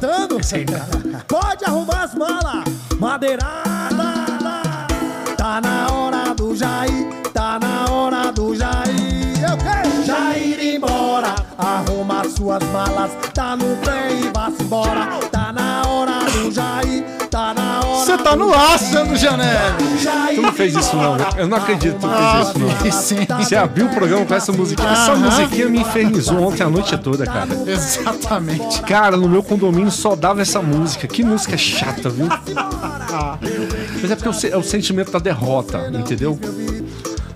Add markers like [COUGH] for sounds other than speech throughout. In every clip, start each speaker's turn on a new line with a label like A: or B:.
A: tá Pode arrumar as malas, madeirada. Tá na hora do Jair, tá na hora do Jair. Eu quero Jair embora, arruma suas malas, tá no trem e vá-se embora. Tá na hora do Jair, tá na hora
B: Você tá
A: do
B: no ar, Sandro Janelli.
A: Jair. Tá
C: Tu não fez isso não, velho. Eu não acredito que tu fez isso não.
B: fiz sim.
C: Você abriu o programa com essa musiquinha. Essa
B: Aham.
C: musiquinha me infernizou ontem a noite
A: Tá
C: toda, cara.
B: Exatamente.
C: Cara, no meu condomínio só dava essa música. Que música chata, viu? Mas é porque é o se- é o sentimento da derrota, entendeu?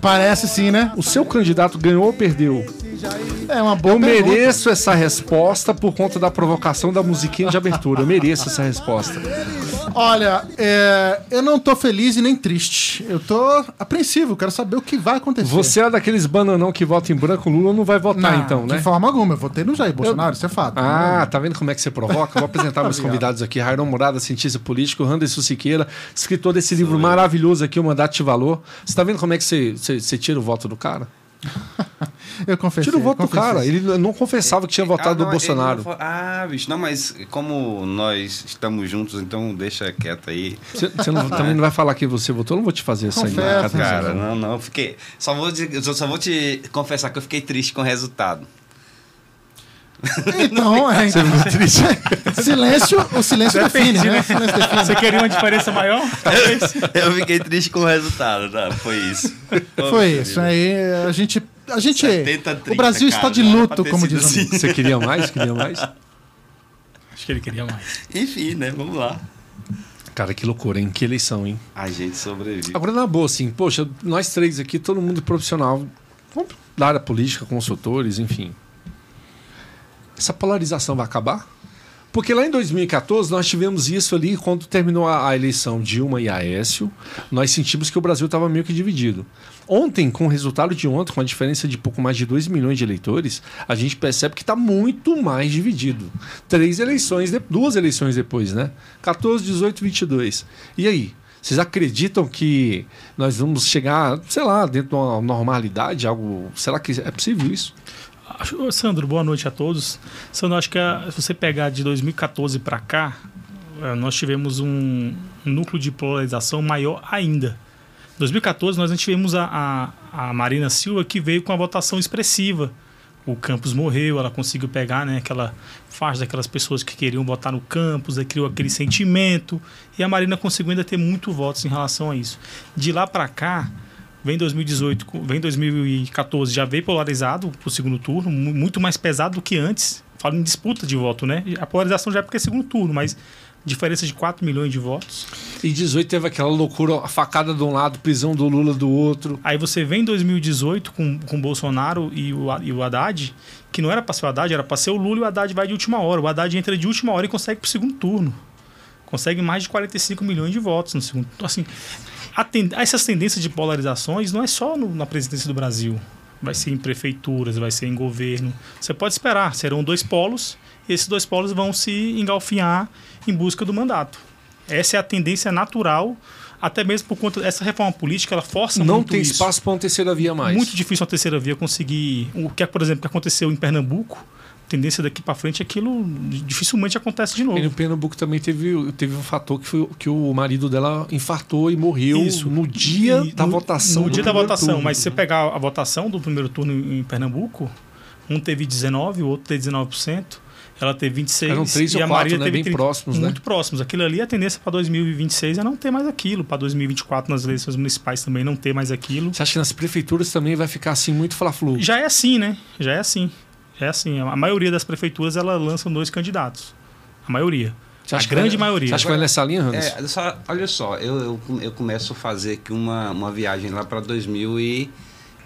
B: Parece sim, né?
C: O seu candidato ganhou ou perdeu?
B: É uma boa
C: Eu mereço essa resposta por conta da provocação da musiquinha de abertura. Eu mereço essa resposta.
B: Olha, é, eu não tô feliz e nem triste. Eu tô apreensivo, quero saber o que vai acontecer.
C: Você é daqueles bananão que vota em branco, Lula não vai votar
B: Não,
C: então, né?
B: De forma alguma, eu votei no Jair Bolsonaro, isso é fato.
C: Ah, tá vendo como é que você provoca? Vou apresentar meus convidados aqui: Rairon Murada, cientista político, Randerson Siqueira, escritor desse livro maravilhoso aqui, O Mandato de Valor. Você tá vendo como é que você, você- você tira o voto do cara?
B: Eu confesso.
C: Tira o voto do cara. Ele não confessava que tinha
D: Ah,
C: votado
D: não,
C: no
D: ele
C: Bolsonaro.
D: não fa- Ah, bicho, não, mas como nós estamos juntos, então deixa quieto aí.
C: Você você não- também não vai falar que você votou, eu não vou te fazer sangue na
B: Confessa,
C: cara.
D: Cara, não, não, eu fiquei. Só vou, dizer- eu só vou te confessar que eu fiquei triste com o resultado.
C: [LAUGHS]
B: Então, é. [LAUGHS] silêncio, o silêncio
C: é
B: define, né? O silêncio define.
E: Você queria uma diferença maior?
D: eu fiquei triste com o resultado, tá? Foi isso. Ô,
B: Foi
D: meu
B: isso
D: querido.
B: aí. A gente. A gente.
D: 70, 30,
B: o Brasil está
D: é cara,
B: de
D: não era pra
B: luto,
D: ter
B: como
D: sido assim,
B: diz o amigo.
C: Você queria mais? Queria mais?
E: Acho que ele queria mais.
D: Enfim, né? Vamos lá.
C: Cara, que loucura, hein? Que eleição, hein?
D: A gente sobrevive.
C: Agora, na boa, assim, poxa, nós três aqui, todo mundo profissional, vamos da área política, consultores, enfim. Essa polarização vai acabar? Porque lá em 2014 nós tivemos isso ali quando terminou a, a eleição Dilma e Aécio, nós sentimos que o Brasil estava meio que dividido. Ontem, com o resultado de ontem, com a diferença de pouco mais de 2 milhões de eleitores, a gente percebe que está muito mais dividido. Três eleições, de- duas eleições depois, né? 14, 18, 22. E aí? Vocês acreditam que nós vamos chegar, sei lá, dentro de uma normalidade, algo. Será que é possível isso?
E: Acho- Ô, Sandro, boa noite a todos. Sandro, acho que a- se você pegar de 2014 para cá, eh, nós tivemos um núcleo de polarização maior ainda. Em 2014, nós não tivemos a, a, a Marina Silva, que veio com a votação expressiva. O Campos morreu, ela conseguiu pegar né, aquela faixa daquelas pessoas que queriam votar no Campos, aí criou aquele sentimento. E a Marina conseguiu ainda ter muito votos em relação a isso. De lá para cá, vem 2018, co- vem 2014, já veio polarizado pro segundo turno, mu- muito mais pesado do que antes. Falo em disputa de voto, né? A polarização já é porque é segundo turno, mas diferença de 4 milhões de votos.
C: E 18 teve aquela loucura, a facada de um lado, prisão do Lula do outro.
E: Aí você vem em 2018 com, com Bolsonaro e o, Ha- e o Haddad, que não era para ser o Haddad, era para ser o Lula e o Haddad vai de última hora. O Haddad entra de última hora e consegue pro segundo turno. Consegue mais de 45 milhões de votos no segundo turno. Assim, a ten- essas tendências de polarizações não é só no- na presidência do Brasil. Vai ser em prefeituras, vai ser em governo. Você pode esperar, serão dois polos e esses dois polos vão se engalfinhar em busca do mandato. Essa é a tendência natural, até mesmo por conta dessa reforma política, ela força
C: Não
E: muito
C: tem
E: isso.
C: espaço um para uma terceira via mais.
E: Muito difícil uma terceira via conseguir. O que, é, por exemplo, que aconteceu em Pernambuco, a tendência daqui para frente, aquilo dificilmente acontece de
C: E no
E: novo.
C: Pernambuco também teve, teve um fator que, foi, que o marido dela infartou e morreu
E: Isso.
C: no dia
E: E
C: da
E: no-
C: votação.
E: No
C: do
E: dia da
C: primeiro
E: votação,
C: turno.
E: mas se você pegar a votação do primeiro turno em Pernambuco, um teve 19, o outro teve 19%. Ela teve 26
C: Eram três
E: e
C: ou
E: a
C: quatro,
E: Maria
C: né?
E: teve
C: Bem
E: 30.
C: próximos, né?
E: muito próximos. Aquilo ali a tendência para 2026 é não ter mais aquilo, para 2024 nas eleições municipais também não ter mais aquilo.
C: Você acha que nas prefeituras também vai ficar assim muito fla-flu?
E: Já é assim, né? Já é assim. Já é assim. A maioria das prefeituras ela lançam dois candidatos. A maioria.
C: Você
E: a
C: acha que
E: grande
C: vai-
E: maioria.
C: Você acha que vai nessa linha, Anderson?
D: É, só- olha só, eu, eu, eu começo a fazer aqui uma, uma viagem lá para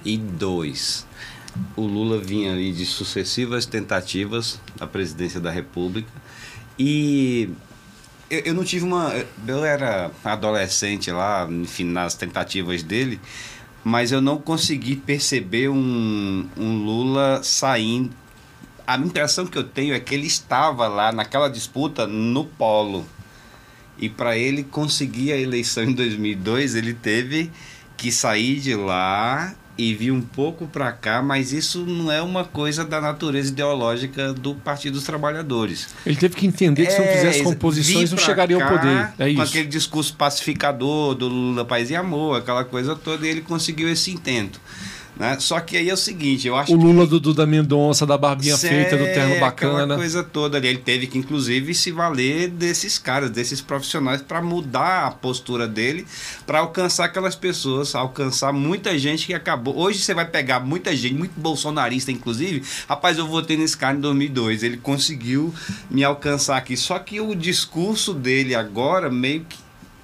D: 2002. O Lula vinha ali de sucessivas tentativas na presidência da República e eu, eu não tive uma. Eu era adolescente lá, enfim, nas tentativas dele, mas eu não consegui perceber um, um Lula saindo. A impressão que eu tenho é que ele estava lá naquela disputa no polo. E para ele conseguir a eleição em 2002, ele teve que sair de lá e e vi um pouco para cá, mas isso não é uma coisa da natureza ideológica do Partido dos Trabalhadores.
C: Ele teve que entender que se não
D: É,
C: fizesse
D: exa-
C: composições,
D: vim
C: não
D: pra
C: chegaria ao
D: cá
C: poder. É isso.
D: Com aquele discurso pacificador do Lula Paz e Amor, aquela coisa toda, e ele conseguiu esse intento. né? Só que aí é o seguinte, eu acho
C: O Lula do Duda Mendonça, da barbinha
D: Cê-
C: feita, do terno
D: Aquela
C: bacana.
D: coisa toda ali. Ele teve que, inclusive, se valer desses caras, desses profissionais, para mudar a postura dele, para alcançar aquelas pessoas, alcançar muita gente que acabou. Hoje você vai pegar muita gente, muito bolsonarista, inclusive. Rapaz, eu votei nesse cara em 2002. Ele conseguiu me alcançar aqui. Só que o discurso dele agora meio que.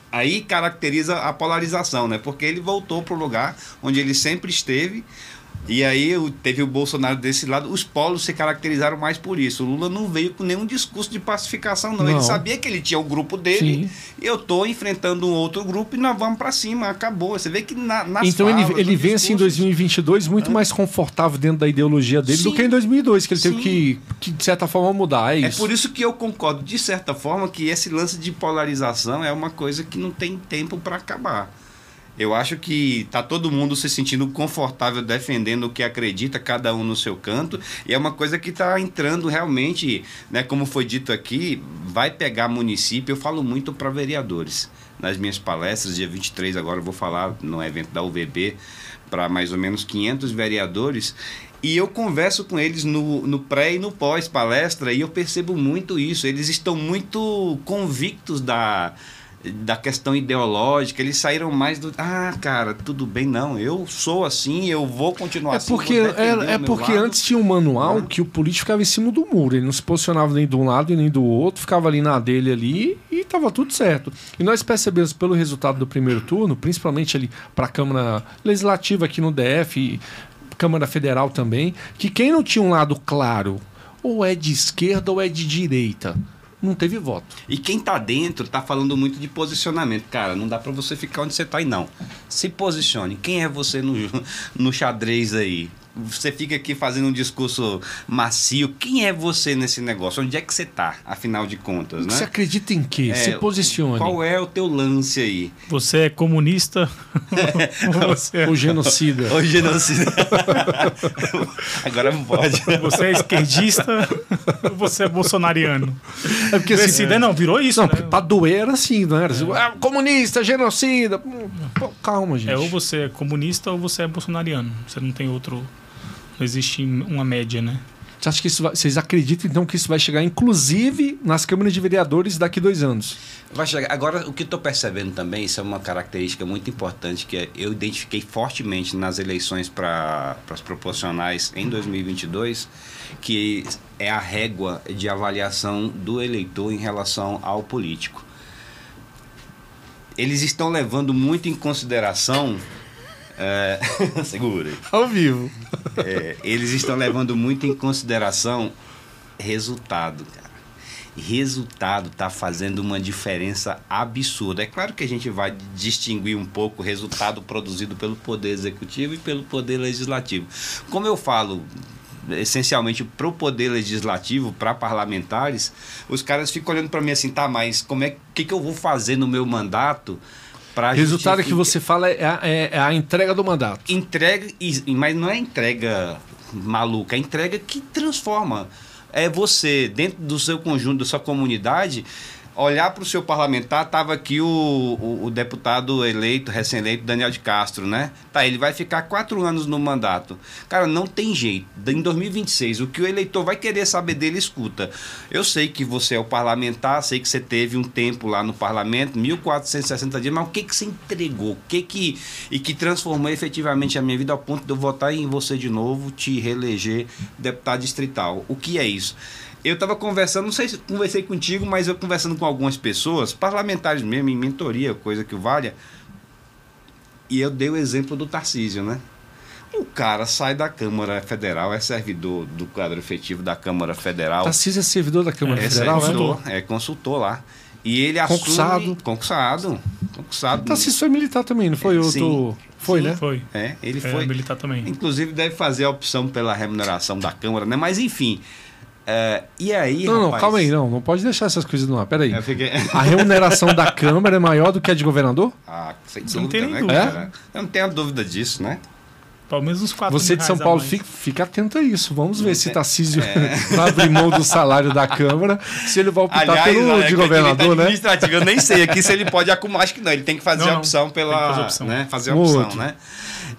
D: Aí caracteriza a polarização, né? Porque ele voltou pro lugar onde ele sempre esteve, e aí o- teve o Bolsonaro desse lado, os polos se caracterizaram mais por isso. O Lula não veio com nenhum discurso de pacificação, não.
C: Não.
D: Ele sabia que ele tinha o grupo
C: Sim.
D: dele, eu tô enfrentando um outro grupo e nós vamos para cima, acabou. Você vê que na, nas
C: Então ele,
D: falas,
C: ele
D: nos
C: vence em
D: Tá discursos-
C: 2022 muito mais confortável dentro da ideologia dele do
D: Sim.
C: que em 2002, que ele teve
D: Sim.
C: que, que, de certa forma, mudar. É,
D: É
C: isso.
D: por isso que eu concordo, de certa forma, que esse lance de polarização é uma coisa que não tem tempo para acabar. Eu acho que tá todo mundo se sentindo confortável defendendo o que acredita, cada um no seu canto, e é uma coisa que está entrando realmente, né, como foi dito aqui, vai pegar município. Eu falo muito para vereadores. Nas minhas palestras, dia 23 agora eu vou falar no evento da UVB para mais ou menos 500 vereadores, e eu converso com eles no, no pré e no pós palestra, e eu percebo muito isso. Eles estão muito convictos da da questão ideológica, eles saíram mais do. Ah, cara, tudo bem, não. Eu sou assim, eu vou continuar
C: É
D: assim. vou
C: porque,
D: defender o
C: é, é
D: meu
C: porque
D: lado. né?
C: antes tinha um manual que o político ficava em cima do muro. Ele não se posicionava nem de um lado e nem do outro, ficava ali na dele ali e tava tudo certo. E nós percebemos pelo resultado do primeiro turno, principalmente ali para a Câmara Legislativa aqui no DF, e Câmara Federal também, que quem não tinha um lado claro, ou é de esquerda ou é de direita, não teve voto.
D: E quem tá dentro tá falando muito de posicionamento. Cara, não dá pra você ficar onde você tá aí, não. Se posicione. Quem é você no, [LAUGHS] no xadrez aí? Você fica aqui fazendo um discurso macio. Quem é você nesse negócio? Onde é que você tá, afinal de contas, né?
C: Você acredita em quê?
D: É,
C: se posicione.
D: Qual é o teu lance aí?
E: Você é
C: [LAUGHS]
E: comunista? [LAUGHS] Ou você, é-
C: O
D: [LAUGHS]
C: genocida. [LAUGHS]
D: Ô, genocida. Agora não pode.
E: você é esquerdista? [LAUGHS] Ou você é bolsonariano?
C: É porque
E: Esse daí assim, não, virou isso,
C: Não,
E: né?
C: porque pra doer era assim, não era?
D: É.
C: assim, "Ah, comunista, genocida. Hum, Pô, calma, gente.
E: É ou você é comunista ou você é bolsonariano. Você não tem outro. Não existe uma média, né?
C: Você acha que isso vai- Vocês acreditam, então, que isso vai chegar, inclusive, nas câmaras de vereadores daqui dois anos?
D: Vai chegar. Agora, o que eu estou percebendo também, isso é uma característica muito importante que é, eu identifiquei fortemente nas eleições para as proporcionais em 2022, que é a régua de avaliação do eleitor em relação ao político. Eles estão levando muito em consideração. É, [LAUGHS] segura.
C: Ao vivo.
D: É, eles estão levando muito em consideração resultado, cara. Resultado tá fazendo uma diferença absurda. É claro que a gente vai distinguir um pouco o resultado produzido pelo poder executivo e pelo poder legislativo. Como eu falo essencialmente pro poder legislativo, para parlamentares, os caras ficam olhando para mim assim, tá, mas como é que, que eu vou fazer no meu mandato para
C: O resultado que você fala é a, é- é a entrega do mandato.
D: entrega, e- mas não é entrega maluca, é entrega que transforma. É você, dentro do seu conjunto, da sua comunidade, olhar para o seu parlamentar. Estava aqui o, o, o deputado eleito, recém-eleito, Daniel de Castro, né? Tá, ele vai ficar quatro anos no mandato. Cara, não tem jeito. Em 2026, o que o eleitor vai querer saber dele, escuta. Eu sei que você é o parlamentar, sei que você teve um tempo lá no parlamento, 1460 dias, mas o que, que você entregou? O que que. E que transformou efetivamente a minha vida ao ponto de eu votar em você de novo, te reeleger deputado distrital. O que é isso? Eu estava conversando, não sei se conversei contigo, mas eu conversando com algumas pessoas, parlamentares mesmo, em mentoria, coisa que valha. E eu dei o exemplo do Tarcísio, né? O cara sai da Câmara Federal, é servidor do quadro efetivo da Câmara Federal.
C: Tarcísio é servidor da Câmara
D: É
C: Federal,
D: consultor,
C: né?
D: é consultor lá. E ele
C: Concursado. Tá
D: assume... Concursado. Concursado.
C: Tarcísio foi militar também, não foi?
D: É, Sim.
C: Outro... Foi, né?
E: Foi.
D: É, ele
E: É,
D: foi...
E: militar também.
D: Inclusive deve fazer a opção pela remuneração da Câmara, né? Mas enfim. É, e aí,
C: Não, não,
D: rapaz, É.
C: calma aí, não. Não pode deixar essas coisas no ar. Peraí.
D: Eu fiquei...
C: A remuneração da Câmara é maior do que a de governador?
D: Ah, sem
E: não
D: dúvida,
E: tem nem
D: né,
E: dúvida.
D: cara? Eu não tenho dúvida disso, né?
E: Pelo menos uns 4
C: Você é
E: mil
C: de São
E: reais a
C: Paulo,
E: mais. É.
C: fica, fica atento a isso. Vamos ver se Tarcísio [LAUGHS] vai abrir mão do salário da Câmara, se ele vai optar Tá pelo
E: é
D: Alex,
C: de
D: aquele
C: governador,
D: tá
C: né?
D: é administrativo, Eu nem sei aqui se ele pode acumular. Acho que não. Ele tem que fazer
E: Não,
D: a
E: não.
D: opção
E: Tem que
D: pela.
E: fazer a opção.
D: Né? Fazer a
C: Um
D: opção,
C: outro.
D: né?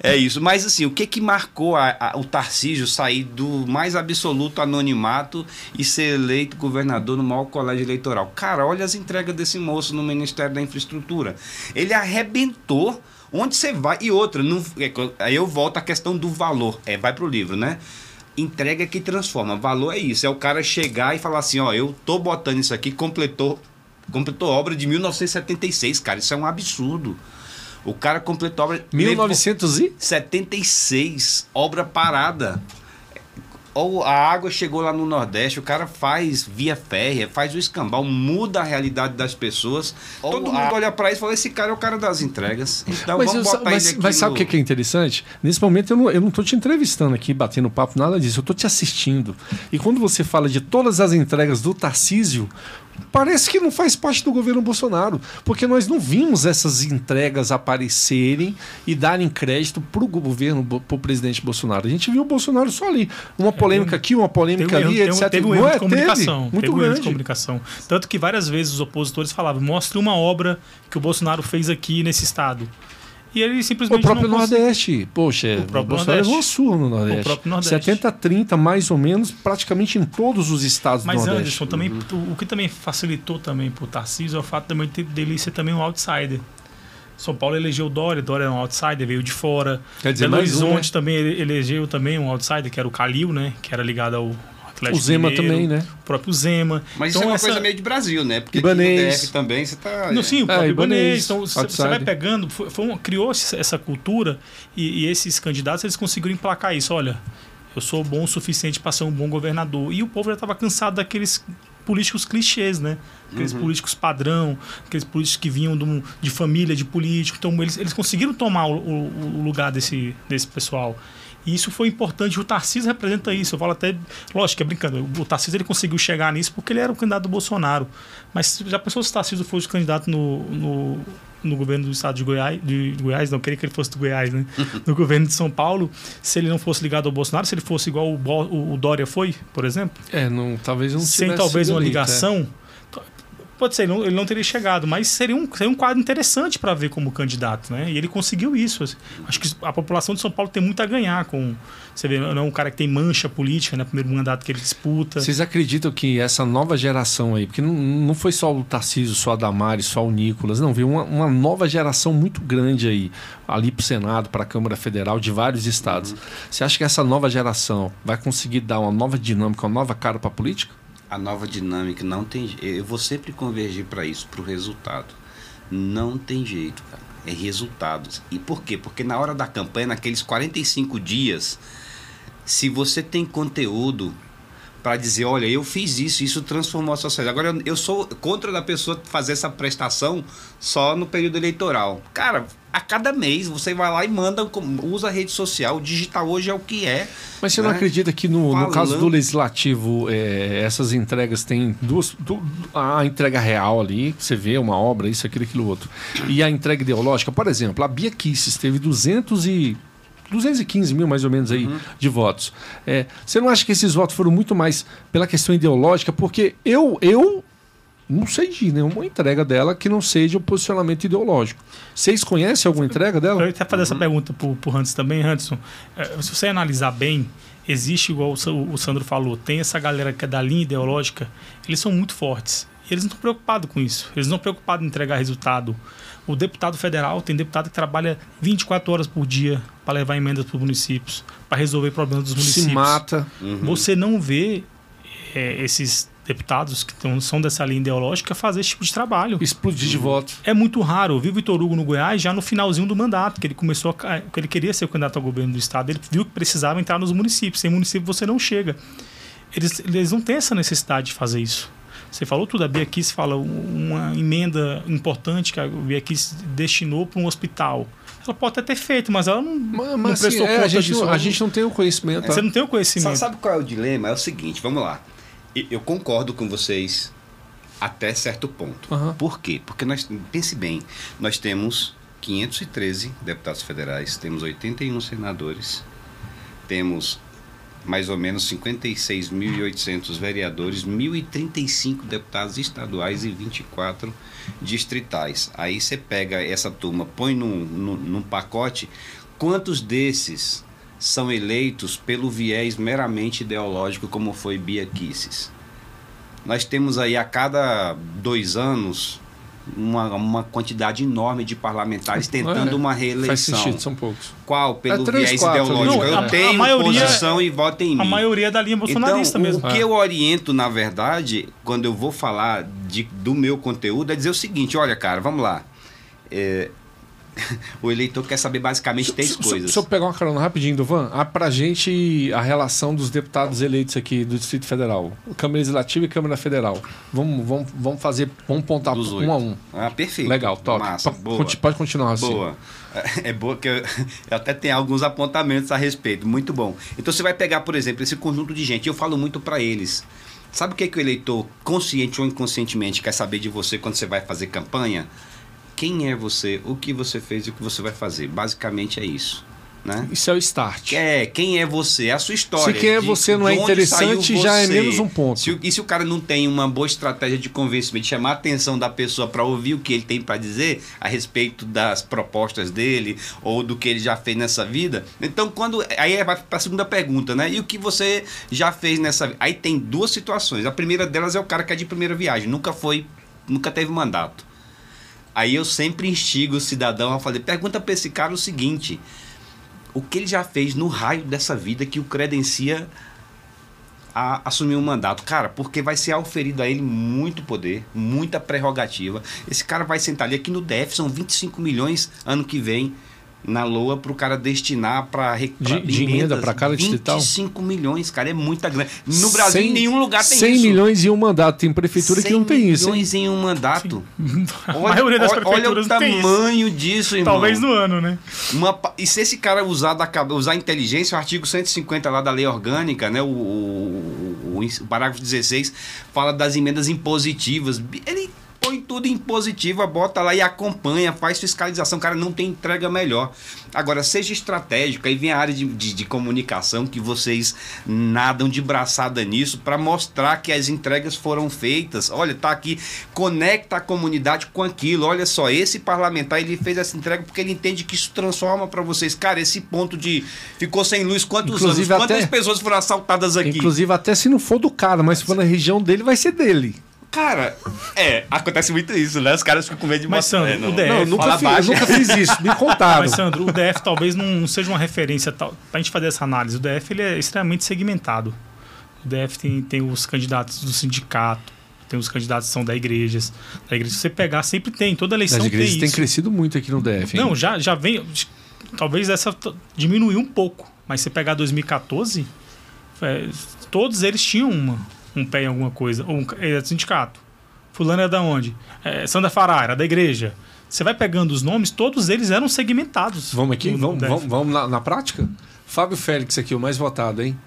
D: É isso. Mas assim, o que que marcou a- a- o Tarcísio sair do mais absoluto anonimato e ser eleito governador no maior colégio eleitoral? Cara, olha as entregas desse moço no Ministério da Infraestrutura. Ele arrebentou. Onde você vai? E outra, não- é co- aí eu volto à questão do valor. É, vai pro livro, né? Entrega que transforma. Valor é isso. É o cara chegar e falar assim, ó, eu tô botando isso aqui, completou, completou obra de 1976, cara. Isso é um absurdo. O cara completou a obra... levou-
C: 1900 e...
D: 76, obra parada. Ou a água chegou lá no Nordeste, o cara faz via férrea, faz o escambau, muda a realidade das pessoas. Todo mundo olha pra isso e fala: esse cara é o cara
C: [LAUGHS]
D: das entregas. Então
C: Mas, eu
D: vamos
C: sa-
D: botar
C: mas-
D: ele aqui.
C: mas sabe o
D: no-
C: que que é interessante? Nesse momento eu não, eu não tô te entrevistando aqui, batendo papo, nada disso. Eu tô te assistindo. E quando você fala de todas as entregas do Tarcísio, parece que não faz parte do governo Bolsonaro. Porque nós não vimos essas entregas aparecerem e darem crédito pro governo, Bo- pro presidente Bolsonaro. A gente viu o Bolsonaro só ali. Uma polêmica aqui, uma polêmica
E: Teve É, um
C: ali,
E: erro-
C: etc.
E: Teve um
C: Não
E: erro
C: é?
E: de comunicação.
C: Teve.
E: Teve,
C: Muito
E: um erro de
C: grande.
E: comunicação. Tanto que várias vezes os opositores falavam: mostre uma obra que o Bolsonaro fez aqui nesse estado. E ele
C: O
E: simplesmente
C: próprio
E: não conseguiu.
C: Nordeste. Poxa, o
E: próprio
C: Bolsonaro levou uma
E: Nordeste.
C: surra no Nordeste.
E: O próprio Nordeste.
C: 70-30, mais ou menos, praticamente em todos os estados
E: Mas
C: do Nordeste. né?
E: Anderson, também, o- o que também facilitou também pro Tarcísio é o fato também de- dele ser também um outsider. São Paulo elegeu o Dória, Dória é um outsider, veio de fora.
C: Quer dizer,
E: Belo
C: mais um,
E: Horizonte também ele- elegeu também um outsider, que era o Calil, né? Que era ligado ao Atlético
C: O Zema
E: Mineiro,
C: também, né?
E: O próprio Zema. Então
D: Mas isso é uma coisa meio de Brasil, né? Porque
C: Ibanez.
D: aqui no DF também você tá.
E: Não, sim, o
C: É,
E: próprio
C: Ibanez,
E: Ibanez. Então, você- você
C: outsider.
E: vai pegando, foi, foi um- criou-se essa cultura e, e esses candidatos eles conseguiram emplacar isso. Olha, eu sou bom o suficiente para ser um bom governador. E o povo já estava cansado daqueles políticos clichês, né? Aqueles políticos padrão, aqueles políticos que vinham de, um- de família, de político. Então, eles, eles conseguiram tomar o, o- o lugar desse, desse pessoal. E isso foi importante. O Tarcísio representa isso. Eu falo até, lógico que é brincando, o Tarcísio ele conseguiu chegar nisso porque ele era o candidato do Bolsonaro. Mas já pensou se o Tarcísio fosse candidato no, no, no governo do estado de Goiás, de Goiás, não, queria que ele fosse do Goiás, né?
C: Uhum.
E: No governo de São Paulo, se ele não fosse ligado ao Bolsonaro, se ele fosse igual o, Bo- o- o Dória foi, por exemplo,
C: É, não, talvez não
E: sem
C: tivesse é.
E: talvez
C: sido é.
E: uma
C: eleito,
E: ligação, tá? t- pode ser, ele não, ele não teria chegado, mas seria um, seria um quadro interessante para ver como candidato, né? E ele conseguiu isso. assim. Acho que a população de São Paulo tem muito a ganhar com. Você vê, não é um cara que tem mancha política, né? Primeiro mandato que ele disputa.
C: é. Vocês acreditam que essa nova geração aí, porque não, não foi só o Tarcísio, só a Damares, só o Nicolas, não, veio uma, uma nova geração muito grande aí, ali pro Senado, pra Câmara Federal, de vários estados. Você acha que essa nova geração vai conseguir dar uma nova dinâmica, uma nova cara pra política?
D: A nova dinâmica não tem. je- Eu vou sempre convergir para isso, para o resultado. Não tem jeito, cara. É resultados. E por quê? Porque na hora da campanha, naqueles 45 dias, se você tem conteúdo para dizer, olha, eu fiz isso, isso transformou a sociedade. Agora eu- eu sou contra da pessoa fazer essa prestação só no período eleitoral. Cara, a cada mês você vai lá e manda, com- usa a rede social, o digital hoje é o que é.
C: Mas você não
D: né?
C: acredita que no, no caso do
D: Falando.
C: legislativo é, essas entregas têm duas. du- a entrega real ali, que você vê uma obra, isso, aquilo, aquilo outro. E a entrega ideológica, por exemplo, a Bia Kisses teve 200 e. 215 mil, mais ou menos, aí,
D: Uhum.
C: de votos. É, você não acha que esses votos foram muito mais pela questão ideológica? Porque eu, eu não sei de nenhuma entrega dela que não seja o posicionamento ideológico. Vocês conhecem alguma entrega dela?
E: Eu ia até fazer
C: Uhum.
E: essa pergunta pro, pro Hans também, Hanson. Eh, Se você analisar bem, existe, igual o Sa- o Sandro falou, tem essa galera que é da linha ideológica, eles são muito fortes. E eles não estão preocupados com isso. Eles não estão preocupados em entregar resultado. O deputado federal tem deputado que trabalha 24 horas por dia para levar emendas para os municípios, para resolver problemas dos municípios.
C: Se mata. Uhum.
E: Você não vê eh, esses deputados que tão- são dessa linha ideológica fazer esse tipo de trabalho.
C: Explodir de votos.
E: É muito raro. Eu vi o Vitor Hugo no Goiás já no finalzinho do mandato, que ele começou a, ca- que ele queria ser o candidato ao governo do estado. Ele viu que precisava entrar nos municípios. Sem município você não chega. Eles, eles não têm essa necessidade de fazer isso. Você falou tudo, a Bia Kiss fala um- uma emenda importante que a Bia Kiss destinou para um hospital. Ela pode até ter feito, mas ela não,
C: Mas,
E: não
C: mas assim,
E: prestou
C: é,
E: conta
C: a, gente
E: disso. né?
C: não, a gente não tem o conhecimento. tá?
E: Você não tem o
D: É. Sa-
E: conhecimento.
D: Sabe qual é o dilema? É o seguinte, vamos lá. E- Eu concordo com vocês até certo ponto.
C: Aham.
D: Por quê? Porque nós, pense bem, nós temos 513 deputados federais, temos 81 senadores, temos mais ou menos 56.800 vereadores, 1.035 deputados estaduais e 24 distritais. Aí você pega essa turma, põe num, num, num pacote, quantos desses são eleitos pelo viés meramente ideológico, como foi Bia Kisses? Nós temos aí a cada dois anos uma, uma quantidade enorme de parlamentares tentando
C: É,
D: uma
C: Faz
D: reeleição.
C: sentido, são poucos.
D: Qual? Pelo
C: É três,
D: viés
C: quatro,
D: ideológico.
E: né?
D: Eu
E: Não, a- a
D: tenho
E: maioria-
D: posição e voto em mim.
E: A maioria é da linha bolsonarista
D: então, [LAUGHS]
E: mesmo.
D: O que
C: É.
D: eu oriento, na verdade, quando eu vou falar de- do meu conteúdo, é dizer o seguinte: olha, cara, vamos lá. É, [LAUGHS] o eleitor quer saber basicamente três
C: Se- se-
D: coisas.
C: Se eu pegar uma carona rapidinho, Duvan, ah, pra gente a relação dos deputados eleitos aqui do Distrito Federal, Câmara Legislativa e Câmara Federal. Vamos, vamos, vamos fazer, vamos pontar
D: Dos
C: um
D: oito.
C: a um.
D: Ah, perfeito.
C: Legal, top.
D: Massa,
C: Pa-
D: boa.
C: conti- Pode continuar assim.
D: Boa. É boa que eu, eu até tenho alguns apontamentos a respeito. Muito bom. Então você vai pegar, por exemplo, esse conjunto de gente. Eu falo muito para eles. Sabe o que, que o eleitor, consciente ou inconscientemente, quer saber de você quando você vai fazer campanha? Quem é você, o que você fez e o que você vai fazer. Basicamente é isso. Né?
C: Isso é o start.
D: É, quem é você? É a sua história.
C: Se quem é você não é
D: de onde
C: interessante,
D: saiu
C: já é
D: você.
C: menos um ponto.
D: Se o- e se o cara não tem uma boa estratégia de convencimento, de chamar a atenção da pessoa para ouvir o que ele tem para dizer a respeito das propostas dele ou do que ele já fez nessa vida? Então, quando. Aí é- vai para a segunda pergunta, né? E o que você já fez nessa vida? Aí tem duas situações. A primeira delas é o cara que é de primeira viagem, nunca foi. Nunca teve mandato. Aí eu sempre instigo o cidadão a fazer. Pergunta para esse cara o seguinte: o que ele já fez no raio dessa vida que o credencia a assumir um mandato. Cara, porque vai ser auferido a ele muito poder, muita prerrogativa. Esse cara vai sentar ali aqui no DF, são 25 milhões ano que vem na Loa para o cara destinar para
C: De- de emenda pra cada distrital?
D: 25 milhões, cara, é muita grana. No Brasil, em
C: 100
D: nenhum lugar tem
C: 100
D: isso.
C: milhões e um mandato. Tem prefeitura que
D: 100
C: não tem isso. hein?
D: milhões em um mandato.
E: A maioria das
D: olha-
E: prefeituras
D: olha
E: não
D: o
E: tem isso.
D: tamanho disso, irmão.
E: Talvez no ano, né?
D: Uma pa- e se esse cara usar, da, cabe- usar inteligência, o artigo 150 lá da lei orgânica, né? O, o- o- o parágrafo 16 fala das emendas impositivas. Bi- Ele põe tudo em positiva, bota lá e acompanha, faz fiscalização. Cara, não tem entrega melhor. Agora, seja estratégico, aí vem a área de, de- de comunicação que vocês nadam de braçada nisso para mostrar que as entregas foram feitas. Olha, tá aqui, conecta a comunidade com aquilo. Olha só, esse parlamentar ele fez essa entrega porque ele entende que isso transforma para vocês. Cara, esse ponto de ficou sem luz quantos
C: Inclusive,
D: anos? Quantas
C: até-
D: pessoas foram assaltadas aqui?
C: Inclusive, até se não for do cara, mas se for na região dele, vai ser dele.
D: Cara, é, acontece muito isso, né? Os caras ficam com medo de
E: Mas,
D: mostrar.
E: Sandro,
D: É,
E: o DF,
C: não, eu
D: fala
C: nunca, fiz, eu
D: baixo.
C: nunca fiz isso.
D: [LAUGHS]
C: Me contaram.
E: Mas, Sandro, o DF talvez não seja uma referência tal. Pra gente fazer essa análise, o DF ele é extremamente segmentado. O DF tem, tem os candidatos do sindicato, tem os candidatos que são da igrejas. Da igreja, se você pegar, sempre tem. Toda eleição
C: As igrejas
E: tem
C: têm
E: isso.
C: crescido muito aqui no DF. hein?
E: Não, já, já vem. Talvez essa t- diminuiu um pouco. Mas se pegar 2014, é, todos eles tinham uma, um pé em alguma coisa. Ou um, ca- é do sindicato. Fulano é da onde? É, Sandra Fará, era da igreja. Você vai pegando os nomes, todos eles eram segmentados.
C: Vamos aqui?
E: No-
C: Vamos,
E: no
C: vamos,
E: DF.
C: vamos na, na prática? Fábio Félix aqui, o mais votado, hein?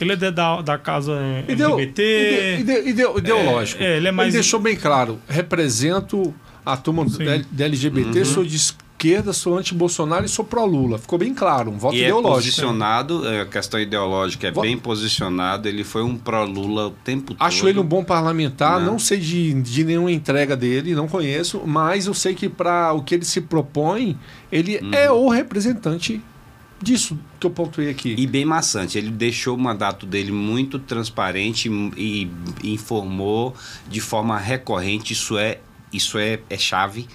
E: Ele é de- da, da casa é, LGBT.
C: ide- ide- ide- ideológico.
E: é, ele é mais-
C: deixou bem claro. Represento a turma do
E: Sim.
C: L- da
D: Uhum.
C: LGBT, sou de esquerda, sou anti-Bolsonaro e sou pró-Lula. Ficou bem claro, um voto
D: E é
C: ideológico.
D: posicionado, é, a questão ideológica é
C: Vo-
D: bem posicionado, ele foi um pró-Lula o tempo todo.
C: Acho ele um bom parlamentar,
D: Não.
C: não, sei de, de nenhuma entrega dele, não conheço, mas eu sei que para o que ele se propõe, ele
D: Uhum.
C: é o representante disso que eu pontuei aqui.
D: E bem maçante. Ele deixou o mandato dele muito transparente e e informou de forma recorrente. Isso é, isso é, é chave.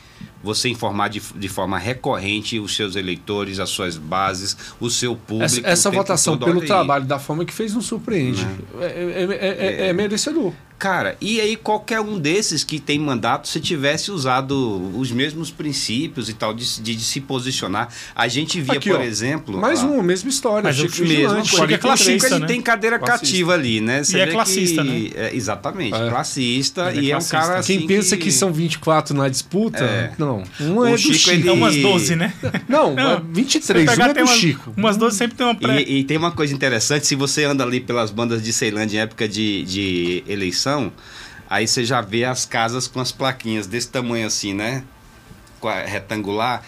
D: Você informar de, de forma recorrente os seus eleitores, as suas bases, o seu público.
C: Essa, essa
D: o tempo
C: votação
D: todo.
C: pelo
D: Olha aí. Né?
C: trabalho da forma que fez não surpreende. É, é- é- é- é merecedor.
D: Cara, e aí qualquer um desses que tem mandato, se tivesse usado os mesmos princípios e tal, de, se- de- de se posicionar. A gente via,
C: Aqui,
D: por
C: ó,
D: exemplo.
C: Mais um,
D: ó,
C: uma, mesma história.
E: Mas eu
C: Chico
E: fiz mesmo,
C: Vigilante,
E: Chico é
C: 43.
E: classista.
D: Chico, Então, assim, ele
E: né?
D: tem cadeira
C: Classista.
D: cativa ali, né?
E: E é
D: vê
E: classista,
D: que- é, exatamente,
C: É.
D: classista.
E: Ele é
D: e
E: classista.
D: é um cara assim
C: Quem pensa que...
D: que
C: são 24 na disputa,
D: É.
C: não. Um é
D: O
C: do Chico.
D: Chico, ele-
E: É umas 12, né?
C: Não, é
E: Se
C: 23, um
E: pegar,
C: é
E: tem
C: do
E: umas,
C: Chico.
E: Umas 12 sempre tem uma pré.
D: E, e tem uma coisa interessante, se você anda ali pelas bandas de Ceilândia em época de, de eleição, aí você já vê as casas com as plaquinhas desse tamanho assim, né? Com a- Retangular.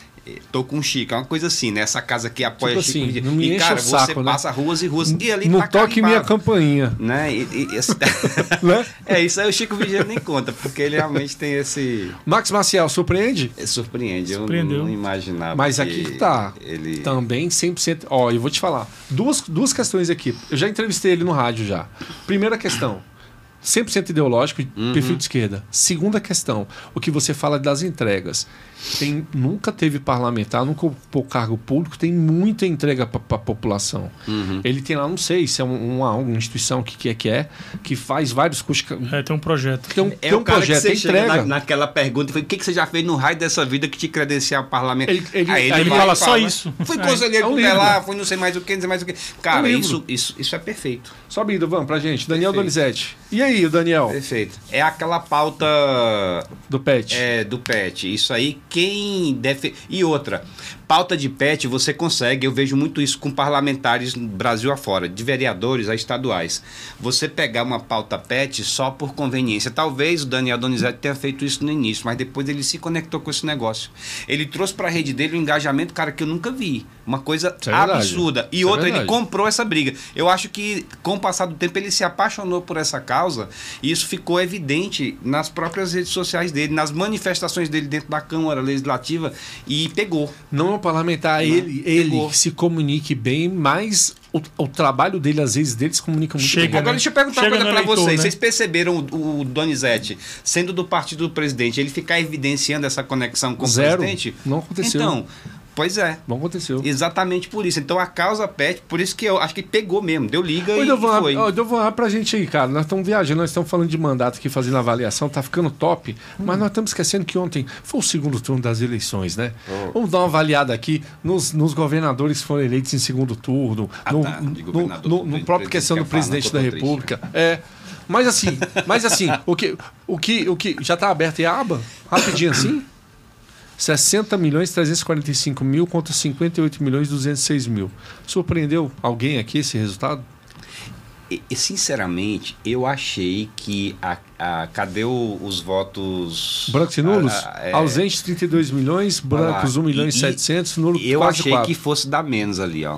D: Tô com o Chico, é uma coisa assim, né? Essa casa que apoia
C: Tipo
D: Chico.
C: assim,
D: Mendes.
C: não me
D: e,
C: enche
D: cara,
C: o saco,
D: você
C: né?
D: passa ruas e ruas. E ali
C: Não
D: tá
C: né? toque minha
D: carimbado,
C: campainha.
D: Né? E, e-
C: [LAUGHS]
D: e esse- [LAUGHS]
C: Né?
D: é, isso aí o Chico Vigilante nem conta, porque ele realmente tem esse.
C: Max Maciel, surpreende?
D: É, Surpreende,
E: Surpreendeu.
D: eu não imaginava.
C: Mas
D: que
C: aqui que tá.
D: Ele...
C: Também 100%. Ó, eu vou te falar. Duas, duas questões aqui. Eu já entrevistei ele no rádio já. Primeira questão. 100% ideológico,
D: Uhum.
C: perfil de esquerda. Segunda questão, o que você fala das entregas. Tem, nunca teve parlamentar, nunca ocupou cargo público, tem muita entrega para a população.
D: Uhum.
C: Ele tem lá, não sei se é um- uma, uma instituição, o que, que é que é, que faz vários custos.
E: É, tem um projeto.
C: Tem um,
D: É
C: tem
D: o
C: um
D: cara
C: projeto,
D: que você
C: tem
D: chega
C: entrega.
D: na, naquela pergunta, foi, o que, que você já fez no raio dessa vida que te credencia a parlamento?
C: Ele- ele-
E: Aí ele
D: vai e
E: fala, "Só isso."
D: Fui
E: É,
D: conselheiro
C: é um
D: tutelar, fui não sei mais o que, não sei mais o que.
E: um
D: Cara,
C: livro.
D: isso, isso, isso é perfeito.
C: Sobe aí, Dovan, pra gente. Daniel
D: Perfeito.
C: Donizete. E aí, Daniel,
D: Perfeito. É aquela pauta
C: do PET?
D: é, do pet. Isso aí, quem deve. E outra, pauta de pet você consegue, eu vejo muito isso com parlamentares no Brasil afora, de vereadores a estaduais. Você pegar uma pauta pet só por conveniência. Talvez o Daniel Donizete tenha feito isso no início, mas depois ele se conectou com esse negócio. Ele trouxe para a rede dele um engajamento, cara, que eu nunca vi. Uma coisa
C: Isso é verdade.
D: absurda. E
C: Isso é
D: outra, ele
C: verdade.
D: comprou essa briga. Eu acho que, com o passar do tempo, ele se apaixonou por essa causa e isso ficou evidente nas próprias redes sociais dele, nas manifestações dele dentro da Câmara Legislativa e pegou.
C: Não é um parlamentar, ele, ele
D: Pegou.
C: se comunique bem, mas o, o trabalho dele, às vezes, dele se comunica muito
E: Chega,
C: bem.
D: Agora,
E: né?
D: deixa eu perguntar
E: Chega
D: uma coisa pra
E: no eleitor,
D: vocês.
E: né?
D: Vocês perceberam o, o Donizete, sendo do partido do presidente, ele ficar evidenciando essa conexão com
C: Zero.
D: o presidente?
C: Não aconteceu.
D: Então, pois é.
C: Não aconteceu.
D: Exatamente por isso. Então a causa pet, por isso que eu acho que pegou mesmo, deu liga
C: Ô,
D: e,
C: Dovan,
D: e foi.
C: ó, Dovan, abre pra gente aí, cara. Nós estamos viajando, nós estamos falando de mandato aqui, fazendo avaliação, tá ficando top, mas nós estamos esquecendo que ontem foi o segundo turno das eleições, né? Vamos dar uma avaliada aqui nos, nos governadores que foram eleitos em segundo turno,
D: Ah,
C: no,
D: tá, de
C: no-
D: governador,
C: no- no
D: do
C: próprio
D: presidente
C: questão do
D: que é eu falo,
C: presidente
D: eu
C: da
D: tô triste.
C: república. É. Mas assim, [LAUGHS] mas assim, o que, o que, o que já tá aberto aí a aba? Rapidinho
D: [COUGHS]
C: assim? 60 milhões 345 mil contra 58 milhões 206 mil. Surpreendeu alguém aqui esse resultado?
D: E, e, sinceramente, eu achei que a, a- cadê o- os votos
C: Brancos e nulos?
D: Ah, é,
C: Ausentes 32 milhões, brancos
D: Ah,
C: 1 milhão e
D: e-
C: 700, nulo
D: Eu
C: quase
D: achei
C: 4.
D: que fosse dar menos ali, ó.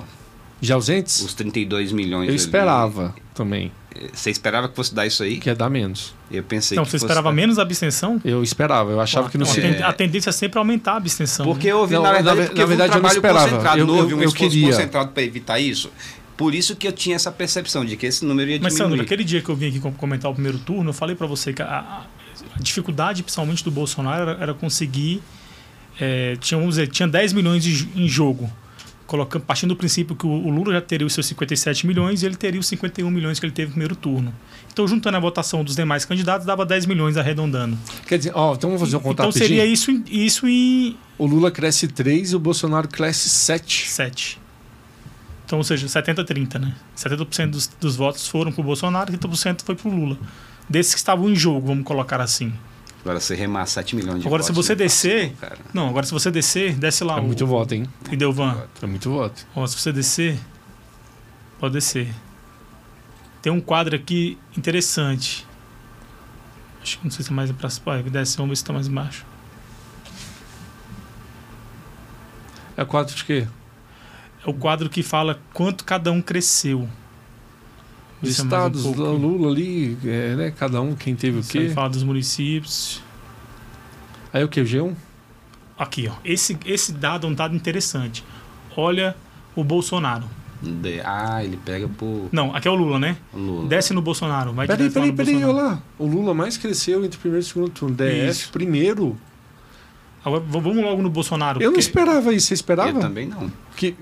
C: De ausentes?
D: Os 32 milhões.
C: Eu
D: ali.
C: esperava também,
D: Você esperava que fosse dar isso aí?
C: que ia dar menos.
D: Eu pensei
E: Então,
D: que
E: você
D: fosse
E: esperava
D: dar.
E: menos abstenção?
C: Eu esperava, eu achava que não
E: a,
C: seria.
E: ten- a tendência é sempre aumentar a abstenção.
D: Porque
E: né?
D: eu vi,
C: Não,
D: na verdade,
C: na ve-
D: porque
C: na
D: houve
C: verdade, eu
D: um
C: não
D: trabalho
C: esperava.
D: concentrado,
C: Eu-
D: não houve
C: eu-
D: um
C: eu
D: esforço
C: queria.
D: concentrado para evitar isso. Por isso que eu tinha essa percepção de que esse número ia
E: Mas, Sandro,
D: diminuir.
E: naquele dia que eu vim aqui com- comentar o primeiro turno, eu falei pra você que a, a- a dificuldade, principalmente do Bolsonaro, era, era conseguir. É, tinha, vamos dizer, tinha 10 milhões de jo- em jogo. Colocando, partindo do princípio que o, o Lula já teria os seus 57 milhões e ele teria os 51 milhões que ele teve no primeiro turno. Então, juntando a votação dos demais candidatos, dava 10 milhões arredondando.
C: Quer dizer, ó, então vamos fazer um contato
E: então, seria isso, em- isso em
C: O Lula cresce 3 e o Bolsonaro cresce 7.
E: 7. Então, ou seja, 70-30, né? 70% dos, dos votos foram pro Bolsonaro e 30% foi pro Lula. Desses que estavam em jogo, vamos colocar assim.
D: Agora você remar 7 milhões de
E: Agora, se
D: votos,
E: você
D: não é fácil,
E: descer.
D: não, cara.
E: Não, agora se você descer, desce lá.
C: É
E: Ah, o-
C: muito voto, hein?
E: E deu van.
C: É muito voto.
E: Ó, se você descer. Pode descer. Tem um quadro aqui interessante. Acho que não sei se é mais pra cima. Desce, vamos ver se tá mais baixo.
C: É 4 de quê?
E: É o quadro que fala quanto cada um cresceu.
C: Os
E: Isso é mais um
C: estados,
E: pouco.
C: Lula ali, é, né? Cada um quem teve o
E: Isso aí
C: quê.
E: fala dos municípios.
C: Aí o um? que? G1?
E: Aqui, ó. Esse, esse dado é um dado interessante. Olha o Bolsonaro.
D: De- Ah, ele pega por
E: Não, aqui é o Lula, né?
D: Lula.
E: Desce no Bolsonaro. Vai
C: Peraí,
E: direto lá
C: peraí,
E: no
C: peraí, olha
E: Bolsonaro.
C: lá. O Lula mais cresceu entre o primeiro e o segundo turno. DF,
E: Isso.
C: primeiro.
E: Agora, v- vamos logo no Bolsonaro.
C: Eu não
E: porque-
C: esperava isso. Você esperava?
D: Eu também não.
C: que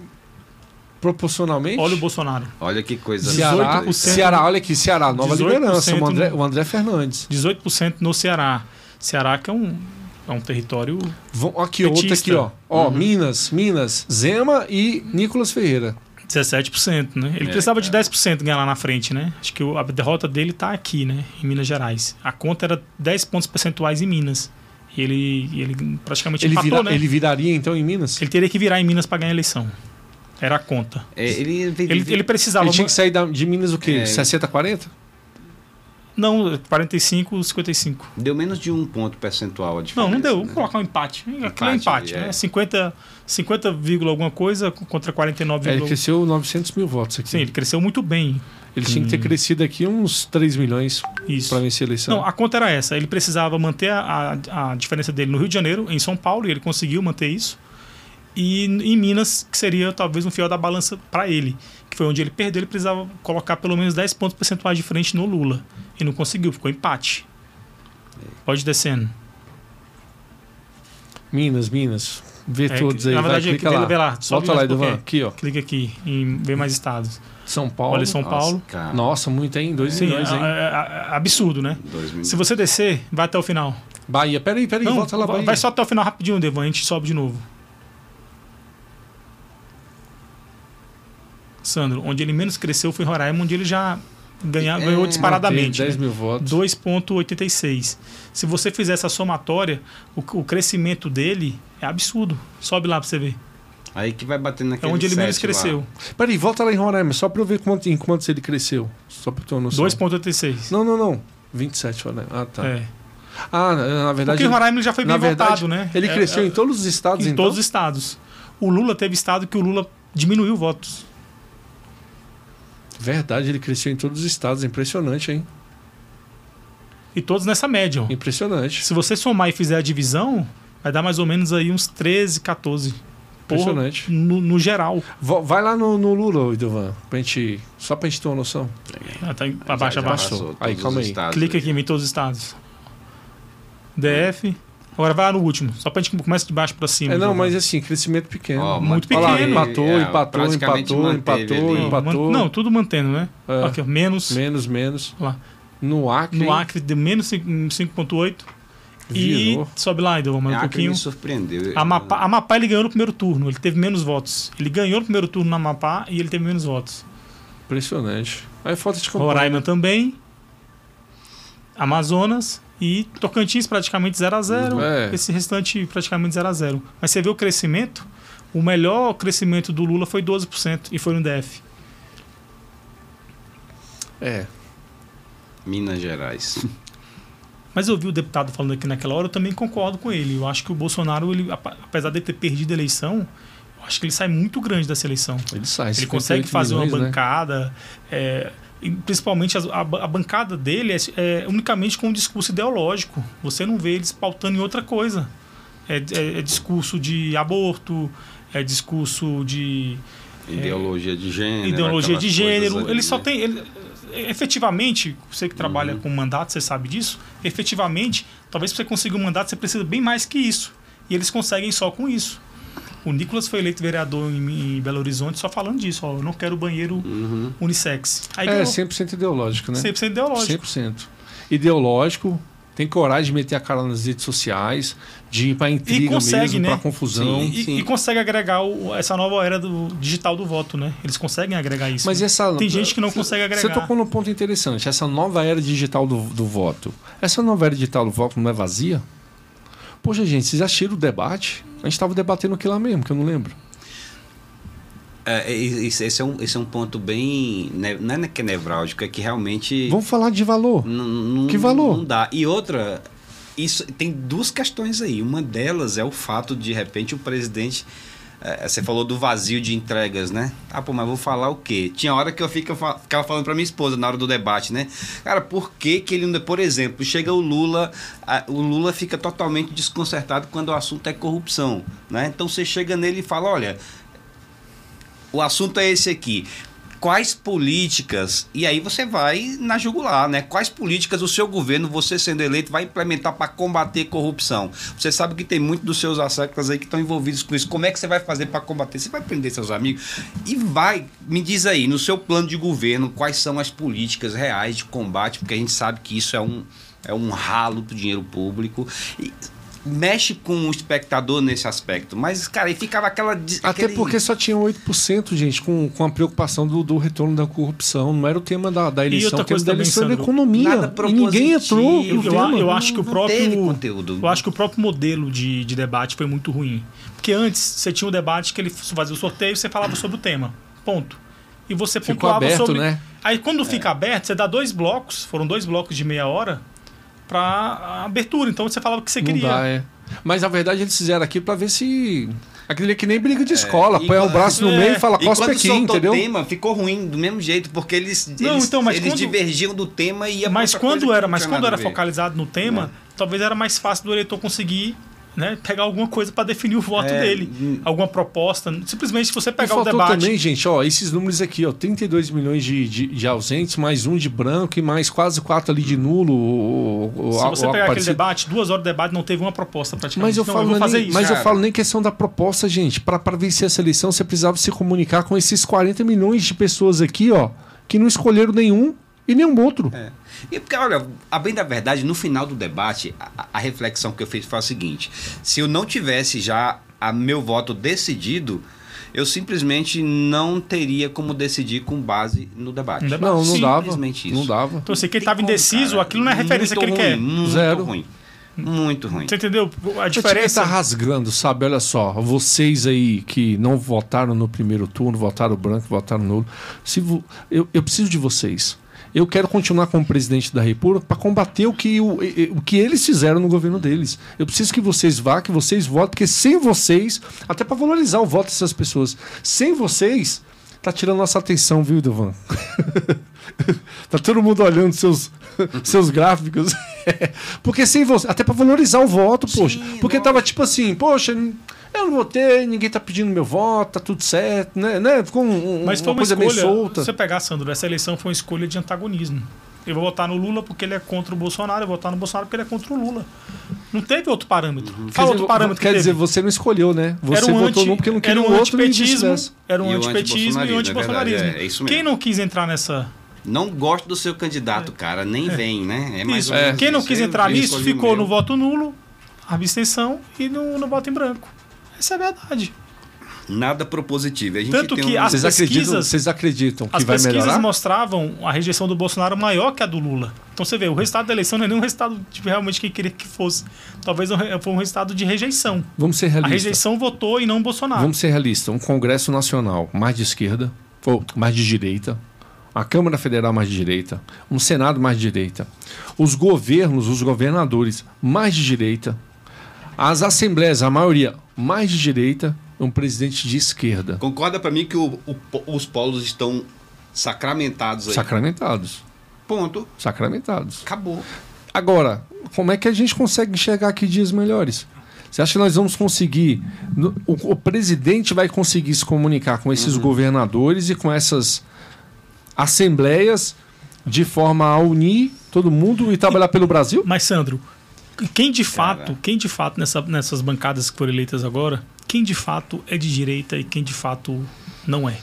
C: proporcionalmente.
E: Olha o Bolsonaro.
D: Olha que coisa.
C: Ceará,
D: doida.
C: Ceará, olha aqui, Ceará, nova
E: 18%
C: liderança, o
E: né?
C: André, o André Fernandes.
E: 18% no Ceará. Ceará que é um, é um território...
C: Vão, aqui, outra
E: Petista. Uhum.
C: aqui, ó. Ó, Minas, Minas, Zema e Nicolas Ferreira.
E: 17%, né?
D: É,
E: Ele precisava de
D: cara.
E: 10% ganhar lá na frente, né? Acho que o- a derrota dele tá aqui, né? Em Minas Gerais. A conta era 10 pontos percentuais em Minas. E ele, e ele praticamente
C: Ele,
E: empatou,
C: vira-
E: né?
C: ele viraria então em Minas?
E: ele teria que virar em Minas pra ganhar a eleição. Era a conta.
D: É, ele,
E: Ele, ele precisava.
C: Ele tinha que sair da- de Minas o quê?
D: É.
C: 60, 40?
E: Não, 45, 55.
D: Deu menos de um ponto percentual a diferença.
E: Não, não deu.
D: né?
E: Vamos colocar um empate. Aquilo é
D: Empate,
E: empate,
D: é.
E: né? 50, 50, vírgula alguma coisa contra 49,
C: É, ele
E: vírgula- um.
C: cresceu 900 mil votos aqui.
E: Sim, ele cresceu muito bem.
C: Ele tinha que ter crescido aqui uns 3 milhões
E: Isso.
C: para vencer a eleição.
E: Não, a conta era essa. Ele precisava manter a, a- a diferença dele no Rio de Janeiro, em São Paulo, e ele conseguiu manter isso. E n- em Minas, que seria talvez um fiel da balança para ele, que foi onde ele perdeu, ele precisava colocar pelo menos 10 pontos percentuais de frente no Lula. E não conseguiu, ficou empate. Pode descendo.
C: Minas, Minas. Vê
E: É,
C: todos aí.
E: na
C: vai,
E: verdade, é que
C: clica
E: vê
C: lá.
E: vê lá. sobe
C: Volta lá,
E: mais um
C: Eduvan.
E: pouquinho.
C: Aqui, ó.
E: Clica aqui em ver mais estados.
C: São Paulo.
E: Olha São
D: Nossa,
E: Paulo.
D: Cara,
C: Nossa, muito, hein? 2
E: Sim, é,
C: milhões,
E: a-
C: hein?
E: a- a- absurdo, né?
D: Dois minutos.
E: Se você descer, vai até o final.
C: Bahia. Peraí, peraí.
E: Não,
C: volta lá,
E: vai
C: Bahia.
E: vai só até o final rapidinho, Devan, a gente sobe de novo. Sandro, onde ele menos cresceu foi em Roraima, onde ele já ganha,
D: É,
E: ganhou disparadamente.
C: Manteve 10
E: né?
C: mil votos.
E: 2,86. Se você fizer essa somatória, o, o crescimento dele é absurdo. Sobe lá pra você ver.
D: Aí que vai batendo
E: É
D: naquele
E: onde ele
D: sete
E: menos
D: lá.
E: cresceu.
C: Peraí, volta lá em Roraima, só pra eu ver quanto, em quantos ele cresceu. Só pra eu ter uma noção.
E: 2,86.
C: Não, não, não. 27 Roraima. Ah, tá.
E: É.
C: Ah, na verdade.
E: Porque em Roraima ele já foi
C: na
E: bem
C: verdade,
E: votado, né?
C: Ele
E: É-
C: cresceu
E: é-
C: em todos os estados,
E: em
C: então?
E: todos os estados. O Lula teve estado que o Lula diminuiu votos.
C: Verdade, ele cresceu em todos os estados. Impressionante, hein?
E: E todos nessa média. ó.
C: Impressionante.
E: Se você somar e fizer a divisão, vai dar mais ou menos aí uns 13, 14. Porra,
C: Impressionante.
E: no, no geral.
C: Vo- Vai lá no, no Lula, Idovan, pra gente. Só pra gente ter uma noção.
E: Ah, tá,
D: É, Já-
E: abaixa,
D: já
E: abaixa.
D: passou
C: Aí,
D: todos
C: calma
D: os
C: aí.
D: estados
E: Clica
D: aí.
E: aqui em todos os estados. DF. Agora vai lá no último, só pra gente começa de baixo pra cima.
C: É, não,
E: João.
C: mas assim, crescimento pequeno.
D: Ó,
E: Muito
D: manteve-
C: Olha lá,
E: pequeno.
C: empatou,
D: é,
C: empatou,
D: praticamente
C: empatou,
D: manteve
C: empatou,
D: ali.
E: Não, man-
C: empatou.
E: Não, tudo mantendo, né?
C: É.
E: Aqui, ó, menos.
C: Menos, menos.
E: Olha lá.
C: No Acre.
E: No Acre, de menos cinco- 5,8. E
C: Virou.
E: sobe lá, ainda mais um
D: Acre
E: pouquinho.
D: É me surpreendeu.
E: Amapá, Amapá ele ganhou no primeiro turno, ele teve menos votos. Ele ganhou no primeiro turno na Amapá e ele teve menos votos.
C: Impressionante. Aí é falta de campanha.
E: Roraima também. Amazonas e Tocantins praticamente 0 a 0
C: É.
E: Esse restante praticamente 0 a 0 Mas você vê o crescimento? O melhor crescimento do Lula foi 12% e foi no DF.
C: É.
D: Minas
E: [LAUGHS]
D: Gerais.
E: Mas eu vi o deputado falando aqui naquela hora, eu também concordo com ele. Eu acho que o Bolsonaro, ele, apa- apesar de ter perdido a eleição, eu acho que ele sai muito grande dessa eleição.
C: Ele sai.
E: Ele consegue
C: 58
E: fazer uma
C: milhões, né?
E: bancada. é, e principalmente as- a, ba- a bancada dele é, é unicamente com um discurso ideológico. Você não vê eles pautando em outra coisa. É, é- é discurso de aborto, é discurso de
D: Ideologia de gênero.
E: É. ideologia de
D: aquelas coisas
E: gênero.
D: ali, Uhum.
E: Ele só
D: né?
E: tem. ele- efetivamente, você que trabalha com mandato, você sabe disso. Efetivamente, talvez pra você consiga um mandato, você precisa bem mais que isso. E eles conseguem só com isso. O Nicolas foi eleito vereador em, em Belo Horizonte só falando disso. Ó, eu não quero banheiro
D: Uhum.
E: unissex. Aí
C: É,
E: ganhou.
C: 100% ideológico, né?
E: 100% ideológico.
C: 100%. Ideológico, tem coragem de meter a cara nas redes sociais, de ir pra intriga
E: consegue,
C: mesmo,
E: né?
C: pra confusão.
D: Sim.
E: E, e consegue agregar o- essa nova era do digital do voto, né? Eles conseguem agregar isso.
C: Mas
E: né?
C: essa.
E: Tem gente que não consegue agregar.
C: Você tocou num ponto interessante, essa nova era digital do, do voto. Essa nova era digital do voto não é vazia? Poxa, gente, vocês acharam o debate? A gente estava debatendo aquilo lá mesmo, que eu não lembro.
D: É, e- e- esse, é um, esse é um ponto bem. ne- Não é que é nevrálgico, é que realmente.
C: Vamos falar de valor.
D: N- n-
C: Que valor?
D: Não dá. E outra, isso tem duas questões aí. Uma delas é o fato de, de repente, o presidente. eh, Você falou do vazio de entregas, né? Ah, pô, mas vou falar o quê? Tinha hora que eu fica, fa- ficava falando pra minha esposa na hora do debate, né? Cara, por que que ele não... Por exemplo, chega o Lula... a- o Lula fica totalmente desconcertado quando o assunto é corrupção, né? Então você chega nele e fala, olha, o assunto é esse aqui. Quais políticas, e aí você vai na jugular, né? Quais políticas o seu governo, você sendo eleito, vai implementar para combater corrupção? Você sabe que tem muito dos seus asseclas aí que estão envolvidos com isso. Como é que você vai fazer para combater? Você vai prender seus amigos? E vai, me diz aí, no seu plano de governo, quais são as políticas reais de combate? Porque a gente sabe que isso é um, é um ralo do dinheiro público. E mexe com o espectador nesse aspecto. Mas, cara, aí ficava aquela. des-
C: Até
D: aquele-
C: porque só tinha 8%, gente, com, com a preocupação do, do retorno da corrupção. Não era o tema da, da eleição,
E: outra
C: o tema
E: coisa
C: da
E: também,
C: eleição era
E: Sandro,
C: economia.
D: nada
C: E ninguém
D: propositivo.
C: entrou.
E: Eu,
C: no
E: eu-
C: tema.
E: eu acho que o
D: Não
E: próprio
D: teve conteúdo.
E: Eu acho que o próprio modelo de, de debate foi muito ruim. Porque antes você tinha um debate que ele fazia o sorteio, você falava sobre o tema. Ponto. E você
C: Ficou
E: pontuava
C: aberto,
E: sobre
C: né?
E: Aí quando fica aberto, você dá dois blocos, foram dois blocos de meia hora pra abertura. Então você falava o que você
C: Não
E: queria.
C: dá, é. Mas na verdade eles fizeram aqui pra ver se. Aquilo é que nem briga de escola.
D: e
C: Põe o
D: quando-
C: braço no
E: É.
C: meio e fala
D: E
C: cospe
D: quando
C: aqui,
D: soltou
C: entendeu?
D: o tema, ficou ruim do mesmo jeito, porque eles,
E: Não,
D: eles,
E: então, mas
D: eles
E: quando-
D: divergiam do tema e ia pra
E: Mas
D: outra coisa
E: quando
D: que
E: era,
D: não
E: mas
D: tinha
E: quando
D: nada
E: era
D: a ver. É.
E: focalizado no tema, talvez era mais fácil do eleitor conseguir né, pegar alguma coisa para definir o voto
D: É,
E: dele,
D: hum.
E: alguma proposta. Simplesmente se você
C: E
E: pegar o
C: faltou
E: debate.
C: também, gente, ó, esses números aqui, ó, 32 milhões de, de, de ausentes, mais um de branco e mais quase quatro ali de nulo. Ou, ou,
E: se
C: ou
E: você
C: algo
E: pegar aquele
C: parecido.
E: debate, duas horas de debate, não teve uma proposta praticamente.
C: Mas eu,
E: Não,
C: falo
E: vou
C: nem,
E: fazer isso.
C: mas eu
D: cara.
C: falo nem questão da proposta, gente. Pra pra vencer essa eleição, você precisava se comunicar com esses 40 milhões de pessoas aqui, ó, que não escolheram nenhum e nenhum outro.
D: É. E porque, olha, a bem da verdade, no final do debate, a, a reflexão que eu fiz foi a seguinte: se eu não tivesse já a meu voto decidido, eu simplesmente não teria como decidir com base no debate.
E: No debate.
C: Não, não dava.
D: Simplesmente isso.
C: Não dava.
E: Então, assim, quem
D: Tem
E: estava
D: como,
E: indeciso,
D: cara.
E: aquilo não é a referência
D: Muito
E: que ele
D: ruim, Muito
C: Zero.
D: ruim. Muito ruim.
E: quer. Você entendeu a
C: A gente tá
E: diferença?
C: rasgando, sabe? Olha só, vocês aí que não votaram no primeiro turno, votaram branco, votaram nulo. Se vo- eu, eu preciso de vocês. Eu quero continuar como presidente da República para combater o que, o, e- e- o que eles fizeram no governo deles. Eu preciso que vocês vá, que vocês votem, porque sem vocês, até para valorizar o voto dessas pessoas, sem vocês, tá tirando nossa atenção, viu, Dovan? Tá todo mundo olhando seus, [LAUGHS] seus gráficos. [LAUGHS] Porque sem você. Até pra valorizar o voto, poxa. Porque tava tipo assim, poxa, eu não votei, ninguém tá pedindo meu voto, tá tudo certo, né? né? Ficou um, um-
E: Mas foi
C: uma
E: uma,
C: coisa
E: escolha.
C: meio solta.
E: Se você pegar, Sandro, essa eleição foi uma escolha de antagonismo. Eu vou votar no Lula porque ele é contra o Bolsonaro, eu vou votar no Bolsonaro porque ele é contra o Lula. Não teve outro parâmetro.
C: Quer
E: Fala
C: dizer,
E: outro parâmetrio.
C: quer
E: que
C: dizer,
E: teve.
C: você não escolheu, né? Você
E: era um
C: votou
E: anti,
C: num porque não
E: era
C: queria
E: um
C: o outro e
E: antipetismo,
C: vice-versa.
E: era um
D: E o
E: antipetismo
D: antibolsonarismo,
E: e o
D: é
E: antibolsonarismo.
D: verdade, é, é isso mesmo.
E: Quem não quis entrar nessa,
D: Não gosto do seu candidato, cara. Nem vem, né? É mais
E: isso,
D: ou menos
E: quem não
D: isso.
E: quis
D: Eu
E: entrar
D: escolhi
E: nisso
D: o
E: ficou
D: meu.
E: no voto nulo, abstenção e no, no voto em branco. Essa é a verdade.
D: Nada propositivo. A gente
E: Tanto
D: tem
E: que
D: um-
E: as
C: Vocês acreditam,
E: pesquisas-
C: vocês acreditam que
E: As
C: vai
E: pesquisas
C: melhorar?
E: mostravam a rejeição do Bolsonaro maior que a do Lula. Então você vê, o resultado da eleição não é nem um resultado de realmente quem queria que fosse. Talvez um re- foi um resultado de rejeição.
C: Vamos ser
E: A
C: realistas.
E: rejeição votou e não o Bolsonaro.
C: Vamos ser realistas. Um Congresso Nacional mais de esquerda, ou mais de direita. A Câmara Federal mais de direita. Um Senado mais de direita. Os governos, os governadores mais de direita. As assembleias, a maioria mais de direita. Um presidente de esquerda.
D: Concorda pra mim que o- o po- os polos estão sacramentados aí.
C: Sacramentados.
D: Ponto.
C: Sacramentados.
D: Acabou.
C: Agora, como é que a gente consegue enxergar aqui dias melhores? Você acha que nós vamos conseguir? no- O, o presidente vai conseguir se comunicar com
E: Uhum.
C: esses governadores e com essas assembleias de forma a unir todo mundo e trabalhar pelo Brasil?
E: Mas, Sandro, quem de
D: Cara.
E: fato, quem de fato nessa- nessas bancadas que foram eleitas agora, quem de fato é de direita e quem de fato não é?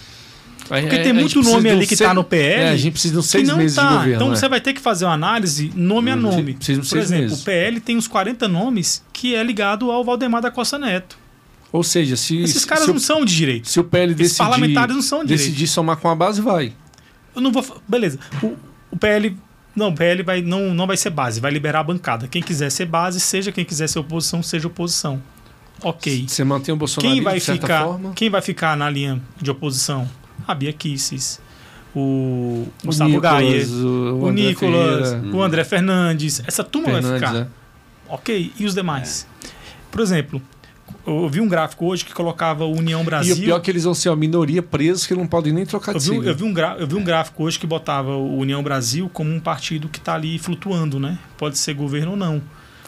E: Porque tem muito nome ali que tá no PL.
C: É, a gente precisa de uns
E: Que
C: seis
E: não
C: meses
E: tá.
C: de governo.
E: Então
C: né?
E: você vai ter que fazer uma análise nome a nome.
C: precisa de
E: Por
C: seis
E: exemplo,
C: meses.
E: o PL tem uns 40 nomes que é ligado ao Valdemar da Costa Neto.
C: Ou seja, se,
E: Esses
C: se,
E: caras
C: se,
E: não
C: o,
E: são de direito.
C: se o PL
E: esses
C: decidir,
E: parlamentares não são direito.
C: decidir somar com a base, vai.
E: Eu não vou. fa- Beleza. O, o PL. Não, o PL vai, não, não vai ser base, vai liberar a bancada. Quem quiser ser base, seja quem quiser ser oposição, seja oposição. Ok.
C: Você mantém o Bolsonaro
E: Quem vai,
C: de certa
E: ficar,
C: forma.
E: quem vai ficar na linha de oposição? A Bia Kisses, o
C: O
E: Gustavo
C: Nicolas,
E: Gaia,
C: o,
E: o
C: André
E: Nicolas,
C: Ferreira,
E: o André Fernandes. Essa turma vai
C: Fernandes,
E: ficar.
C: né?
E: Ok, e os demais? Por exemplo, eu vi um gráfico hoje que colocava União
C: E
E: Brasil.
C: o pior é que né? eles vão ser uma minoria presa que não podem nem trocar
E: eu,
C: de
E: vi, um-
C: signo.
E: eu vi um gra- eu vi um gráfico hoje que botava o União Brasil como um partido que está ali flutuando, né? Pode ser governo ou não.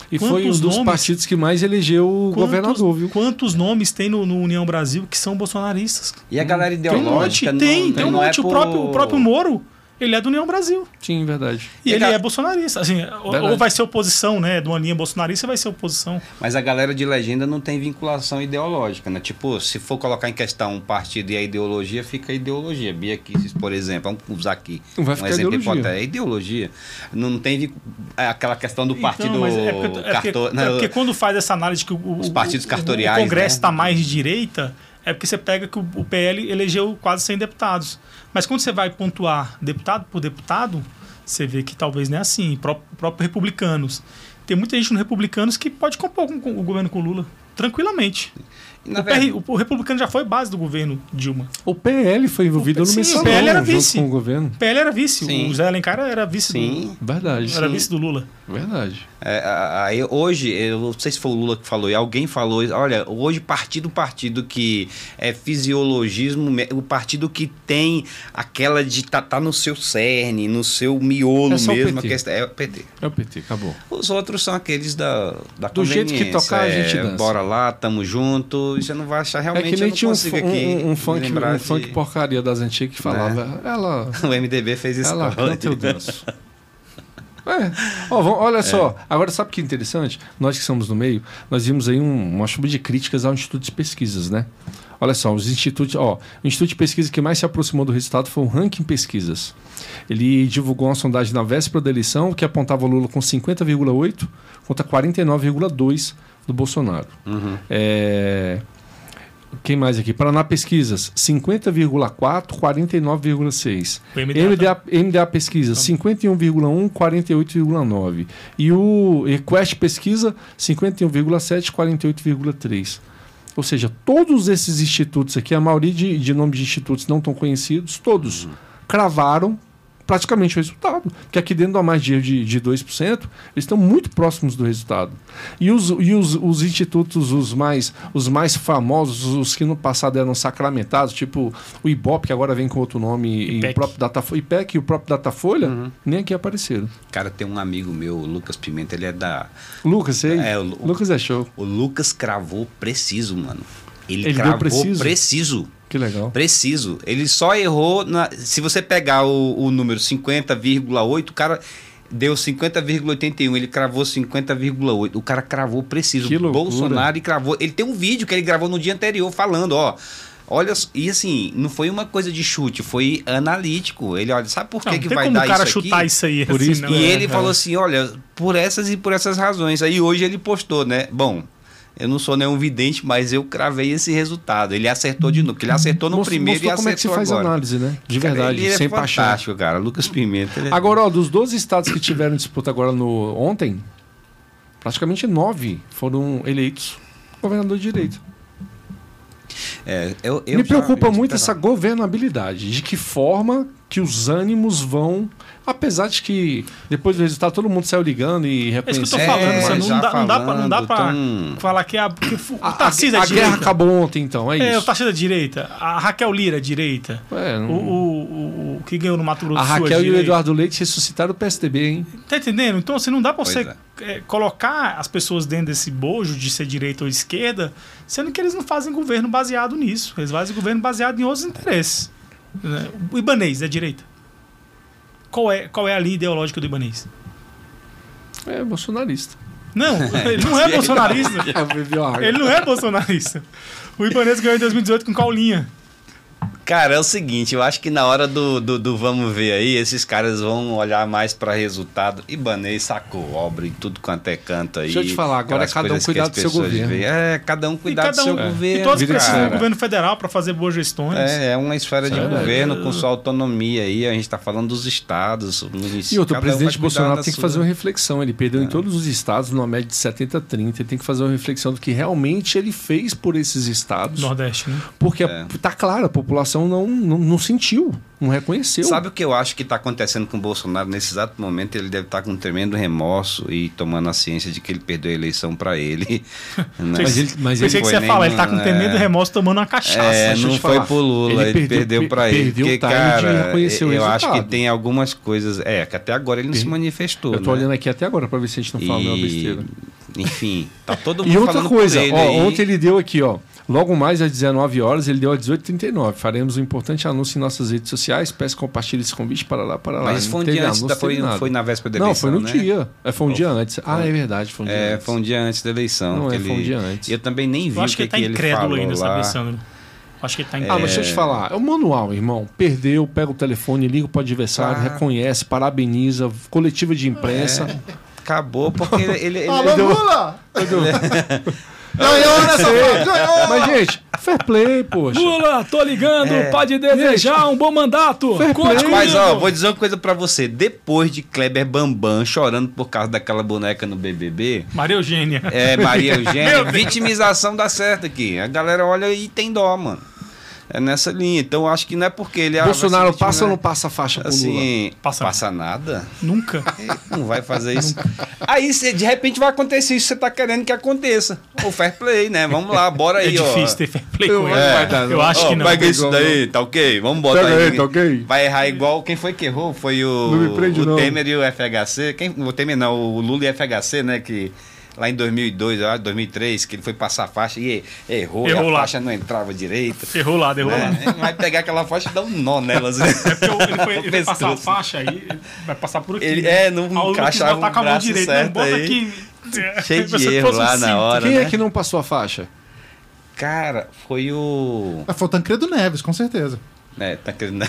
C: E foi um
E: quantos
C: dos
E: nomes-
C: partidos que mais elegeu o governador, viu?
E: quantos nomes tem no, no União Brasil que são bolsonaristas?
D: E a galera
E: Tem um monte,
D: ideológica não-
E: tem,
D: não-
E: tem um
D: não é
E: monte. O,
D: por-
E: próprio, o próprio Moro, ele é do União Brasil.
C: Sim, verdade.
E: E
D: E
E: ele
D: a-
E: é bolsonarista. Assim, ou-
C: Verdade.
E: ou vai ser oposição, né? De uma linha bolsonarista, vai ser oposição.
D: Mas a galera de legenda não tem vinculação ideológica, né? Tipo, se for colocar em questão um partido e a ideologia, fica a ideologia. Bia Kicis, por exemplo, vamos usar aqui
C: Não vai
D: um
C: ficar
D: exemplo
C: ideologia.
D: hipotético. É ideologia. Não, não tem vin- é aquela questão do partido
E: Então, mas é porque, é porque-
D: cartor-
E: é
D: não,
E: porque quando faz essa análise que o, o-
D: Os partidos
E: o-
D: cartoriais,
E: o Congresso
D: né?
E: está mais de direita, é porque você pega que o, o PL elegeu quase 100 deputados. Mas quando você vai pontuar deputado por deputado, você vê que talvez não é assim. Pró- Próprio republicanos. Tem muita gente no republicanos que pode compor com, com o governo com o Lula. tranquilamente.
D: E, na
E: O, PR,
D: verdade,
E: o- o republicano já foi base do governo Dilma.
C: O PL foi envolvido no
E: Sim, o
C: mensalão.
E: PL era
C: junto
E: vice.
C: Com o governo.
E: O PL era vice,
D: Sim.
E: o Zé Alencar era vice
D: sim.
C: Verdade.
E: do era
C: sim.
E: vice do Lula.
C: Verdade.
D: É, a- aí hoje, eu não sei se foi o Lula que falou, e alguém falou, isso, olha, hoje partido partido que é fisiologismo, me- o partido que tem aquela de tá, tá no seu cerne, no seu miolo
C: É só o
D: mesmo, a
C: PT.
D: questão é o PT.
C: É o PT, acabou.
D: Os outros são aqueles da da
C: Do jeito que
D: conveniência,
C: tocar, a
D: é,
C: gente dança.
D: Bora lá, tamo junto, e você não vai achar
C: É
D: realmente
C: que nem
D: eu não
C: tinha um,
D: consigo aqui
C: um, um, um
D: me
C: funk,
D: lembrar
C: um
D: de- Né?
C: funk porcaria das antigas que falava. Ela.
D: [LAUGHS] O MDB fez isso.
C: Ela
D: com a
C: Tá canta, eu
D: gente.
C: danço. [LAUGHS] É. Ó, vamo- olha só, agora sabe que é interessante? Nós que estamos no meio, nós vimos aí um- uma chuva de críticas ao Instituto de Pesquisas, né? Olha só, os institutos, ó, o Instituto de Pesquisa que mais se aproximou do resultado foi o Ranking Pesquisas. Ele divulgou uma sondagem na véspera da eleição que apontava o Lula com 50,8 contra 49,2 do Bolsonaro. É, Quem mais aqui? Paraná Pesquisas, 50,4, 49,6.
E: O MDA
C: MDA, MDA Pesquisa, 51,1, 48,9. E o Request Pesquisa, 51,7, 48,3. Ou seja, todos esses institutos aqui, a maioria de, de nomes de institutos não tão conhecidos, todos cravaram praticamente o resultado. Porque aqui dentro da margem de, de 2%, eles estão muito próximos do resultado. E os, e os, os institutos, os mais, os mais famosos, os que no passado eram sacramentados, tipo o Ibope, que agora vem com outro nome, e o
E: IPEC.
C: próprio Datafolha, IPEC e o próprio Datafolha, nem aqui apareceram.
D: Cara, tem um amigo meu, o Lucas Pimenta, ele é da
C: Lucas, você,
D: É, o Lu-
C: Lucas é show.
D: O Lucas cravou preciso, mano. Ele,
C: Ele deu
D: cravou
C: preciso?
D: preciso?
C: Que legal.
D: Preciso. Ele só errou. na- se você pegar o, o número 50,8, o cara deu 50,81. Ele cravou 50,8. O cara cravou preciso.
C: Que loucura.
D: Bolsonaro e cravou. Ele tem um vídeo que ele gravou no dia anterior falando, ó. Olha, s- e assim, não foi uma coisa de chute, foi analítico. Ele, olha, sabe por
E: Não,
D: que,
E: não
D: que
E: tem
D: vai
E: como
D: dar
E: o cara
D: isso aqui?
E: chutar isso aí.
C: Por
E: assim,
C: isso
E: não.
D: E
E: É,
D: ele
E: é.
D: falou assim: olha, por essas e por essas razões. Aí hoje ele postou, né? Bom, eu não sou nenhum vidente, mas eu cravei esse resultado. Ele acertou de novo, porque ele acertou no
C: Mostro-
D: primeiro
C: mostrou
D: e
C: como é que se
D: acertou
C: faz
D: agora.
C: análise, né? De
D: Cara,
C: verdade,
D: ele
C: sem
D: é
C: paixão.
D: fantástico, cara. Lucas Pimenta. Ele é-
C: Agora, ó, dos 12 estados que tiveram disputa agora no ontem, praticamente nove foram eleitos governador de direito.
D: É, eu- eu
C: Me
D: já-
C: preocupa
D: eu
C: muito essa
D: esperava.
C: governabilidade, de que forma que os ânimos vão, apesar de que depois do resultado todo mundo saiu ligando e
E: É isso que eu
C: reconhecendo.
E: tô
D: É,
E: falando, você
D: mas
E: não
D: já
E: dá, não dá pra, não
D: falando,
E: dá
D: então
E: pra
D: tão-
E: falar que, a, que o
C: A,
E: Tarcísio
C: a-
E: é
C: a guerra
E: direita.
C: acabou ontem, então, é,
E: É, o
C: isso.
E: Tarcísio é direita, a Raquel Lira é direita,
C: É,
E: o,
D: Hum.
C: não-
E: o- o- o que ganhou no Mato Grosso
C: A
E: do Sul é
C: Raquel e o
E: direita.
C: Eduardo Leite ressuscitaram o PSDB, hein?
E: Tá entendendo? Então, assim, não dá pra
D: Pois é.
E: você eh, colocar as pessoas dentro desse bojo de ser direita ou esquerda, sendo que eles não fazem governo baseado nisso. Eles fazem governo baseado em outros interesses. né? O Ibanês é direita. Qual é, qual é a linha ideológica do Ibanês?
C: É bolsonarista.
D: [LAUGHS]
E: Não, ele não é bolsonarista.
C: Ah, bebeu
E: [LAUGHS]
C: água.
E: Ele não é bolsonarista. O Ibanês ganhou em 2018 com qual linha?
D: Cara, é o seguinte, eu acho que na hora do, do, do vamos ver aí, esses caras vão olhar mais pra resultado. Ibanez sacou obra e tudo quanto é canto aí.
C: Deixa eu te falar, agora
D: aquelas
C: é cada um
D: coisas que
C: cuidar
D: as
C: do seu
D: pessoas
C: governo.
D: veem. É, cada um cuidar
E: cada
D: do seu
E: um- e
D: governo.
E: E todos precisam
D: cara.
E: do governo federal pra fazer boas gestões.
D: É, é uma esfera de
C: Sério?
D: governo com sua autonomia aí. A gente tá falando dos estados, municípios.
C: E outro, o
D: cada um vai
C: presidente
D: cuidar
C: Bolsonaro
D: da
C: tem que
D: sua. É.
C: fazer uma reflexão. Ele perdeu em todos os estados, numa média de 70 a 30. Ele tem que fazer uma reflexão do que realmente ele fez por esses estados.
E: Nordeste, né?
C: Porque
D: É.
C: tá claro, a população não, não, não sentiu, não reconheceu.
D: Sabe o que eu acho que está acontecendo com o Bolsonaro nesse exato momento? Ele deve estar com um tremendo remorso e tomando a ciência de que ele perdeu a eleição
C: [LAUGHS]
D: para ele. Né?
C: Mas ele- mas ele
E: Pensei que
D: foi
E: você ia
D: nem
E: falar, ele tá
D: no-
E: com tremendo
D: é.
E: remorso tomando uma cachaça.
D: É,
C: deixa eu
D: não
C: te
D: foi
C: falar.
D: pro Lula,
C: Ele
D: ele,
C: perdeu-
D: perdeu pra
C: per-
D: ele.
C: perdeu o
D: Porque,
C: time de
D: cara,
C: reconhecer o
D: eu acho que
C: resultado.
D: tem algumas coisas. É, que até agora ele não se manifestou.
C: Eu tô
D: né?
C: olhando aqui até agora pra ver se a gente não fala nenhuma besteira.
D: Enfim, tá todo mundo
C: E outra
D: falando
C: coisa,
D: por ele
C: ó,
D: aí.
C: ontem ele deu aqui, ó. Logo mais às 19 horas, ele deu às 18h39. Faremos um importante anúncio em nossas redes sociais. Peço que compartilhe esse convite para lá, para lá.
D: Mas isso foi um dia antes, da,
C: teve
D: foi,
C: nada.
D: foi na véspera da
C: Não,
D: eleição,
C: foi no
D: né?
C: dia. É, foi um dia antes. Ah, é verdade, foi um dia
D: É,
C: antes.
D: foi um dia antes da eleição.
C: Não,
D: que
C: é, foi um
D: ele-
C: dia antes.
D: Eu também nem vi
E: Eu acho
D: o
E: que
D: que,
E: ele tá
D: que ele
E: incrédulo
D: falou
E: ainda,
D: lá.
E: sabe, Sandro? Acho que ele tá
C: Ah,
E: incrédulo.
C: mas deixa eu te falar. É o manual, irmão. Perdeu, pega o telefone, liga pro adversário,
D: Claro.
C: reconhece, parabeniza, coletiva de imprensa.
D: É. Acabou porque ele... ele, ele-
B: Alô, Lula!
D: ele-
B: Ganhou, né, safado? Ganhou!
C: Mas, gente, Fair play, poxa.
E: Lula, tô ligando,
D: É.
E: pode desejar um bom mandato.
D: Mas,
E: Conte
D: mas, ó,
E: comigo.
D: vou dizer uma coisa pra você. Depois de Kleber Bambam chorando por causa daquela boneca no BBB,
E: Maria Eugênia.
D: é,
E: [LAUGHS]
D: Maria Eugênia, vitimização dá certo aqui. A galera olha e tem dó, mano. É nessa linha. Então eu acho que não é porque ele... ah, vai
C: Bolsonaro
D: ser
C: passa ou não
D: vitimizado.
C: passa a faixa pro Lula?
D: Assim,
E: Passa.
D: passa, nada?
E: Nunca.
D: Não vai fazer isso. Aí, cê, de repente, vai acontecer isso que você tá querendo que aconteça. O fair play, né? Vamos lá, bora
E: É
D: aí, ó.
E: difícil ter né? fair play
C: Eu-
E: com
C: é,
E: ele.
C: vai dar,
E: Eu
C: não.
E: acho
D: Ó,
E: que não.
D: Pega isso
C: Igual,
D: daí, tá ok? Vamos botar
B: Pega aí,
D: aí.
B: tá ok?
D: Vai errar igual. Quem foi que errou? Foi o,
B: Não me prende,
D: o
B: não.
D: Temer e o FHC. Quem, o Temer não, o Lula e o FHC, né? Que lá em 2002, eu acho, 2003, que ele foi passar a faixa e errou,
E: Errou
D: e a
E: lá.
D: faixa não entrava direito.
E: Errou lá, errou lá.
D: Né? Vai pegar aquela faixa e dar um nó nelas.
E: [LAUGHS] É porque
D: [LAUGHS]
E: o- ele foi, ele foi passar a
D: Pescoço.
E: faixa aí, vai passar por aqui. né?
D: Ele- é, não
E: Aí o Lula quis
D: encaixava
E: botar
D: o
E: com a mão
D: braço
E: direita,
D: certo
E: não, bota
D: aí.
E: aqui.
D: [LAUGHS] Cheio de
E: Como se
D: erro
E: fosse um
D: lá na
E: cinto.
D: hora.
C: Quem é
D: né?
C: que não passou a faixa?
D: Cara, foi o.
B: Ah, foi o Tancredo Neves, com certeza.
D: É, tá querendo.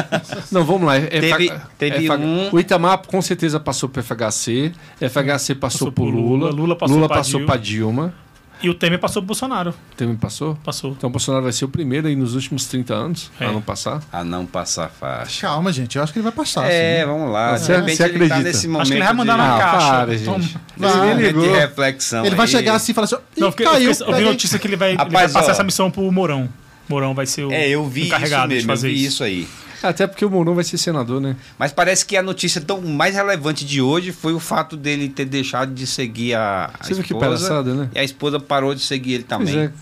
D: [LAUGHS]
C: Não, vamos lá. é- é
D: Teve-
C: fa-
D: teve
C: é fa-
D: um-
C: O Itamar com certeza passou pro FHC, FHC passou,
E: Passou
C: pro
E: pro
C: Lula,
E: Lula, Lula passou pra Dilma.
C: pra Dilma.
E: E o Temer passou pro Bolsonaro.
C: Também passou?
E: Passou.
D: Um
C: Então o Bolsonaro vai ser o primeiro aí nos últimos 30 anos
E: É.
C: a não passar.
D: A não passar a faixa.
B: Calma, gente, eu acho que ele vai
C: Ah,
B: passar. assim.
D: É,
B: sim.
D: vamos lá. De
B: Você-
D: repente
B: você
D: ele tá
B: acredita?
D: nesse momento.
E: Acho que ele vai mandar
D: de...
E: na caixa. Então,
C: para,
E: Toma.
C: gente.
D: Esse
B: Vai.
D: momento de
B: Ligou.
D: reflexão.
B: Ele vai
C: é
D: aí.
B: chegar assim e falar assim: "Ih,
E: Não, eu fiquei, eu
B: caiu.
E: fiquei- eu vi
B: peguei".
E: notícia que ele vai, ele vai
D: Rapaz,
E: passar
D: ó.
E: essa missão pro Mourão. Mourão vai ser o
D: É, eu vi isso
E: encarregado de
D: mesmo, eu
E: fazer
D: vi
E: isso.
D: isso aí.
C: Até porque o Mourão vai ser senador, né?
D: Mas parece que a notícia tão mais relevante de hoje foi o fato dele ter deixado de seguir a, a
C: Você viu que
D: esposa,
C: palhaçada, né?
D: E a esposa parou de seguir ele também.
C: Pois é.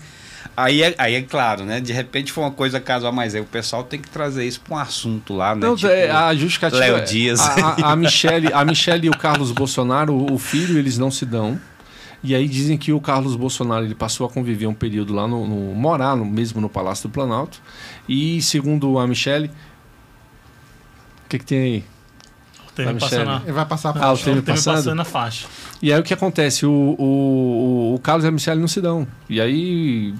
D: Aí, é, aí é claro, né? De repente foi uma coisa casual, mas aí o pessoal tem que trazer isso pra um assunto lá, né?
C: Então,
D: Tipo,
C: é, a justificativa.
D: Léo
C: é-
D: Dias.
C: A, a- a Michelle,
D: [LAUGHS]
C: a Michelle e o Carlos Bolsonaro, o filho, eles não se dão. E aí dizem que o Carlos Bolsonaro ele passou a conviver um período lá no, no- morar no, mesmo no Palácio do Planalto. E segundo a Michelle, o que, que tem aí?
E: O Temer
C: Vai,
E: passando
C: Michele.
E: a,
B: Ele vai passar a
C: Ah, o
B: faixa.
E: o
C: Temer
E: Temer
C: passando.
E: passando a faixa.
C: E aí o que acontece? O, o, o Carlos e a Michelle não se dão. E aí.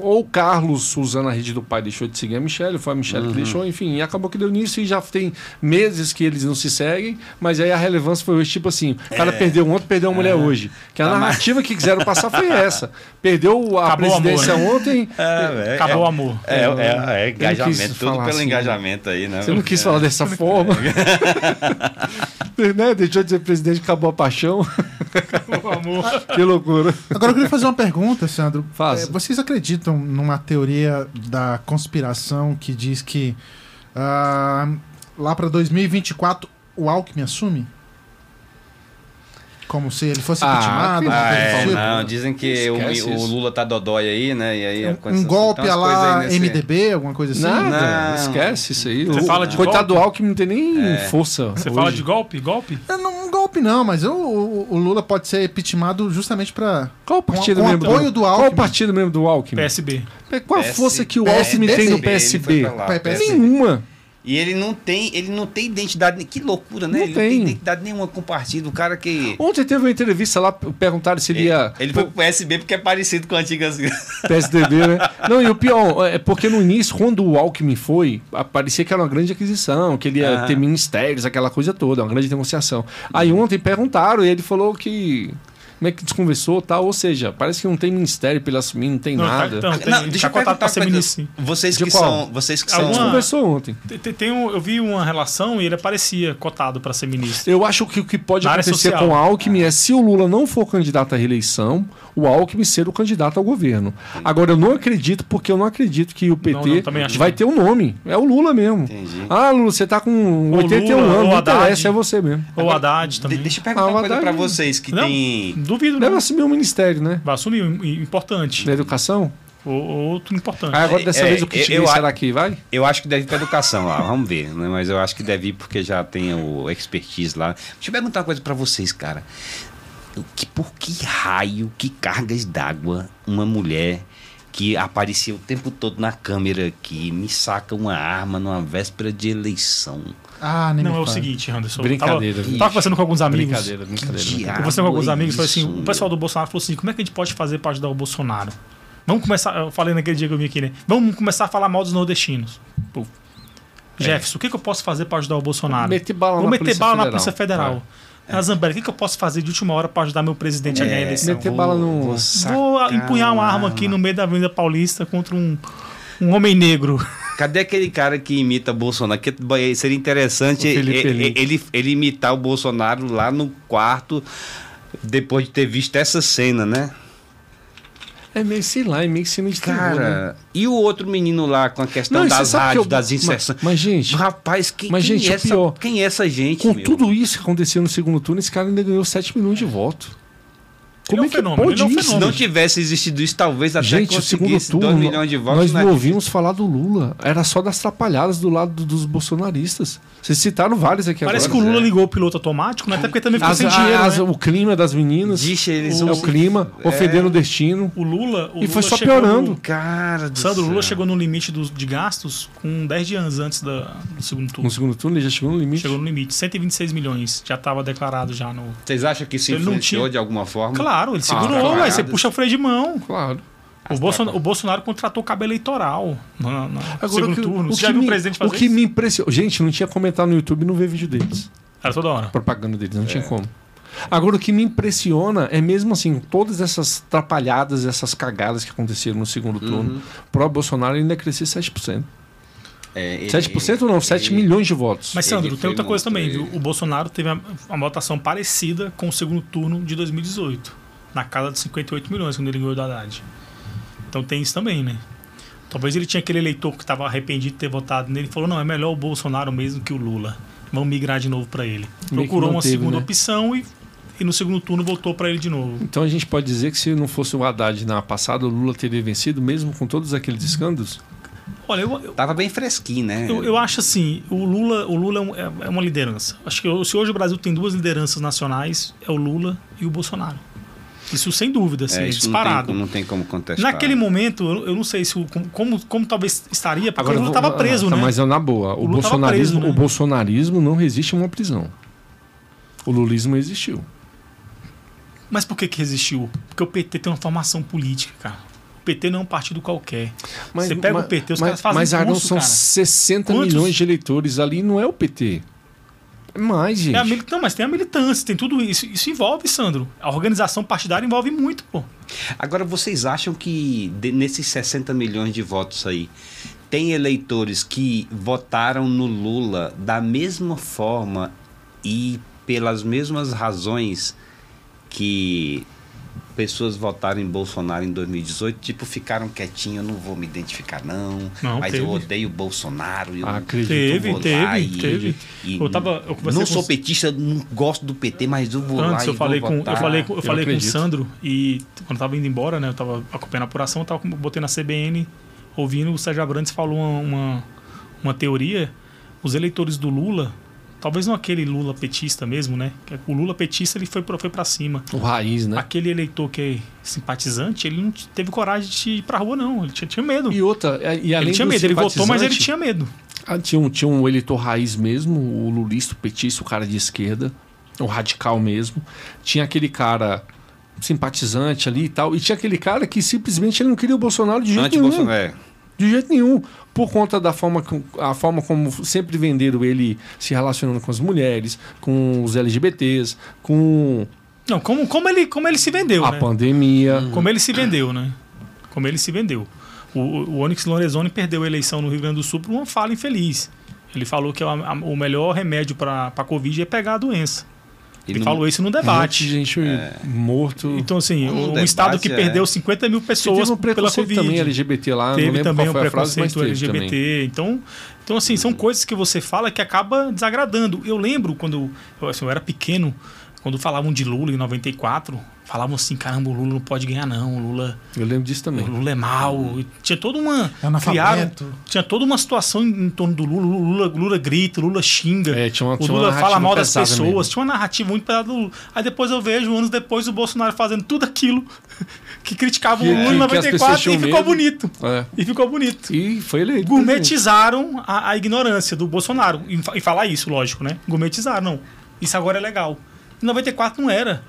C: Ou o Carlos, usando a rede do pai, deixou de seguir a Michelle, foi a Michelle
E: Uhum.
C: que deixou, enfim, e acabou que deu nisso e já tem meses que eles não se seguem, mas aí a relevância foi hoje, tipo assim, o cara
E: É.
C: perdeu ontem, perdeu a mulher hoje. Que a narrativa que quiseram passar
E: [LAUGHS]
C: foi essa. Perdeu a
E: Tá Acabou o amor, né?
C: presidência ontem.
D: é, velho,
E: Acabou
D: é-
E: o amor.
D: [LAUGHS] É, é, é, é
C: quis
D: engajamento, tudo
C: falar
D: pelo
C: assim,
D: engajamento aí, né?
C: Você não
E: É.
C: quis falar
E: [LAUGHS]
C: dessa forma. [LAUGHS] Né? Deixou de ser presidente, acabou a
E: [LAUGHS]
C: paixão.
E: O amor.
C: que loucura.
B: Agora eu queria fazer uma pergunta, Sandro.
C: Faz.
B: É, vocês acreditam numa teoria da conspiração que diz que ah, lá pra 2024 o Alckmin assume? Como se ele fosse
C: Ah, acredito.
B: intimado?
D: Ah,
B: coisa do
D: é,
B: tipo?
D: não, dizem que o,
C: Esquece
D: o
C: isso.
D: Lula tá dodói aí, né? E aí
B: Um, um golpe à lá MDB, alguma coisa assim?
C: Nada,
D: Não.
C: esquece isso aí.
E: Você
C: O-
E: fala de
C: coitado do Alckmin não tem nem força.
E: Você
C: hoje.
E: fala de golpe? Golpe?
B: É, não, um golpe não, mas o, o- o Lula pode ser impeachmentado justamente pra.
C: Qual o partido
B: Com- com
C: mesmo?
B: apoio do Alckmin.
C: Qual o partido mesmo do Alckmin?
E: PSB.
C: Qual a força que o Alckmin tem no PSB? Nenhuma.
D: E ele não tem, ele não tem identidade, que loucura, né?
C: Não
D: ele não tem
C: tem.
D: identidade nenhuma com o partido, o cara que
C: Ontem teve uma entrevista lá, perguntaram se ele ia.
D: ele foi pro PSB porque é parecido com a antiga
C: PSDB, né? Não, e o pior, é porque no início, quando o Alckmin foi, a- parecia que era uma grande aquisição, que ele ia
D: Aham.
C: ter ministérios, aquela coisa toda, uma grande negociação. Aí ontem perguntaram e ele falou que. Como é que desconversou tal? Ou seja, parece que não tem ministério pra ele assumir, não tem
E: Não, tá-
C: nada.
E: então,
D: [LAUGHS]
E: tem-
D: Não, deixa
E: tá
D: eu
E: cotado
D: perguntar
E: pra
D: uma
E: ser
D: coisa.
E: ministro, sim.
D: Vocês
C: De
D: que
C: qual?
D: são, vocês que são
E: Alguma-
C: Desconversou ontem.
E: Tem- tem- tem um- eu vi uma relação e ele parecia cotado para ser ministro.
C: Eu acho que o que pode
E: Na área
C: acontecer
E: social.
C: com o Alckmin é se o Lula não for candidato à reeleição, o Alckmin ser o candidato ao governo. Agora, eu não acredito, porque eu não acredito que o
E: Não,
C: PT
E: não, também acho
C: vai
E: que-
C: ter um nome. É o Lula mesmo.
D: Entendi.
C: Ah, Lula, você tá com
E: Ou
C: 81
E: Lula, ou
C: anos, não
E: Haddad.
C: interessa, é você mesmo.
E: Ou Haddad
D: De-
E: também.
D: deixa eu perguntar
C: Ah,
D: uma coisa
C: Haddad-
D: pra vocês que
E: Não,
D: tem
E: duvido,
C: Deve
E: não.
C: assumir um ministério, né?
E: Vai assumir um importante.
C: Da educação.
E: O- Outro importante.
C: Aí agora, dessa
D: É,
C: vez, o que
D: eu- eu
C: será que vai?
D: Eu acho que deve ir pra educação lá, vamos ver, né? Mas eu acho que deve ir porque já tem o expertise lá. Deixa eu perguntar uma coisa pra vocês, cara. O Que, por que raio, que cargas d'água uma mulher que aparecia o tempo todo na câmera aqui me saca uma arma numa véspera de eleição?
B: Ah, nem
E: Não,
B: me
E: é o
B: fale.
E: seguinte, Anderson. eu
C: Brincadeira,
E: Tava,
C: viu?
E: tava conversando com alguns amigos.
C: Brincadeira, brincadeira.
D: Que
C: brincadeira.
D: diabo
E: Eu conversei com alguns
D: é
E: amigos e falei assim:
D: isso,
E: o pessoal do Bolsonaro falou assim: como é que a gente pode fazer para ajudar o Bolsonaro? Vamos começar, eu falei naquele dia que eu vim aqui, né? Vamos começar a falar mal dos nordestinos. Pô. Jefferson, o que, que eu posso fazer para ajudar o Bolsonaro?
C: É. Meter bala
E: Vou
C: na
E: meter
C: Polícia
E: bala na
C: Federal. É.
E: Polícia Federal. Ah, Zambelli, o que, que eu posso fazer de última hora para ajudar meu presidente a ganhar a
D: É,
E: eleição?
C: Meter bala no.
D: vou
E: Vou
D: sacar
E: empunhar uma arma aqui no meio da Avenida Paulista contra um, um homem negro.
D: Cadê aquele cara que imita Bolsonaro? Que ba- seria interessante
C: O Felipe
D: e- e-
C: Felipe.
D: ele, ele imitar o Bolsonaro lá no quarto, depois de ter visto essa cena, né?
C: É meio, sei lá, é meio que cena de terror, né?
D: Cara, e o outro menino lá com a questão
C: Não, e você
D: das
C: sabe que
D: rádios,
C: eu-
D: das
C: mas-
D: inserções.
C: mas, gente,
D: Rapaz, que,
C: mas,
D: quem,
C: gente,
D: é
C: o
D: essa,
C: pior-
D: quem é essa gente,
C: Com
D: meu?
C: tudo isso que aconteceu no segundo turno, esse cara ainda ganhou 7 milhões de votos. Como
E: é um
C: é que
E: fenômeno,
C: pode
E: ele é um
C: isso?
D: Se não tivesse existido isso, talvez até
C: Gente, o segundo
D: conseguisse 2
C: turno,
D: milhões de votos.
C: nós
D: né?
C: não ouvimos falar do Lula. Era só das atrapalhadas do lado do- dos bolsonaristas. Vocês citaram vários aqui
E: Parece que
C: agora.
E: o Lula
D: é.
E: ligou o piloto automático, né? Até porque também ficou
C: As-
E: sem dinheiro.
C: as-
E: né?
C: O clima das meninas.
D: Dixe, eles
C: é o clima, ofendendo
D: é.
C: o destino.
E: O Lula. O
C: E foi
E: Lula
C: só
E: chegou
C: piorando. é.
E: no-
D: Cara do
E: Sandro o Lula
D: céu.
E: chegou no limite dos, de gastos com 10 dias antes da- do segundo
C: No
E: turno.
C: segundo turno, ele já chegou no limite.
E: Chegou no limite. 126 milhões. Já estava declarado já no.
C: Hum.
D: Vocês acham que isso
E: Ele não
D: influenciou
E: tinha-
D: de alguma forma?
E: Claro,
C: Ah,
E: ele segurou,
C: tá
D: claro.
E: ué, você puxa o freio de mão.
C: Claro.
E: O, Bolsonaro, o Bolsonaro contratou cabo eleitoral no, no segundo
C: o que-
E: turno.
C: o
E: Você já
C: que
E: viu
C: me-
E: o presidente fazer
C: O que
E: isso?
C: me impressionou. Gente, não tinha comentário no YouTube não veio vídeo deles.
E: Era toda hora.
C: Propaganda deles, não
E: É.
C: tinha como. Agora, o que me impressiona é mesmo assim, todas essas atrapalhadas, essas cagadas que aconteceram no segundo
E: Uhum.
C: turno, pro Bolsonaro ainda crescer 7%.
D: É, ele-
C: 7% não, 7
D: ele-
C: milhões de votos.
E: Mas,
D: Ele
E: Sandro, tem
D: foi
E: outra coisa também,
D: monstro,
E: viu? O Bolsonaro teve uma uma votação parecida com o segundo turno de 2018, na casa de 58 milhões, quando ele ganhou do Haddad. Então tem isso também, né? Talvez ele tinha aquele eleitor que estava arrependido de ter votado nele e falou: não, é melhor o Bolsonaro mesmo que o Lula. Vamos migrar de novo para ele.
C: que
E: Procurou uma
C: manteve,
E: segunda
C: né?
E: opção e, e no segundo turno votou para ele de novo.
C: Então a gente pode dizer que se não fosse o Haddad na passada, o Lula teria vencido, mesmo com todos aqueles escândalos?
E: Olha, eu, eu-
D: Tava bem fresquinho, né?
E: Eu, eu acho assim, o Lula, o Lula é um- é, é uma liderança. Acho que se hoje o Brasil tem duas lideranças nacionais, é o Lula e o Bolsonaro. Isso sem dúvida, assim,
D: É,
E: é
D: isso
E: disparado.
D: Não tem, como- não tem como contestar.
E: Naquele momento, eu, eu não sei se o, como, como, como talvez estaria, porque o Lula
C: eu vou-
E: estava preso,
C: tá,
E: né?
C: Mas é na boa, o,
E: Lula tava
C: bolsonarismo,
E: preso,
C: o
E: né?
C: bolsonarismo não resiste a uma prisão. O lulismo existiu.
E: Mas por que, que resistiu? Porque o PT tem uma formação política, cara. O PT não é um partido qualquer. Você pega o PT, os
C: mas,
E: caras fazem
C: Mas Arão,
E: curso,
C: são
E: cara.
C: 60
E: Quantos?
C: milhões de eleitores ali, não é o PT. É mais, gente.
E: É a mili- não, mas tem a militância, tem tudo isso. Isso envolve, Sandro. A organização partidária envolve muito, pô.
D: Agora, vocês acham que de- nesses 60 milhões de votos aí, tem eleitores que votaram no Lula da mesma forma e pelas mesmas razões que pessoas votaram em Bolsonaro em 2018? Tipo, ficaram quietinhos, eu não vou me identificar, não.
E: Não,
D: mas eu
E: teve. Ah,
D: odeio Bolsonaro. Eu
C: Acredito.
E: Teve,
D: eu vou
E: teve,
D: lá
E: teve. Eu tava- eu conversei
D: não
E: com
D: sou
E: os-
D: petista, não gosto do PT, mas eu vou lá
E: Antes
D: e
E: eu falei,
D: vou
E: com,
D: votar.
E: eu falei com eu
C: Eu
E: falei com o
C: acredito.
E: Sandro e quando eu tava indo embora, né? Eu tava acompanhando a apuração, eu tava, com- botei na CBN, ouvindo o Sérgio Abrantes falou uma, uma, uma teoria. Os eleitores do Lula, talvez não aquele Lula petista mesmo, né? que é- O Lula petista ele foi pra, foi pra cima.
C: O raiz, né?
E: Aquele eleitor que é simpatizante, ele não t- teve coragem de ir pra rua, não. Ele tinha, tinha medo.
C: E outra, é- e além
E: ele tinha
C: do
E: medo, ele votou, mas ele
C: simpatizante,
E: tinha medo.
C: ah, tinha um, tinha um eleitor raiz mesmo, o lulista, o petista, o cara de esquerda, o radical mesmo. Tinha aquele cara simpatizante ali e tal. E tinha aquele cara que simplesmente ele não queria o Bolsonaro de jeito nenhum.
E: [LAUGHS]
D: Anti-Bolsonaro. é.
C: De jeito nenhum. Por conta da forma, com- a forma como sempre venderam ele se relacionando com as mulheres, com os LGBTs, com
E: Não, como, como, ele, como ele se vendeu,
C: a
E: né?
C: pandemia. um
E: Como ele se vendeu, né? Como ele se vendeu. O, o Onyx Lorenzoni perdeu a eleição no Rio Grande do Sul por uma fala infeliz. Ele falou que a- a- o melhor remédio para a Covid é pegar a doença. Ele
D: não-
E: falou isso no
C: Um monte
E: debate.
C: de gente morto.
E: Então, assim,
D: No
E: o, o
D: debate,
E: Estado que
D: é.
E: perdeu 50
C: E
E: mil
C: teve
E: pessoas
C: um
E: pela
C: preconceito
E: Covid.
C: também LGBT lá, não
E: teve
C: lembro
E: também
C: qual
E: o
C: foi a frase, mas
E: preconceito
C: teve
E: LGBT.
C: também. Uhum.
E: Então, então, assim, são coisas que você fala que acaba desagradando. Eu lembro quando eu, assim, eu era pequeno, quando falavam de Lula em 94, falavam assim: caramba, o Lula não pode ganhar, não. O Lula
C: Eu lembro disso também.
E: o Lula é mau. e Tinha toda uma. Criaram,
B: Analfabeto.
E: tinha toda uma situação em, em torno do Lula. O Lula, o Lula grita, o Lula xinga.
C: É, tinha uma-
E: o
C: tinha uma
E: Lula fala
C: narrativa
E: mal das
C: pesada
E: pessoas.
C: mesmo.
E: Tinha uma narrativa muito pesada do Lula. Aí depois eu vejo, anos depois, o Bolsonaro fazendo tudo aquilo que criticavam
C: Que-
E: o Lula em
C: que- que as pessoas
E: 94 e
C: tinham
E: ficou
C: medo.
E: bonito.
C: É.
E: E ficou bonito.
C: E foi eleito.
E: Gourmetizaram a, a ignorância do Bolsonaro. E, fa- e falar isso, lógico, né? Gourmetizaram, não. Isso agora é legal. Em 94 não era.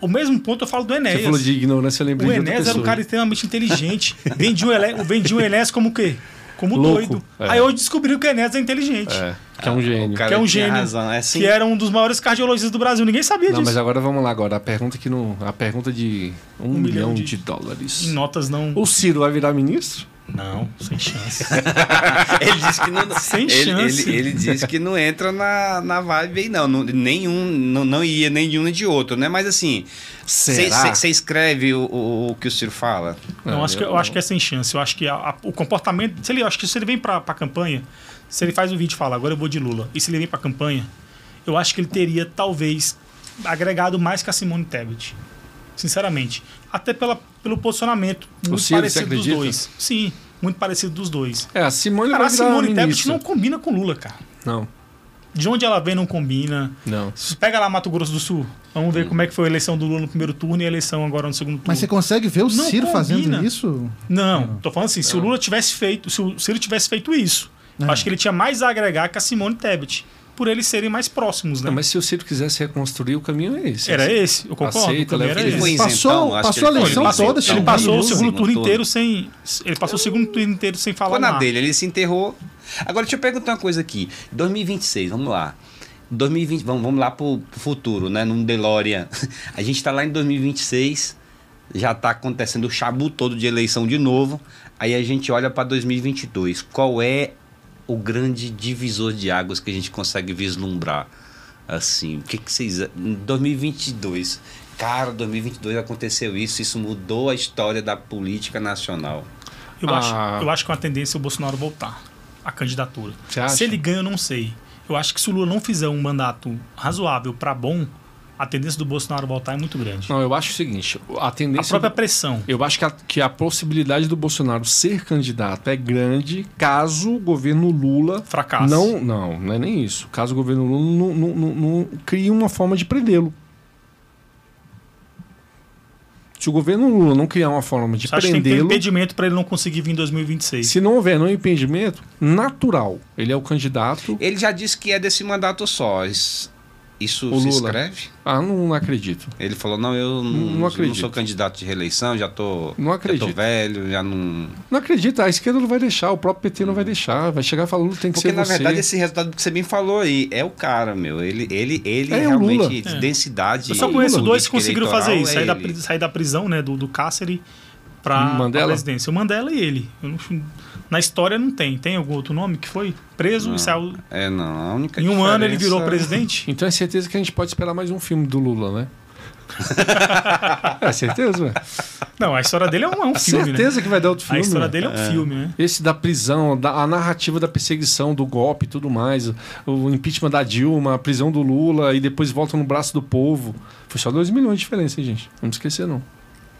E: O mesmo ponto eu falo do Enéas.
C: Você falou de ignorância, eu lembrei
E: O
C: de outra
E: Enéas era um
C: pessoa. [LAUGHS]
E: cara extremamente inteligente. Vendia um Enéas como o quê? como
C: Louco.
E: doido.
C: É.
E: Aí hoje descobriu que Enéas é inteligente.
C: É, que é um
D: O
C: gênio.
D: cara
E: Que é um
D: tinha
E: gênio.
D: razão. É assim,
E: Que era um dos maiores cardiologistas do Brasil. Ninguém sabia
C: Não,
E: disso.
C: mas é agora vamos lá agora. A pergunta que não. A pergunta de um, milhão,
E: milhão
C: de,
E: de-
C: dólares.
E: Em notas não.
C: O Ciro vai virar ministro?
E: Não, sem
C: [LAUGHS]
E: chance.
D: [LAUGHS] Ele disse que não.
E: [LAUGHS]
D: ele,
E: Sem chance.
D: Ele, ele disse que não entra na, na vibe aí, não. Não- Nenhum, não, não ia nem de um nem de outro, né? Mas assim.
C: Será?
D: Você escreve o, o- o que o Ciro fala?
E: Não,
C: Não,
E: acho que,
C: eu
E: eu
C: não.
E: acho que é sem chance. Eu acho que a- a- o comportamento. Se ele, eu acho que se ele vem pra, pra campanha, se ele faz um vídeo e fala, agora eu vou de Lula, e se ele vem pra campanha, eu acho que ele teria talvez agregado mais que a Simone Tebet. Sinceramente. Até pela, pelo posicionamento
C: Ciro,
E: muito
C: você
E: parecido dos
C: acredita?
E: dois. Sim, muito parecido dos dois.
C: É, a Simone
E: Cara,
C: vai
E: a
C: virar
E: Simone Tebet
C: ministra.
E: não combina com Lula, cara.
C: Não,
E: De onde ela vem não combina.
C: não.
E: Se Pega lá Mato Grosso do Sul. Vamos ver como é que foi a eleição do Lula no primeiro turno e a eleição agora no segundo turno.
B: Mas você consegue ver o
E: Não
B: Ciro
E: combina.
B: fazendo isso?
E: Não, tô falando assim, se o Lula tivesse feito, se o Ciro tivesse feito isso,
C: É.
E: eu acho que ele tinha mais a agregar que a Simone Tebet, por eles serem mais próximos, né?
C: Não, mas se o Ciro quisesse reconstruir, o caminho é esse.
E: Era esse, eu concordo.
C: Aceita,
E: o caminho
C: leva
E: era
C: que
E: esse.
B: ele Passou-
D: acho que
B: passou a
D: foi.
B: eleição
D: passou
B: toda,
E: Ele
B: Então,
E: É passou o
B: segundo
C: né?
E: segundo turno inteiro sem. Ele passou o segundo turno inteiro sem falar
D: Foi na
E: nada.
D: dele, ele se enterrou. Agora, deixa eu perguntar uma coisa aqui. 2026, vamos lá. 2020, vamos, vamos lá pro, pro futuro, né? Num DeLorean. [LAUGHS] A gente tá lá em 2026, já tá acontecendo o chabu todo de eleição de novo. Aí a gente olha pra 2022. Qual é o grande divisor de águas que a gente consegue vislumbrar? Assim, o que, que vocês. em 2022. Cara, 2022 aconteceu isso, isso mudou a história da política nacional.
E: Eu,
C: Ah.
E: acho, eu acho que é uma tendência o Bolsonaro voltar à candidatura.
C: Você acha?
E: Se ele ganha, eu não sei. Eu acho que se o Lula não fizer um mandato razoável pra bom, a tendência do Bolsonaro voltar é muito grande.
C: Não, eu acho o seguinte: a
E: A
C: tendência.
E: própria pressão.
C: Eu acho que a, que a possibilidade do Bolsonaro ser candidato é grande caso o governo Lula.
E: Fracasso.
C: Não, não, não é nem isso. Caso o governo Lula não, não- não- não crie uma forma de prendê-lo. Se o governo Lula não criar uma forma de
E: Você acha que tem que ter
C: prendê-lo.
E: impedimento pra ele não conseguir vir em 2026?
C: Se não houver nenhum impedimento, natural. Ele é o candidato.
D: Ele já disse que é desse mandato só. Isso, isso
C: O
D: se
C: Lula.
D: escreve?
C: Ah, não, acredito.
D: Ele falou: não, eu não,
C: Não
D: não
C: acredito.
D: sou candidato de reeleição, já tô,
C: Não acredito.
D: Já tô velho, já não.
C: Não acredito. A esquerda não vai deixar, o próprio PT não vai deixar. Vai chegar falando tem que
D: Porque
C: ser
D: na
C: você.
D: verdade esse resultado que você me falou aí é o cara, meu. Ele, ele, ele
C: É o
D: realmente
E: Lula.
D: de densidade.
E: Eu É só conheço dois que conseguiram
D: política
E: fazer isso.
D: eleitoral
E: sair, da,
D: é
E: pri-
D: ele.
E: sair da prisão, né, do, do cárcere pra,
C: Mandela?
E: pra presidência. O Mandela e ele. Eu não- na história não tem. Tem algum outro nome que foi? Preso e saiu.
D: É, não. A única
E: Em um ano ele virou
D: diferença-
E: presidente?
C: Então é certeza que a gente pode esperar mais um filme do Lula, né?
E: [LAUGHS]
C: é certeza, velho.
E: Não, a história dele é um, é um
C: É
E: filme, né?
C: certeza que vai dar outro filme.
E: A história
C: velho.
E: dele é um filme, né?
C: Esse da prisão, da, a narrativa da perseguição, do golpe e tudo mais, o impeachment da Dilma, a prisão do Lula e depois volta no braço do povo. Foi só 2 milhões de diferença, hein, gente? Não esquecer, não.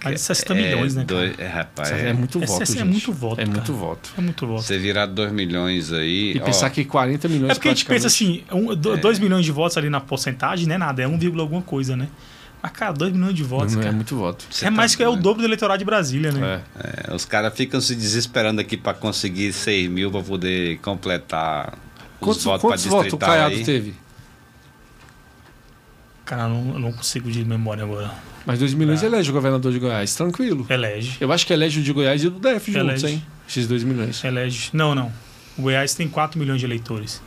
E: Mas 60 milhões,
D: é,
E: né? Cara?
D: dois- é, rapaz.
C: É,
D: é-
C: muito
E: Esse-
C: voto,
E: esse é
C: gente.
E: muito voto,
C: É
E: cara.
C: muito voto.
E: É muito voto.
D: Você virar 2 milhões aí.
C: E
D: ó,
C: pensar que 40 milhões
E: É porque a gente pensa
C: praticamente-
E: assim, 2 milhões de votos ali na porcentagem, não é nada, é 1, vírgula alguma coisa, né? Mas, cara, 2 milhões de
C: Não, é
E: votos, assim, cara.
C: muito voto.
D: você
E: É
D: tá
E: mais que é o
D: doido.
E: dobro do eleitorado de Brasília, né?
C: É.
D: É, os caras ficam se desesperando aqui pra conseguir 6 mil pra poder completar
C: Quantos
D: os votos
C: quantos
D: pra
C: votos o
D: distritar
C: Caiado
D: aí.
C: teve?
E: Cara, eu não, eu não consigo de memória agora.
C: Mas 2
D: É.
C: milhões elege o governador de Goiás, tranquilo.
E: Elege.
C: Eu acho que elege o de Goiás e o do DF juntos,
E: Elege.
C: hein? Esses 2 milhões.
E: Elege. Não, não. O Goiás tem 4 milhões de eleitores.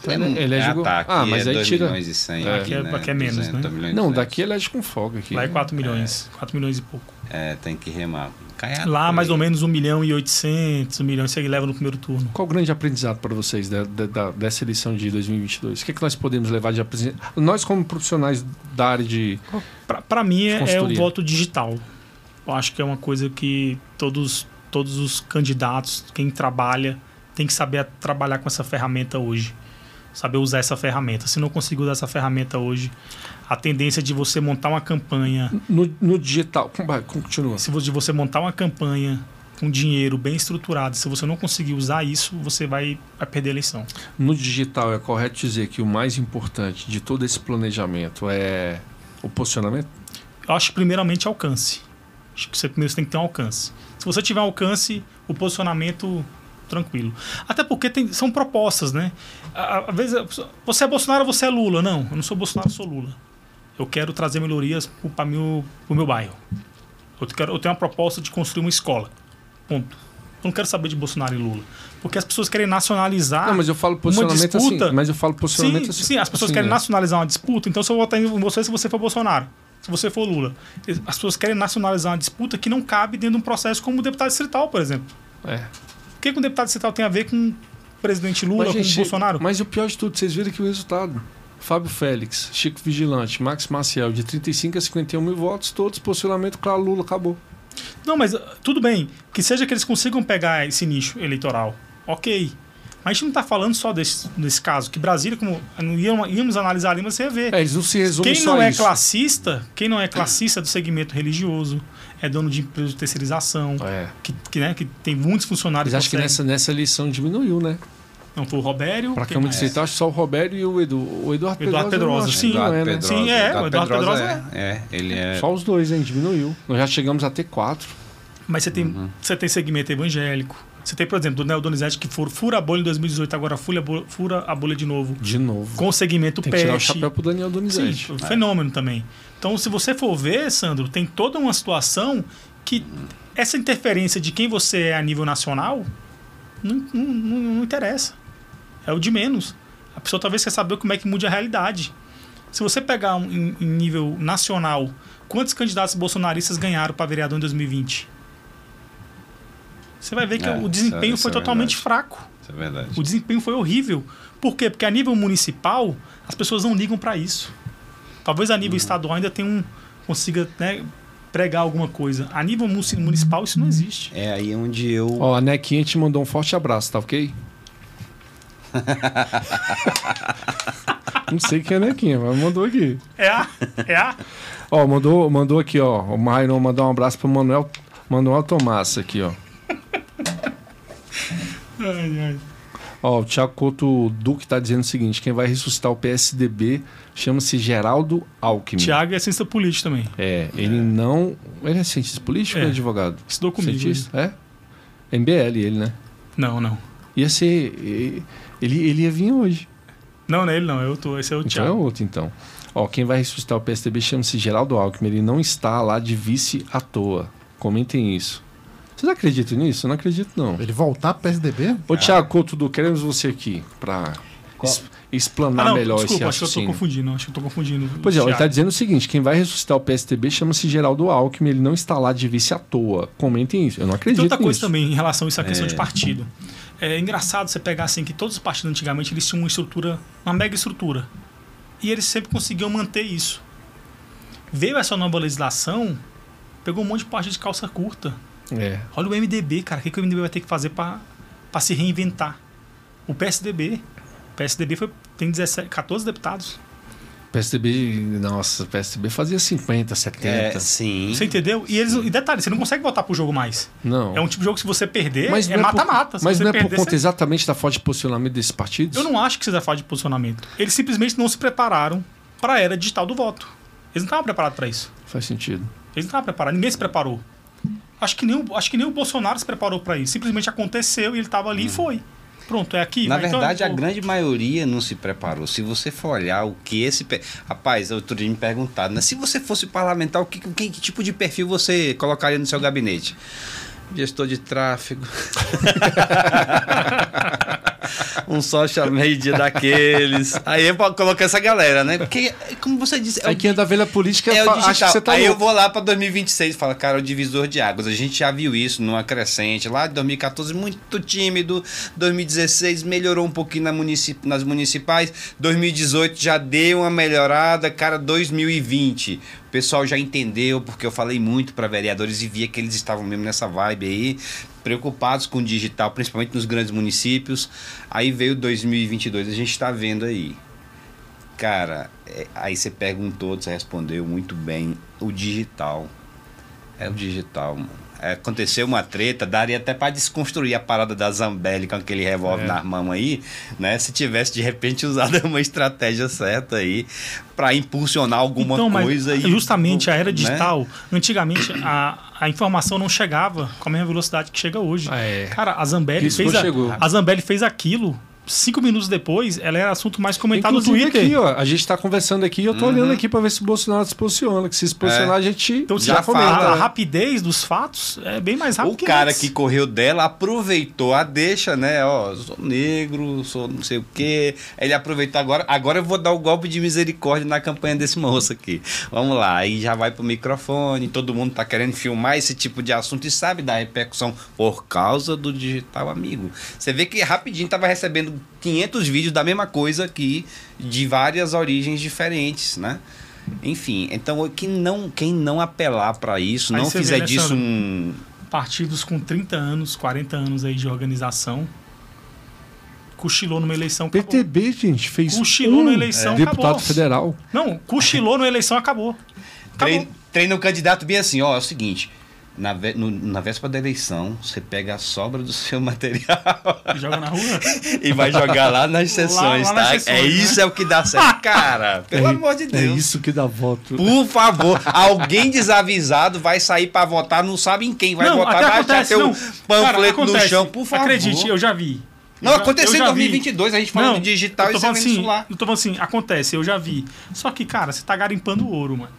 C: Então,
D: É,
C: ele- elege
D: é,
C: o...
D: tá, aqui
C: Ah, mas
D: é
C: aí
D: dois
C: tira...
D: milhões e cem,
E: É. Aqui é-
D: né?
E: aqui é menos,
D: 200,
E: né?
D: dois milhões e
C: Não,
D: cem.
C: daqui elege com folga aqui.
E: Lá é 4 milhões. 4 milhões e pouco.
D: É, tem que remar. Caiado, um
E: Lá,
D: foi.
E: mais ou menos 1 milhão e 800, 1 milhão. Você leva no primeiro turno.
C: Qual o grande aprendizado para vocês da- da- da- dessa eleição de 2022? O que, é que nós podemos levar de aprendizado? Nós, como profissionais da área de.
E: Pra, pra mim, é, é o
C: Consultoria.
E: voto digital. Eu acho que é uma coisa que todos, todos os candidatos, quem trabalha, tem que saber trabalhar com essa ferramenta hoje. Saber usar essa ferramenta. Se não conseguir usar essa ferramenta hoje, a tendência de você montar uma campanha
C: No, no digital. Com- vai, Continua.
E: se você, de você montar uma campanha com dinheiro bem estruturado, se você não conseguir usar isso, você vai, vai perder a eleição.
C: No digital, é correto dizer que o mais importante de todo esse planejamento é o posicionamento?
E: Eu acho que primeiramente alcance. Acho que você primeiro tem que ter um alcance. Se você tiver alcance, o posicionamento tranquilo. Até porque tem- são propostas, né? À- Às vezes a pessoa- você é Bolsonaro, você é Lula. Não, eu não sou Bolsonaro, eu sou Lula. Eu quero trazer melhorias para meu, pro meu bairro. Eu, quero, eu tenho uma proposta de construir uma escola. Ponto. Eu não quero saber de Bolsonaro e Lula. Porque as pessoas querem nacionalizar.
C: não, mas eu falo posicionamento
E: Ah, uma disputa.
C: assim. Mas eu falo posicionamento
E: sim,
C: assim.
E: sim, as pessoas
C: assim,
E: querem
C: é.
E: nacionalizar uma disputa, então se eu votar em você se você for Bolsonaro, se você for Lula. As pessoas querem nacionalizar uma disputa que não cabe dentro de um processo como o deputado distrital, por exemplo.
C: É.
E: O que, que um deputado distrital tem a ver com o presidente Lula, com o
C: gente,
E: Bolsonaro?
C: Mas o pior de tudo, vocês viram que o resultado. Fábio Félix, Chico Vigilante, Max Maciel, de 35 a 51 mil votos, todos posicionamento claro, Lula acabou.
E: Não, mas ah, tudo bem, que seja que eles consigam pegar esse nicho eleitoral. Ok. Mas a gente não está falando só desse, desse caso, que Brasília, como não íamos, íamos analisar ali, mas você ia ver.
C: É, eles não se resumem
E: Quem
C: só
E: não
C: a
E: é
C: isso.
E: classista, quem não é classista do segmento religioso, é dono de empresa de terceirização,
C: É.
E: que, que, né, que tem muitos funcionários.
C: Mas acho que
E: conseguem-
C: nessa, nessa eleição diminuiu, né?
E: Não, foi o Robério. é,
C: Pra
E: quem
C: Câmara
E: mais?
C: Distrital, acho que só o Roberto e o, Edu, o Eduardo,
E: Eduardo Pedrosa,
C: eu acho que
E: sim,
C: não é, né?
E: Sim, é, o Eduardo
D: é, é. Ele é.
C: Só os dois, hein? Diminuiu. Nós já chegamos a ter quatro.
E: Mas você tem, você tem segmento evangélico. Você tem, por exemplo, do Neo Donizete, que for, fura a bolha em 2018, agora fura a bolha, fura a bolha de novo.
C: De novo.
E: Com o segmento
C: Tem que
E: pet.
C: tirar o chapéu pro Daniel
E: Sim,
C: Donizete.
E: um fenômeno também. Então, se você for ver, Sandro, tem toda uma situação que essa interferência de quem você é a nível nacional não, não- não- não interessa. É o de menos. A pessoa talvez quer saber como é que muda a realidade. Se você pegar um, em, em nível nacional, quantos candidatos bolsonaristas ganharam para vereador em 2020? Você vai ver que
D: É,
E: o
D: isso é-
E: desempenho
D: isso
E: foi
D: é
E: totalmente
D: verdade.
E: fraco.
D: Isso é verdade.
E: O desempenho foi horrível. Por quê? Porque a nível municipal, as pessoas não ligam para isso. Talvez a
C: Uhum.
E: nível estadual ainda tenha um consiga né, pregar alguma coisa. A nível mu- municipal isso não existe.
D: É aí onde eu.
C: Ó, a Nequinha te mandou um forte abraço, tá
E: [LAUGHS]
C: ok? Não sei quem é a Nequinha, mas mandou aqui.
E: É a,
C: [LAUGHS]
E: é a
C: Ó, mandou, mandou aqui, ó. O Myron mandou um abraço pro Manuel, Manuel Tomás aqui, ó.
E: ai, ai.
C: Ó, o Thiago Couto Duque tá dizendo o seguinte: quem vai ressuscitar o PSDB chama-se Geraldo Alckmin.
E: Tiago é ciência política também.
C: É, ele não. Ele é cientista político
E: É.
C: ou é advogado?
E: Estudou comigo.
C: Cientista? É? MBL, ele, né?
E: né? Não, não.
C: Ia ser. e- Ele, ele ia vir hoje.
E: Não, não é ele não, eu tô, esse é o
C: Então é
E: Tiago.
C: outro, então. Ó, quem vai ressuscitar o PSDB chama-se Geraldo Alckmin. Ele não está lá de vice à toa. Comentem isso. Vocês acreditam nisso? Eu não acredito, não.
B: Ele voltar pro PSDB?
C: Ô, Tiago Couto, Duque, queremos você aqui pra es-
E: Ah,
C: explanar
E: não,
C: é melhor
E: desculpa,
C: esse
E: acho que eu tô
C: raciocínio.
E: confundindo, acho que eu tô confundindo. o
C: Pois é, ó, ele
E: Thiago.
C: tá dizendo o seguinte: quem vai ressuscitar o PSDB chama-se Geraldo Alckmin, ele não está lá de vice à toa. Comentem isso. Eu não
E: Tem
C: acredito.
E: outra coisa
C: nisso.
E: também em relação a isso, a questão de partido. É engraçado você pegar assim que todos os partidos antigamente eles tinham uma estrutura, uma mega estrutura. E eles sempre conseguiam manter isso. Veio essa nova legislação, pegou um monte de partido de calça curta.
C: É.
E: Olha o MDB, cara. O que, que o MDB vai ter que fazer para se reinventar? O PSDB. O PSDB foi, tem 17, 14 deputados.
C: PSDB, nossa, PSDB fazia 50, 70.
D: É, sim.
E: Você entendeu? E, eles, e detalhe, você não consegue voltar pro jogo mais.
C: Não.
E: É um tipo de jogo que se você perder, é
C: não por-
E: mata-mata. Se
C: Mas
E: você
C: não é por
E: perder,
C: conta
E: você-
C: exatamente da falta de posicionamento desses partidos?
E: Eu não acho que seja falta de posicionamento. Eles simplesmente não se prepararam para a era digital do voto. Eles não estavam preparados para isso.
C: Faz sentido.
E: Eles não estavam preparados. Ninguém se preparou. Acho que nem o, acho que nem o Bolsonaro se preparou para isso. Simplesmente aconteceu e ele estava ali e foi. Pronto, é aqui.
D: Hum. Na
E: vai, então,
D: verdade, a
E: pô,
D: grande maioria não se preparou. Se você for olhar o que esse. pe- Rapaz, outro dia me perguntaram, né? Se você fosse parlamentar, o que, que, que tipo de perfil você colocaria no seu gabinete? Gestor de tráfego. [LAUGHS] um social media daqueles. Aí eu coloquei essa galera, né? Porque, como você disse,
C: Aí
D: o
C: quem é da velha política
D: é o
C: fa-
D: digital.
C: acha que você tá
D: Aí eu
C: louco.
D: vou lá pra 2026 e falo, cara, o divisor de águas. A gente já viu isso numa crescente. Lá de 2014, muito tímido. 2016 melhorou um pouquinho na munici- nas municipais. 2018 já deu uma melhorada. Cara, 2020. O pessoal já entendeu, porque eu falei muito pra vereadores e via que eles estavam mesmo nessa vibe aí, preocupados com o digital, principalmente nos grandes municípios. Aí veio 2022, a gente tá vendo aí. Cara, é, aí você perguntou, você respondeu muito bem. O digital. É o digital, mano. É, aconteceu uma treta, daria até pra desconstruir a parada da Zambelli com aquele
E: É.
D: revólver na mão aí, né? Se tivesse de repente [LAUGHS] usado uma estratégia certa aí pra impulsionar alguma
E: então, mas
D: coisa aí.
E: justamente a era
D: né?
E: digital, antigamente a, a informação não chegava com a mesma velocidade que chega hoje.
C: Ah, é.
E: Cara, a Zambelli
C: Isso
E: fez
C: não
E: a,
C: chegou.
E: a Zambelli fez aquilo cinco minutos depois, ela era assunto mais comentado
C: Inclusive
E: Tá no Twitter.
C: aqui, ó, a gente tá conversando aqui e eu tô olhando aqui pra ver se o Bolsonaro se posiciona. Que se se posicionar,
D: Uhum. É.
C: a gente
E: Então, se
D: Já
E: já
D: fala,
E: a, a
D: né?
E: rapidez dos fatos é bem mais rápido
D: O cara
E: antes.
D: que correu dela aproveitou a deixa, né? Ó, sou negro, sou não sei o quê. Ele aproveitou agora. Agora eu vou dar o golpe de misericórdia na campanha desse moço aqui. Vamos lá. Aí já vai pro microfone. Todo mundo tá querendo filmar esse tipo de assunto e sabe da repercussão por causa do digital amigo. Você vê que rapidinho tava recebendo 500 vídeos da mesma coisa aqui, de várias origens diferentes, né? Enfim, então quem não, quem não apelar pra isso,
E: Aí
D: não
E: você vê,
D: fizer
E: né,
D: disso
E: Sandro?
D: um,
E: partidos com 30 anos, 40 anos aí de organização, cochilou numa eleição. acabou.
C: PTB, gente, fez
E: Cochilou
C: um
E: na eleição,
C: deputado
E: acabou.
C: federal.
E: Não, cochilou numa eleição, acabou.
D: Treina,
E: Acabou.
D: treina o candidato bem assim, ó, é o seguinte. Na, vé- no- na véspera da eleição, você pega a sobra do seu [LAUGHS] material
E: Joga na rua.
D: e vai jogar lá nas sessões,
E: lá nas
D: tá?
E: sessões,
D: é
E: né? É
D: isso é o que dá certo.
E: [LAUGHS]
D: Cara, pelo amor de Deus.
C: que dá voto.
D: Por favor, alguém desavisado vai sair pra votar, não sabe em quem vai
E: não,
D: votar,
E: até
D: vai
E: acontece,
D: ter
E: não.
D: um panfleto
E: Cara,
D: no
E: acontece.
D: chão, por favor.
E: Acredite, eu já vi.
D: Não,
E: Eu já-
D: aconteceu
E: eu
D: em
E: já vi.
D: 2022, a gente falando de digital
E: eu
D: e
E: tô
D: você
E: falando
D: vendo isso
E: assim,
D: lá.
E: Eu tô falando assim, acontece, eu já vi. Só que, cara, você tá garimpando ouro, mano.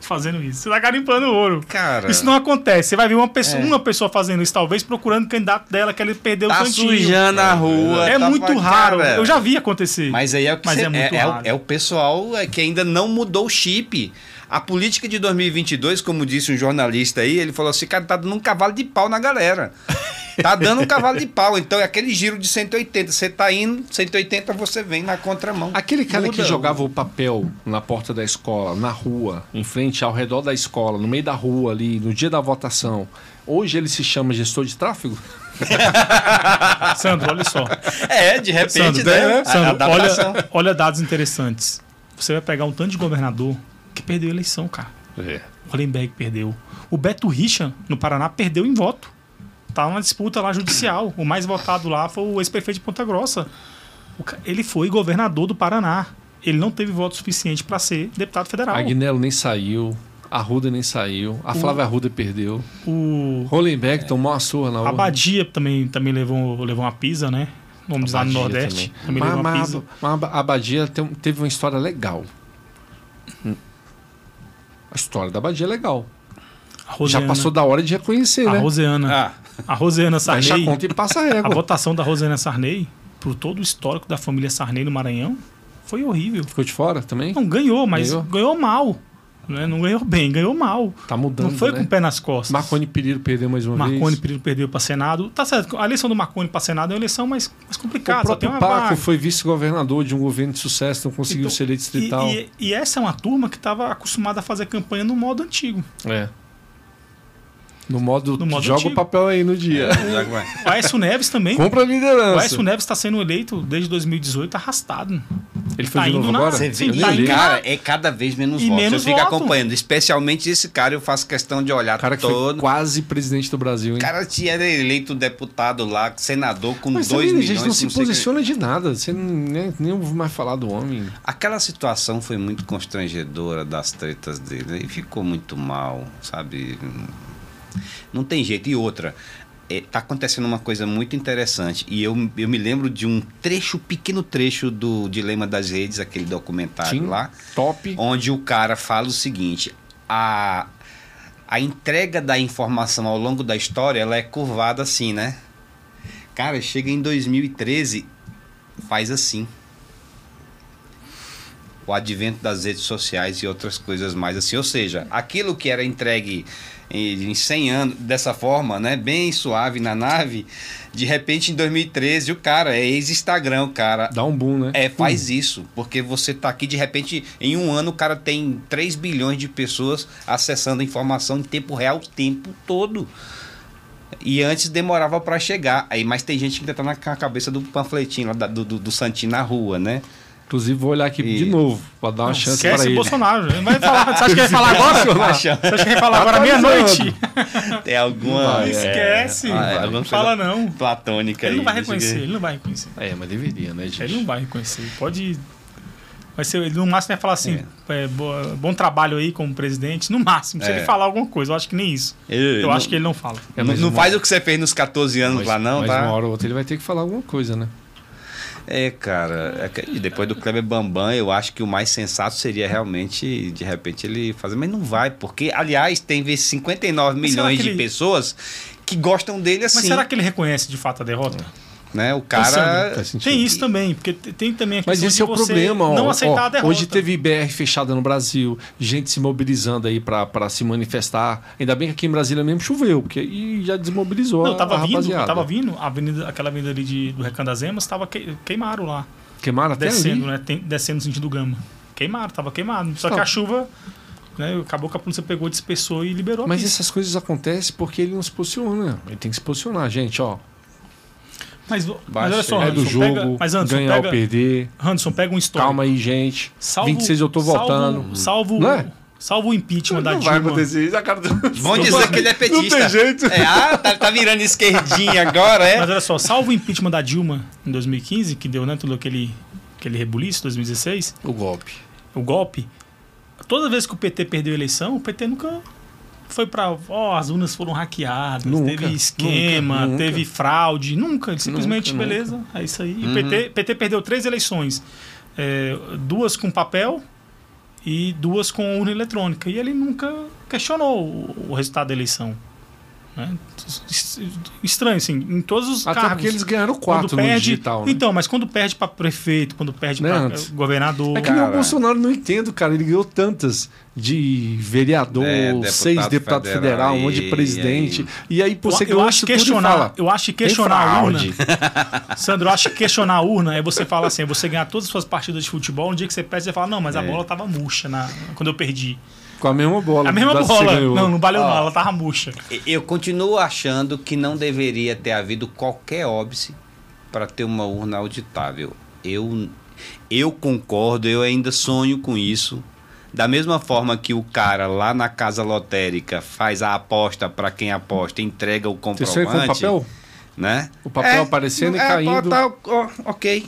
E: Fazendo isso. Você tá garimpando ouro.
D: Cara.
E: Isso não acontece. Você vai ver uma pessoa,
D: É.
E: uma pessoa fazendo isso, talvez procurando o candidato dela que ele perdeu o
D: Tá
E: cantinho.
D: sujando a rua.
E: assim, É
D: tá
E: muito
D: pra-
E: raro.
D: cara.
E: Eu já vi acontecer.
D: Mas aí é o que
E: Mas
D: cê-
E: é muito
D: é, é o-
E: raro.
D: é o pessoal é, que ainda não mudou o chip. A política de 2022, como disse um jornalista aí, ele falou assim, cara, tá dando um cavalo de pau na galera. Tá dando um cavalo de pau. Então é aquele giro de 180. Você tá indo, 180 você vem na contramão.
C: Aquele cara
D: Muda
C: que
D: o-
C: jogava o papel na porta da escola, na rua, em frente, ao redor da escola, no meio da rua ali, no dia da votação, hoje ele se chama gestor de tráfego?
E: [LAUGHS] Sandro,
D: [LAUGHS]
E: olha só.
D: É, de repente,
E: Sandro,
D: né? A-
E: Sandro, [LAUGHS]
D: adaptação.
E: olha, olha dados interessantes. Você vai pegar um tanto de governador que perdeu a eleição, cara.
C: É.
E: O Lemberg perdeu. O Beto Richa, no Paraná, perdeu em voto. Tá uma disputa lá judicial. O mais votado lá foi o ex-prefeito de Ponta Grossa. O ca- Ele foi governador do Paraná. Ele não teve voto suficiente para ser deputado federal.
C: Agnello nem saiu, Arruda nem saiu, a Flávia Arruda perdeu,
E: O
C: Hollenberg tomou uma surra na urna.
E: É. Abadia também, também levou, levou uma pisa, né? Vamos lá no
C: Abadia
E: Nordeste.
C: também.
E: Também,
C: Mas,
E: levou uma
C: mas,
E: pisa.
C: mas a Abadia tem- um, teve uma história legal. A história da Abadia é legal.
E: A Rosiana.
C: Já passou da hora de reconhecer,
E: A
C: né?
E: Roseana.
D: Ah,
E: A Roseana
C: Fecha a
E: Sarney.
C: conta e passa a
E: A
C: régua.
E: votação da Rosana Sarney, por todo o histórico da família Sarney no Maranhão, foi horrível.
C: Ficou de fora também?
E: Não ganhou, mas
C: Ganhou?
E: ganhou, mal. né? Não ganhou bem, ganhou mal.
C: Tá mudando,
E: não foi
C: né?
E: com o pé nas costas.
C: Marconi Perillo perdeu mais uma
E: Marconi
C: vez.
E: Perillo perdeu para Senado. Tá certo, a eleição do Marconi para Senado é uma eleição mais, mais
C: O
E: complicada. só tem
C: próprio
E: uma
C: Paco
E: vaga.
C: foi vice-governador de um governo de sucesso, não conseguiu
E: Então,
C: ser eleito
E: E-
C: distrital.
E: E, e essa é uma turma que estava acostumada a fazer campanha no modo antigo.
C: É. No modo,
E: No modo
C: joga
E: antigo. É.
C: o papel aí no dia.
D: já vai.
E: O Aécio Neves também.
C: Compra a
E: O
C: liderança.
E: Aécio Neves está sendo eleito desde 2018 arrastado.
C: Ele foi
E: tá
C: de
E: indo
C: novo
E: na-
C: agora?
D: Você vê
E: Sim,
D: que,
E: tá indo
D: cara, é cada vez menos
E: E
D: voto.
E: menos
D: eu fico
E: voto.
D: acompanhando. Especialmente esse cara, eu faço questão de olhar
C: O cara que foi
D: todo.
C: quase presidente do Brasil, hein?
D: O cara tinha eleito um deputado lá, senador com
C: Mas
D: 2
C: também,
D: milhões.
C: a gente não se
D: não sei o que.
C: posiciona de nada. Você nem, nem ouve mais falar do homem.
D: Aquela situação foi muito constrangedora das tretas dele né? e ficou muito mal, sabe? Não tem jeito. E outra, é, tá acontecendo uma coisa muito interessante e eu, eu me lembro de um trecho, pequeno trecho do Dilema das Redes, aquele documentário
C: Sim.
D: lá,
C: Top.
D: onde o cara fala o seguinte: a, a entrega da informação ao longo da história ela é curvada assim, né? Cara, chega em 2013, faz assim. O advento das redes sociais e outras coisas mais assim. Ou seja, aquilo que era entregue em em 100 anos, dessa forma, né? Bem suave na nave. De repente, em 2013, o cara é ex-Instagram, o cara.
C: Dá um boom, né?
E: Hum.
D: É, faz isso, porque você tá aqui de repente, em um ano o cara tem 3 bilhões de pessoas acessando informação em tempo real o tempo todo. E antes demorava pra chegar. Aí, mas tem gente que ainda tá na ca- cabeça do panfletinho lá da- do, do, do Santinho na rua,
E: [LAUGHS]
D: né?
C: Inclusive, vou olhar aqui
D: E-
C: de novo, pra dar uma chance pra
E: Esquece
C: ele.
E: Bolsonaro. Ele
D: [LAUGHS]
E: vai falar, você acha que ele vai falar agora? Você
D: Acha-
E: acha que ele vai falar
C: Tá
E: agora meia-noite?
D: É alguma.
C: Não
E: Esquece.
D: Ah, é,
E: não
D: alguma
E: fala
D: coisa
E: não.
D: Platônica
E: Ele
D: aí.
E: não vai
D: deixa eu
E: reconhecer,
D: ver.
E: ele não vai reconhecer.
C: É, mas deveria, né, gente?
E: Ele não vai reconhecer. Pode. Vai ser, ele no máximo vai falar assim: é, boa- bom trabalho aí como presidente. No máximo, se
D: É.
E: ele falar alguma coisa, eu acho que nem isso.
D: Ele-
E: Eu
D: não-
E: acho que ele não fala.
C: É,
D: não
C: mas
D: não
C: uma-
D: faz o que você fez nos 14 anos
C: mas,
D: lá, não,
C: mas
D: tá?
C: uma hora ou outra ele vai ter que falar alguma coisa, né?
D: É, cara. é que- e depois do Kleber Bambam, eu acho que o mais sensato seria realmente, de repente, ele fazer. Mas não vai, porque, aliás, tem vez 59
E: será
D: milhões
E: que
D: de
E: ele-
D: pessoas que gostam dele assim.
E: Mas será que ele reconhece de fato a derrota?
D: né? O
E: Tá
D: cara.
C: Faz sentido.
E: Tem isso também, porque te- tem também a
C: Mas
E: questão
C: esse
E: de
C: é o
E: você
C: problema. ó.
E: não aceitar
C: Ó,
E: a derrota.
C: Hoje teve BR fechada no Brasil, gente se mobilizando aí para se manifestar. Ainda bem que aqui em Brasília mesmo choveu, porque aí já desmobilizou
E: Não,
C: a,
E: eu tava
C: a
E: vindo,
C: rapaziada.
E: eu tava vindo, a avenida, aquela avenida ali de, do Recanto das Emas, tava que, queimaram lá.
C: Queimaram até ali.
E: descendo, né? Tem- descendo no sentido gama. Queimaram, tava queimado. Só que
C: Tá.
E: a chuva, né? Acabou que a polícia pegou, dispersou e liberou. a
C: Mas
E: pista.
C: essas coisas acontecem porque ele não se posiciona. Ele tem que se posicionar, gente, ó.
E: mas, mas
D: Baixa,
E: olha só,
C: é do
E: Anderson,
C: jogo,
E: pega, mas Anderson,
C: ganhar
E: pega,
C: ou perder.
E: Anderson, pega um histórico.
C: Calma aí, gente.
E: Salvo,
C: 26 eu tô
E: salvo-
C: voltando.
E: Salvo,
C: Não é?
E: salvo o impeachment da
C: não
E: Dilma.
C: vai acontecer isso. A cara do...
D: Vão dizer que ele é petista.
C: Não tem jeito.
D: É, ah, tá, tá virando esquerdinha agora,
E: Mas
D: é?
E: olha só, salvo o impeachment da Dilma em 2015, que deu, né, todo aquele, aquele rebuliço, 2016,
C: O golpe.
E: o golpe. Toda vez que o PT perdeu a eleição, o PT nunca foi pra. Ó, as urnas foram hackeadas,
C: Nunca,
E: teve esquema,
C: nunca, nunca.
E: teve fraude, nunca. Ele simplesmente,
C: Nunca, Uhum. nunca.
E: beleza, é isso aí. E o PT, PT perdeu três eleições: é, duas com papel e duas com urna eletrônica. E ele nunca questionou o, o resultado da eleição. né? Es- Estranho, assim, em todos os
C: Até
E: cargos.
C: porque eles ganharam
E: Quando
C: 4 no
E: perde,
C: digital, né?
E: Então, mas quando perde pra prefeito, quando perde
C: Né,
E: pra
C: antes?
E: eh, governador.
C: É que nem o
D: Cara.
C: Bolsonaro não entendo, cara. Ele ganhou tantas de vereador,
D: É, deputado
C: seis deputados
D: federal,
C: federal, um monte
D: e-
C: de presidente. E aí, pô,
E: Eu-
C: você
E: eu,
C: ganhou
E: acho
C: isso tudo e
E: questionar,
C: fala,
E: eu acho que
C: "Tem
E: questionar a urna.
C: fraude".
E: Sandro, eu acho que questionar a urna é você falar assim, é você ganhar todas as suas partidas de futebol, no dia que você perde, você fala, não, mas
C: É.
E: a bola tava murcha na, quando eu perdi.
C: [LAUGHS] Com a mesma bola.
E: A mesma
C: da que você
E: bola.
C: ganhou.
E: Não, não valeu
D: Ó.
E: não, ela tava murcha.
D: Eu continuo achando que não deveria ter havido qualquer óbice para ter uma urna auditável. Eu, eu concordo, eu ainda sonho com isso. Da mesma forma que o cara lá na casa lotérica faz a aposta para quem aposta, entrega o
C: Você saiu
D: comprovante,
C: com o um papel?
D: né?
C: O papel aparecendo e
D: é,
C: caindo.
D: Tá, ó, ok.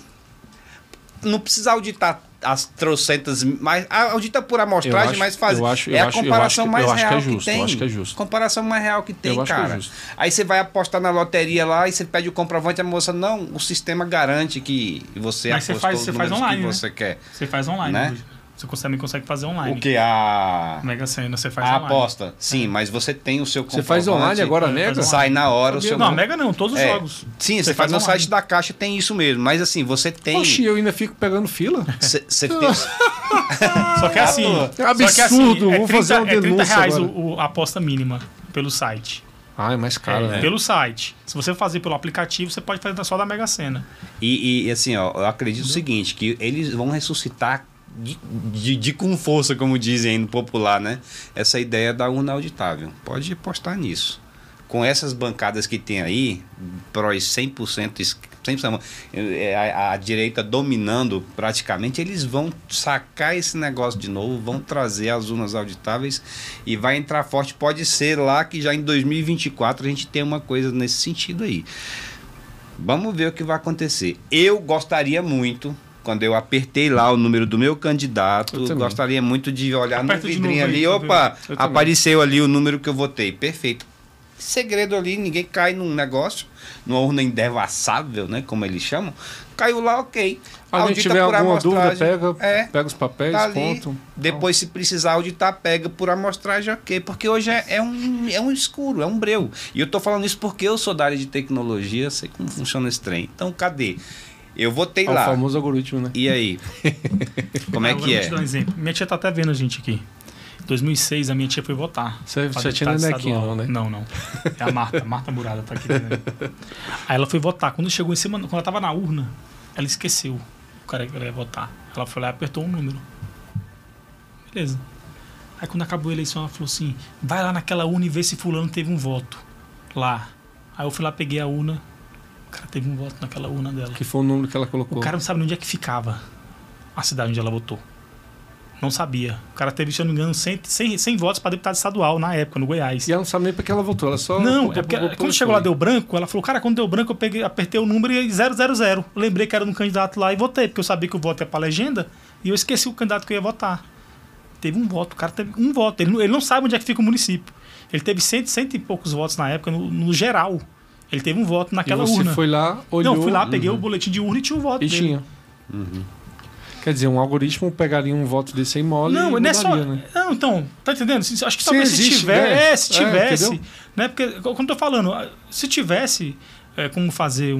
D: Não precisa auditar as trocentas, mas a- audita por amostragem,
C: Eu acho-
D: mas faz.
C: eu acho- eu
D: é a
C: acho- eu
D: comparação
C: acho que-
D: mais
C: eu acho que é
D: real
C: justo, eu
D: tem.
C: acho que é justo.
D: Comparação mais real que tem,
C: Eu acho que é
D: cara.
C: justo.
D: Aí você vai apostar na loteria lá e você pede o comprovante, a moça não, o sistema garante que você
E: Mas você
D: apostou
E: faz-
D: os
E: você faz
D: números
E: online,
D: que
E: né?
D: você quer.
E: Você faz online
D: Né?
E: hoje. Você consegue, consegue fazer
D: O
E: online.
D: que a
E: Mega Sena, você faz
D: a
E: online. É.
D: aposta? Sim, mas você tem o seu
C: Você
D: comprovante.
C: faz online agora, nega?
D: Sai na hora o seu
E: Não, Mega não, todos os
D: É.
E: jogos.
D: Sim,
E: Você
D: você faz
E: faz
D: no
E: online.
D: site da Caixa, tem isso mesmo. Mas assim, você tem.
C: Oxi, eu ainda fico pegando fila.
D: Cê- cê tem-
E: Só
D: Ah,
E: que é assim.
D: pô.
E: só que é
C: um Absurdo,
E: assim, é
C: vou fazer uma
E: é 30
C: denúncia
E: reais
C: agora.
E: o- o- a aposta mínima pelo site.
C: Ah, é mais caro,
E: É,
C: né?
E: Pelo site. Se você fazer pelo aplicativo, você pode fazer só da Mega Sena.
D: E, e, assim, ó, eu acredito o seguinte, que eles vão ressuscitar de, de- de com força, como dizem aí no popular, né? Essa ideia da urna auditável. Pode apostar nisso. Com essas bancadas que tem aí, prós 100%, es- 100% não, é, a, a direita dominando praticamente, eles vão sacar esse negócio de novo, vão trazer as urnas auditáveis e vai entrar forte. Pode ser lá que já em 2024 a gente tem uma coisa nesse sentido aí. Vamos ver o que vai acontecer. Eu gostaria muito, quando eu apertei lá o número do meu
C: Eu
D: candidato,
C: também.
D: gostaria muito de olhar
E: Aperta
D: no
E: de
D: vidrinho
E: novo aí,
D: ali.
E: pra
D: Opa,
C: ver. Eu também.
D: apareceu ali o número que eu votei. Perfeito. Segredo ali, ninguém cai num negócio, numa urna indevassável, né? Como eles chamam. Caiu lá, ok.
C: Alguém
D: Audita
C: tiver
D: por
C: alguma dúvida,
D: amostragem.
C: pega,
D: É.
C: pega os papéis,
D: Tá ali,
C: conta.
D: depois, se precisar auditar, pega por amostragem, ok. Porque hoje é, é um, é um escuro, é um breu. E eu tô falando isso porque eu sou da área de tecnologia, sei como funciona esse trem. Então, cadê? Eu votei
C: É o
D: lá.
C: famoso algoritmo, né?
D: E
C: [LAUGHS]
D: aí? Como é
E: Agora
D: que
E: eu
D: é?
E: vou te dar um exemplo. Minha tia tá até vendo a gente aqui. Em 2006, a minha tia foi votar.
C: Você-
E: pra
C: sua tia
E: deputada
C: não é Nequinha,
E: estadual.
C: não, né?
E: Não, não. É a Marta. Marta Murada tá aqui. também. Aí ela foi votar. Quando chegou em cima, quando ela tava na urna, ela esqueceu o cara que ela ia votar. Ela foi lá e apertou um número. Beleza. Aí quando acabou a eleição, ela falou assim: vai lá naquela urna e vê se fulano teve um voto. Lá. Aí eu fui lá, peguei a urna. O cara teve um voto naquela urna dela.
C: Que foi o número que ela colocou.
E: O cara não sabe nem onde é que ficava a cidade onde ela votou. Não sabia. O cara teve, se eu não me engano, 100, 100, 100 votos para deputado estadual na época, no Goiás.
C: E ela não sabe nem pra que ela votou. Ela só.
E: Não,
C: botou-
E: é porque
C: botou
E: quando
C: e
E: chegou lá
C: foi.
E: deu branco, ela falou: Cara, quando deu branco, eu peguei, apertei o número e 000. Eu Lembrei que era um candidato lá e votei, porque eu sabia que o voto ia pra legenda e eu esqueci o candidato que eu ia votar. Teve um voto, o cara teve um voto. Ele, não- ele não sabe onde é que fica o município. Ele teve cento, cento e poucos votos na época, no, no geral. Ele teve um voto naquela
C: e você
E: urna.
C: foi lá, olhou. uhum.
E: Não, fui lá, peguei o boletim de urna e tinha o voto
C: E
E: dele. Uhum.
C: tinha. Quer dizer, um algoritmo pegaria um voto desse aí mole e
E: Não, não é só.
C: mudaria, né?
E: Não, então, tá entendendo? Se- Acho que
C: Se
E: talvez se
C: existe,
E: tiver,
C: né?
E: é, se
C: É,
E: tivesse,
C: entendeu?
E: né? Porque como eu tô falando, se tivesse é, como fazer um,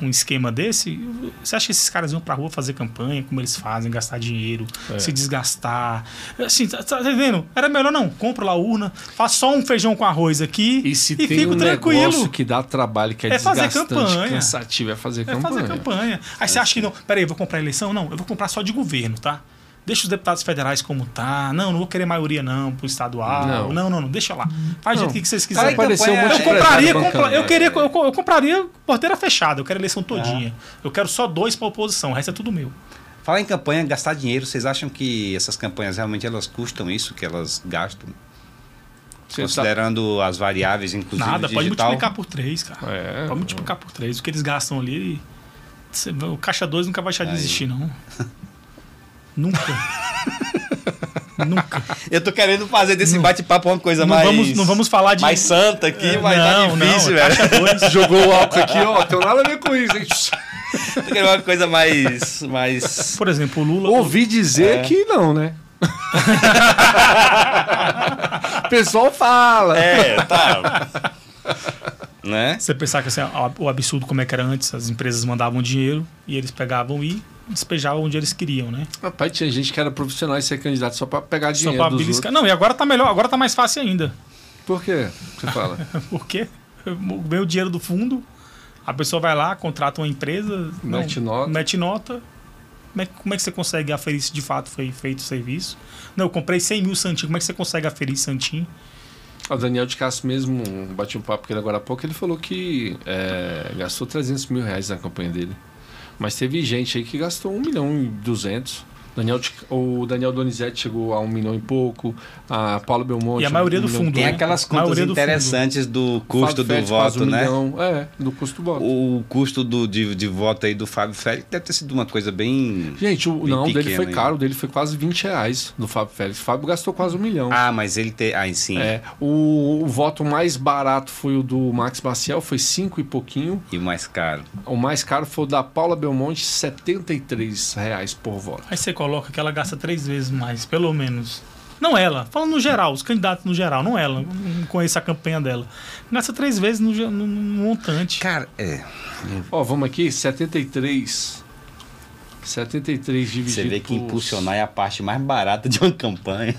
E: um- um esquema desse, você acha que esses caras iam pra rua fazer campanha, como eles fazem, gastar dinheiro,
C: É.
E: se desgastar? Assim, tá, tá entendendo? Era melhor não, compro lá a urna, faço só um feijão com arroz aqui
C: E se tem um negócio que dá trabalho, que é,
E: É fazer
C: desgastante,
E: campanha.
C: cansativo, é fazer
E: É
C: campanha.
E: fazer campanha. Aí você acha que não. Peraí, eu vou comprar eleição? Não, eu vou comprar só de governo, tá? Deixa os deputados federais como tá. Não, não vou querer maioria, não, pro estadual.
C: Não.
E: Não, não, não. deixa lá. Faz do jeito que vocês
C: Vai
E: quiserem.
C: aparecer um
D: campanha-
C: monte de
E: Eu compraria,
C: empresário
E: compra-
C: bancando.
E: eu, queria, eu, co- eu compraria porteira fechada, eu quero eleição todinha.
D: É.
E: Eu quero só dois pra oposição, o resto é tudo meu.
D: Falar em campanha, gastar dinheiro, vocês acham que essas campanhas realmente elas custam isso que elas gastam?
C: Você
D: Considerando as variáveis, inclusive
E: tá Nada,
D: digital.
E: pode multiplicar por três, cara.
C: É,
E: pode multiplicar por três. O que eles gastam ali. cê- O caixa 2 nunca vai deixar de existir,
D: [LAUGHS]
E: não.
D: Tá
E: Nunca. Nunca.
D: Eu tô querendo fazer desse bate-papo uma coisa
E: não
D: mais.
E: vamos, não vamos falar de. É,
D: mais santa aqui, mas
E: não,
D: tá difícil,
E: não,
D: velho.
E: caixa dois.
C: Jogou o álcool aqui, ó. Tem nada a ver com isso, hein?
D: Tô
E: tá
D: querendo uma coisa mais. mais...
E: Por exemplo, o Lula.
C: [LAUGHS] Ouvi dizer que não, [LAUGHS] né? o pessoal fala.
D: É, tá. né?
E: Você pensar que assim, a- o absurdo como é que era antes, as empresas mandavam dinheiro e eles pegavam e despejavam onde eles queriam, né?
C: Rapaz, tinha gente que era profissional e ser candidato só pra pegar
E: Só
C: dinheiro
E: pra
C: dos
E: beliscar. Não, e agora tá melhor, agora tá mais fácil ainda. [LAUGHS]
C: outros. Por quê? Você fala.
E: Porque vem o dinheiro do fundo, a pessoa vai lá, contrata uma empresa, não,
C: Mete nota.
E: mete nota. Como é, que- como é que você consegue aferir se de fato foi feito o serviço? Não, eu comprei 100 mil santinhos. Como é que você consegue aferir santinho?
C: O Daniel de Castro mesmo, bati um papo com ele agora há pouco, ele falou que é, gastou 300 mil reais na campanha dele. Mas teve gente aí que gastou 1 milhão e 200. Daniel, de- o Daniel Donizete chegou a 1 milhão e pouco. A Paulo Belmonte...
E: E a maioria
C: um
E: do
C: milhão e
E: fundo,
D: Tem
E: né?
D: aquelas
E: A maioria
D: contas
E: do fundo.
D: interessantes do
C: pouco.
D: custo
C: Fábio
D: do
C: Fett quase
D: voto,
C: um
D: né?
C: milhão. É, do custo do voto.
D: O custo do, de, de voto aí do Fábio Félix deve ter sido uma coisa bem.
C: Gente, o
D: Bem
C: não, o dele
D: pequeno
C: foi
D: ainda.
C: caro, o dele foi quase 20 reais do Fábio Félix. O Fábio gastou quase um milhão.
D: Ah, mas ele tem. Ah, sim.
C: É, o, o voto mais barato foi o do Max Maciel, foi 5 e pouquinho.
D: E o mais caro.
C: O mais caro foi o da Paula Belmonte, R$ 73 reais por voto.
E: Aí você coloca que ela gasta três vezes mais, pelo menos. Não ela, falando no geral, os candidatos no geral, não ela, não conheço a campanha dela. Gasta três vezes no, ge- no- no montante.
D: Cara, é.
C: Ó, vamos aqui, 73. 73 dividido
D: Você vê que
C: por-
D: impulsionar é a parte mais barata de uma [LAUGHS] campanha.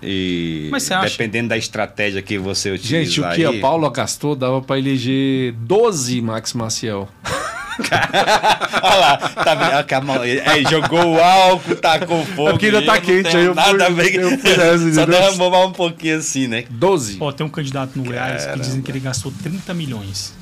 D: E
E: Mas você acha-
D: dependendo da estratégia que você utilizar.
C: Gente, o que
D: aí,
C: a Paula gastou dava pra eleger 12 Max Maciel.
D: Olha lá, tá vendo? Olha que a mão- aí jogou o álcool, tacou fogo.
C: É porque ainda
D: e
C: tá
D: não
C: quente,
D: tem
C: aí eu fui-
D: nada bem-
C: eu fui nessa,
D: Só
C: entendeu?
D: derramou mais um pouquinho assim, né?
C: 12.
E: Ó, tem um candidato no Goiás que dizem que ele gastou 30 milhões.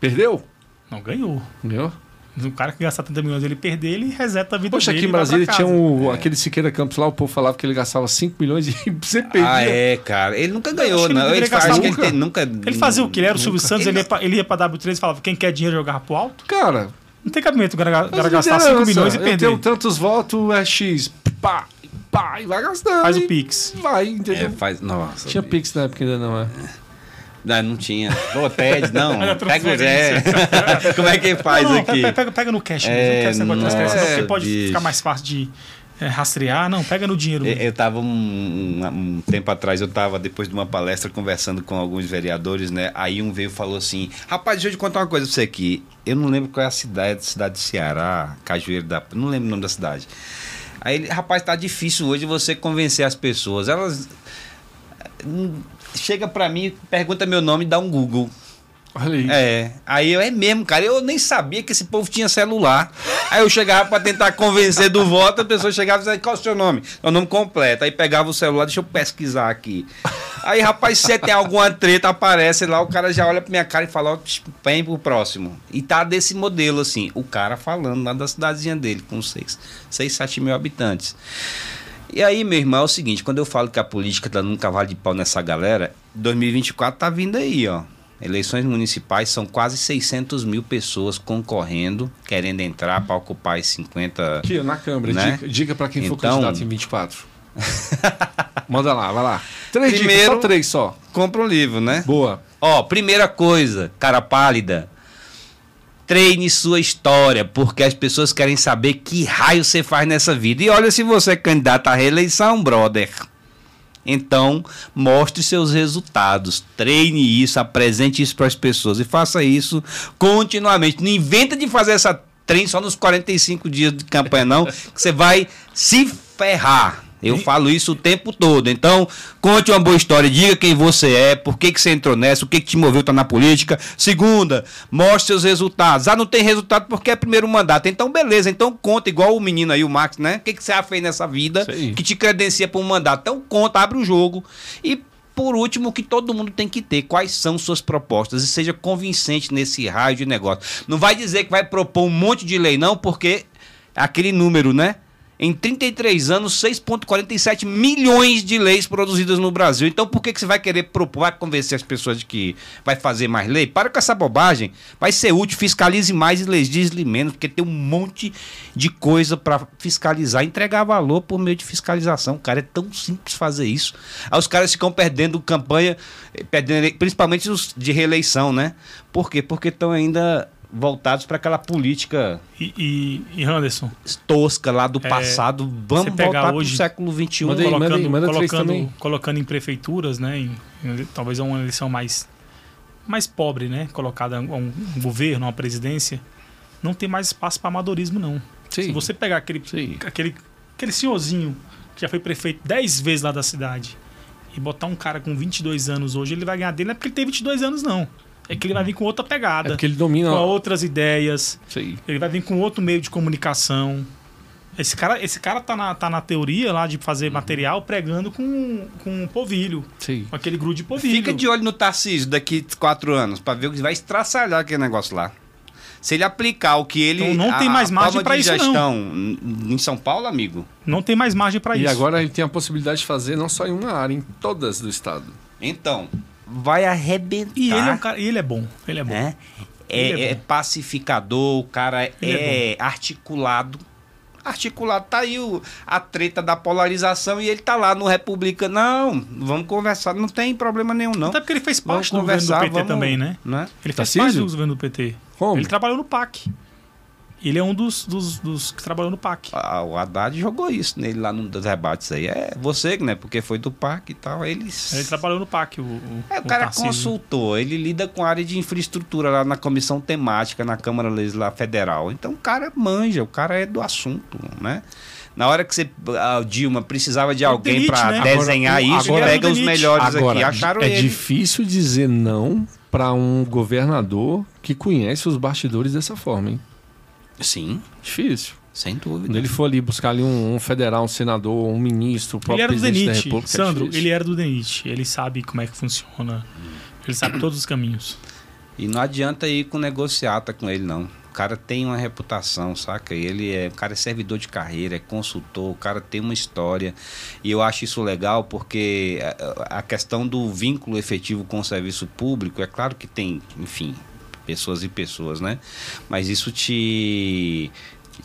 C: Perdeu?
E: Não ganhou.
C: Ganhou?
E: Um cara que gastar 30 milhões, ele perder, ele reseta a vida
C: Poxa,
E: dele.
C: aqui em
E: e vai pra
C: Brasília
E: casa.
C: tinha
D: É.
C: um, aquele Siqueira Campos lá, o povo falava que ele gastava 5 milhões e [LAUGHS] sempre perdia.
D: Ah, é, cara. Ele nunca ganhou,
E: acho que ele
D: não.
E: deveria
D: Ele, faz
E: gastar
D: que ele
E: nunca.
D: tem- nunca.
E: Ele fazia o
C: um
E: que? Ele era o Silvio Santos, ele
D: Ele-
E: ia, pra, ele ia pra W3 e falava: quem quer dinheiro jogar pro alto?
C: Cara,
E: Não tem cabimento o cara, o cara
C: mas
E: gastar
C: liderança,
E: 5 milhões e
C: eu
E: perder.
C: tenho um tantos votos, é X. Pá, pá, e vai gastando.
E: Faz o
C: e
E: Pix.
C: Vai, entendeu?
D: É, faz. Nossa.
C: Tinha Pix na época ainda não, é.
D: Não, não tinha. Pô, TED, não.
E: Era
D: Pega o Zé. [LAUGHS]
E: transferência.
D: Como é que faz
E: não, não,
D: aqui?
E: Pega, pega- pega no cash
D: É,
E: mesmo. Não quero esse negócio de transferência, não,
D: nossa,
E: porque pode
D: bicho.
E: ficar mais fácil de é, rastrear. Não, pega no dinheiro. mesmo.
D: Eu estava um, um- um tempo atrás, eu estava depois de uma palestra conversando com alguns vereadores, né? Aí um veio e falou assim: Rapaz, deixa eu te contar uma coisa pra você aqui. Eu não lembro qual é a cidade, cidade do Ceará, Cajueiro da. Não lembro o nome da cidade. Aí ele, rapaz, tá difícil hoje você convencer as pessoas. Elas. hum, Chega pra mim, pergunta meu nome e dá um Google.
C: Olha aí.
D: É. Aí eu, é mesmo, cara. Eu nem sabia que esse povo tinha celular. Aí eu chegava pra tentar convencer do voto, a pessoa chegava e dizia, qual é o seu nome? Meu nome completo. Aí pegava o celular, deixa eu pesquisar aqui. Aí, rapaz, se é, tem alguma treta, aparece lá, o cara já olha pra minha cara e fala, ó, tch, vem pro próximo. E tá desse modelo, assim, o cara falando lá da cidadezinha dele, com seis, seis, sete mil habitantes. E aí, meu irmão, é o seguinte, quando eu falo que a política tá num cavalo de pau nessa galera, 2024 tá vindo aí, ó. Eleições municipais são quase 600 mil pessoas concorrendo, querendo entrar para ocupar os 50.
C: Aqui, na câmera,
D: Né?
C: dica, dica pra quem for
D: Então-
C: candidato em
E: [LAUGHS]
C: 24. Manda lá, vai lá. Três dicas,
D: Primeiro-
C: só três só.
D: Compra um livro, né?
C: Boa.
D: Ó, primeira coisa, cara pálida. Treine sua história, porque as pessoas querem saber que raio você faz nessa vida. E olha se você é candidato à reeleição, brother. Então, mostre seus resultados, treine isso, apresente isso para as pessoas e faça isso continuamente. Não inventa de fazer essa trem só nos 45 dias de campanha, não, [LAUGHS] que você vai se ferrar. Eu falo isso o tempo todo. Então, conte uma boa história, diga quem você é, por que, que você entrou nessa, o que, que te moveu tá na política. Segunda, mostre seus resultados. Ah, não tem resultado porque é primeiro mandato. Então, beleza. Então, conta igual o menino aí, o Max, né? O que, que você já fez nessa vida?
C: Isso aí.
D: que te credencia para um mandato. Então conta, abre o jogo. E por último, o que todo mundo tem que ter, quais são suas propostas e seja convincente nesse raio de negócio. Não vai dizer que vai propor um monte de lei não, porque é aquele número, né? Em 33 anos, 6,47 milhões de leis produzidas no Brasil. Então, por que, que você vai querer propor, vai convencer as pessoas de que vai fazer mais lei? Para com essa bobagem. Vai ser útil, fiscalize mais e legisle menos, porque tem um monte de coisa para fiscalizar, entregar valor por meio de fiscalização. Cara, é tão simples fazer isso. Aí os caras ficam perdendo campanha, eh, perdendo, ele- principalmente os de reeleição, né? Por quê? Porque estão ainda voltados para aquela política
E: E, e, e Anderson,
D: tosca lá do passado. Vamos
E: pegar
D: voltar para o
E: hoje-
D: século um, XXI.
C: Manda aí,
E: colocando,
C: manda três também.
E: colocando, colocando em prefeituras, né? em- em- talvez é uma eleição mais, mais pobre, né? Colocada a um, um governo, a uma presidência. Não tem mais espaço para amadorismo, não. Se você pegar aquele,
C: Sim.
E: aquele, aquele senhorzinho que já foi prefeito 10 vezes lá da cidade e botar um cara com 22 anos hoje, ele vai ganhar dele. Não é porque ele tem 22 anos, não. É que ele vai vir com outra
C: É
E: pegada,
C: porque ele
E: com
C: domina.
E: outras ideias,
C: Isso aí.
E: ele vai vir com outro meio de comunicação. Esse cara, esse cara tá, na, tá na teoria lá de
C: Uhum.
E: fazer material pregando com, com um povilho,
C: Isso aí.
E: com aquele grude de povilho.
D: Fica de olho no Tarcísio daqui quatro anos, para ver o que vai estraçalhar aquele negócio lá. Se ele aplicar o que ele.
E: Então não tem mais margem
D: forma
E: pra
D: de
E: isso, não.
D: gestão n- em São Paulo, amigo.
E: Não tem mais margem para
C: E
E: isso.
C: agora ele tem a possibilidade de fazer não só em uma área, em todas do estado.
D: Então, vai arrebentar.
E: E ele é
D: Tá.
E: um cara, e ele é bom, ele é bom.
D: né?
E: Ele
D: É,
E: é
D: é
E: bom.
D: pacificador, o cara
E: Ele
D: é, articulado. Articulado, tá aí o- a treta da polarização e ele tá lá no República. Não, vamos conversar, não tem problema nenhum, não.
E: Até porque ele fez
D: Vamos
E: parte do Tá governo do PT
D: vamos-
E: também, né? Ele fez
C: Tarcísio?
E: parte do governo do PT.
C: Como?
E: Ele trabalhou no PAC. Ele é um dos, dos, dos que trabalhou no PAC.
D: Ah, o Haddad jogou isso nele lá nos debates aí. É você, né? Porque foi do parque e tal. Eles.
E: Ele trabalhou no PAC, o, o,
D: É, o cara é
E: Tarcísio.
D: consultor, ele lida com a área de infraestrutura lá na comissão temática, na Câmara Legislar Federal. Então o cara manja, o cara é do assunto, né? Na hora que você, a Dilma precisava de
E: O
D: alguém
E: Denit,
D: para
E: né?
D: desenhar
C: Agora,
D: isso,
C: agora-
D: pega os
E: Denit.
D: melhores
C: Agora,
D: aqui, acharam
C: é
D: ele.
C: difícil dizer não para um governador que conhece os bastidores dessa forma, hein?
D: Sim,
C: Difícil.
D: sem
C: Quando
D: dúvida.
C: ele for ali buscar ali um, um federal, um senador, um ministro, o
E: Ele
C: próprio
E: era do
C: presidente da
E: DENIT.
C: República. é
E: Sandro,
C: difícil.
E: ele era do DENIT. Ele sabe como é que funciona. Ele sabe todos os caminhos.
D: E não adianta ir com negociata com ele, não. O cara tem uma reputação, saca? Ele é, o cara é servidor de carreira, é consultor, o cara tem uma história. E eu acho isso legal porque é, a- a, a questão do vínculo efetivo com o serviço público, é claro que tem, enfim, pessoas e pessoas, né? Mas isso te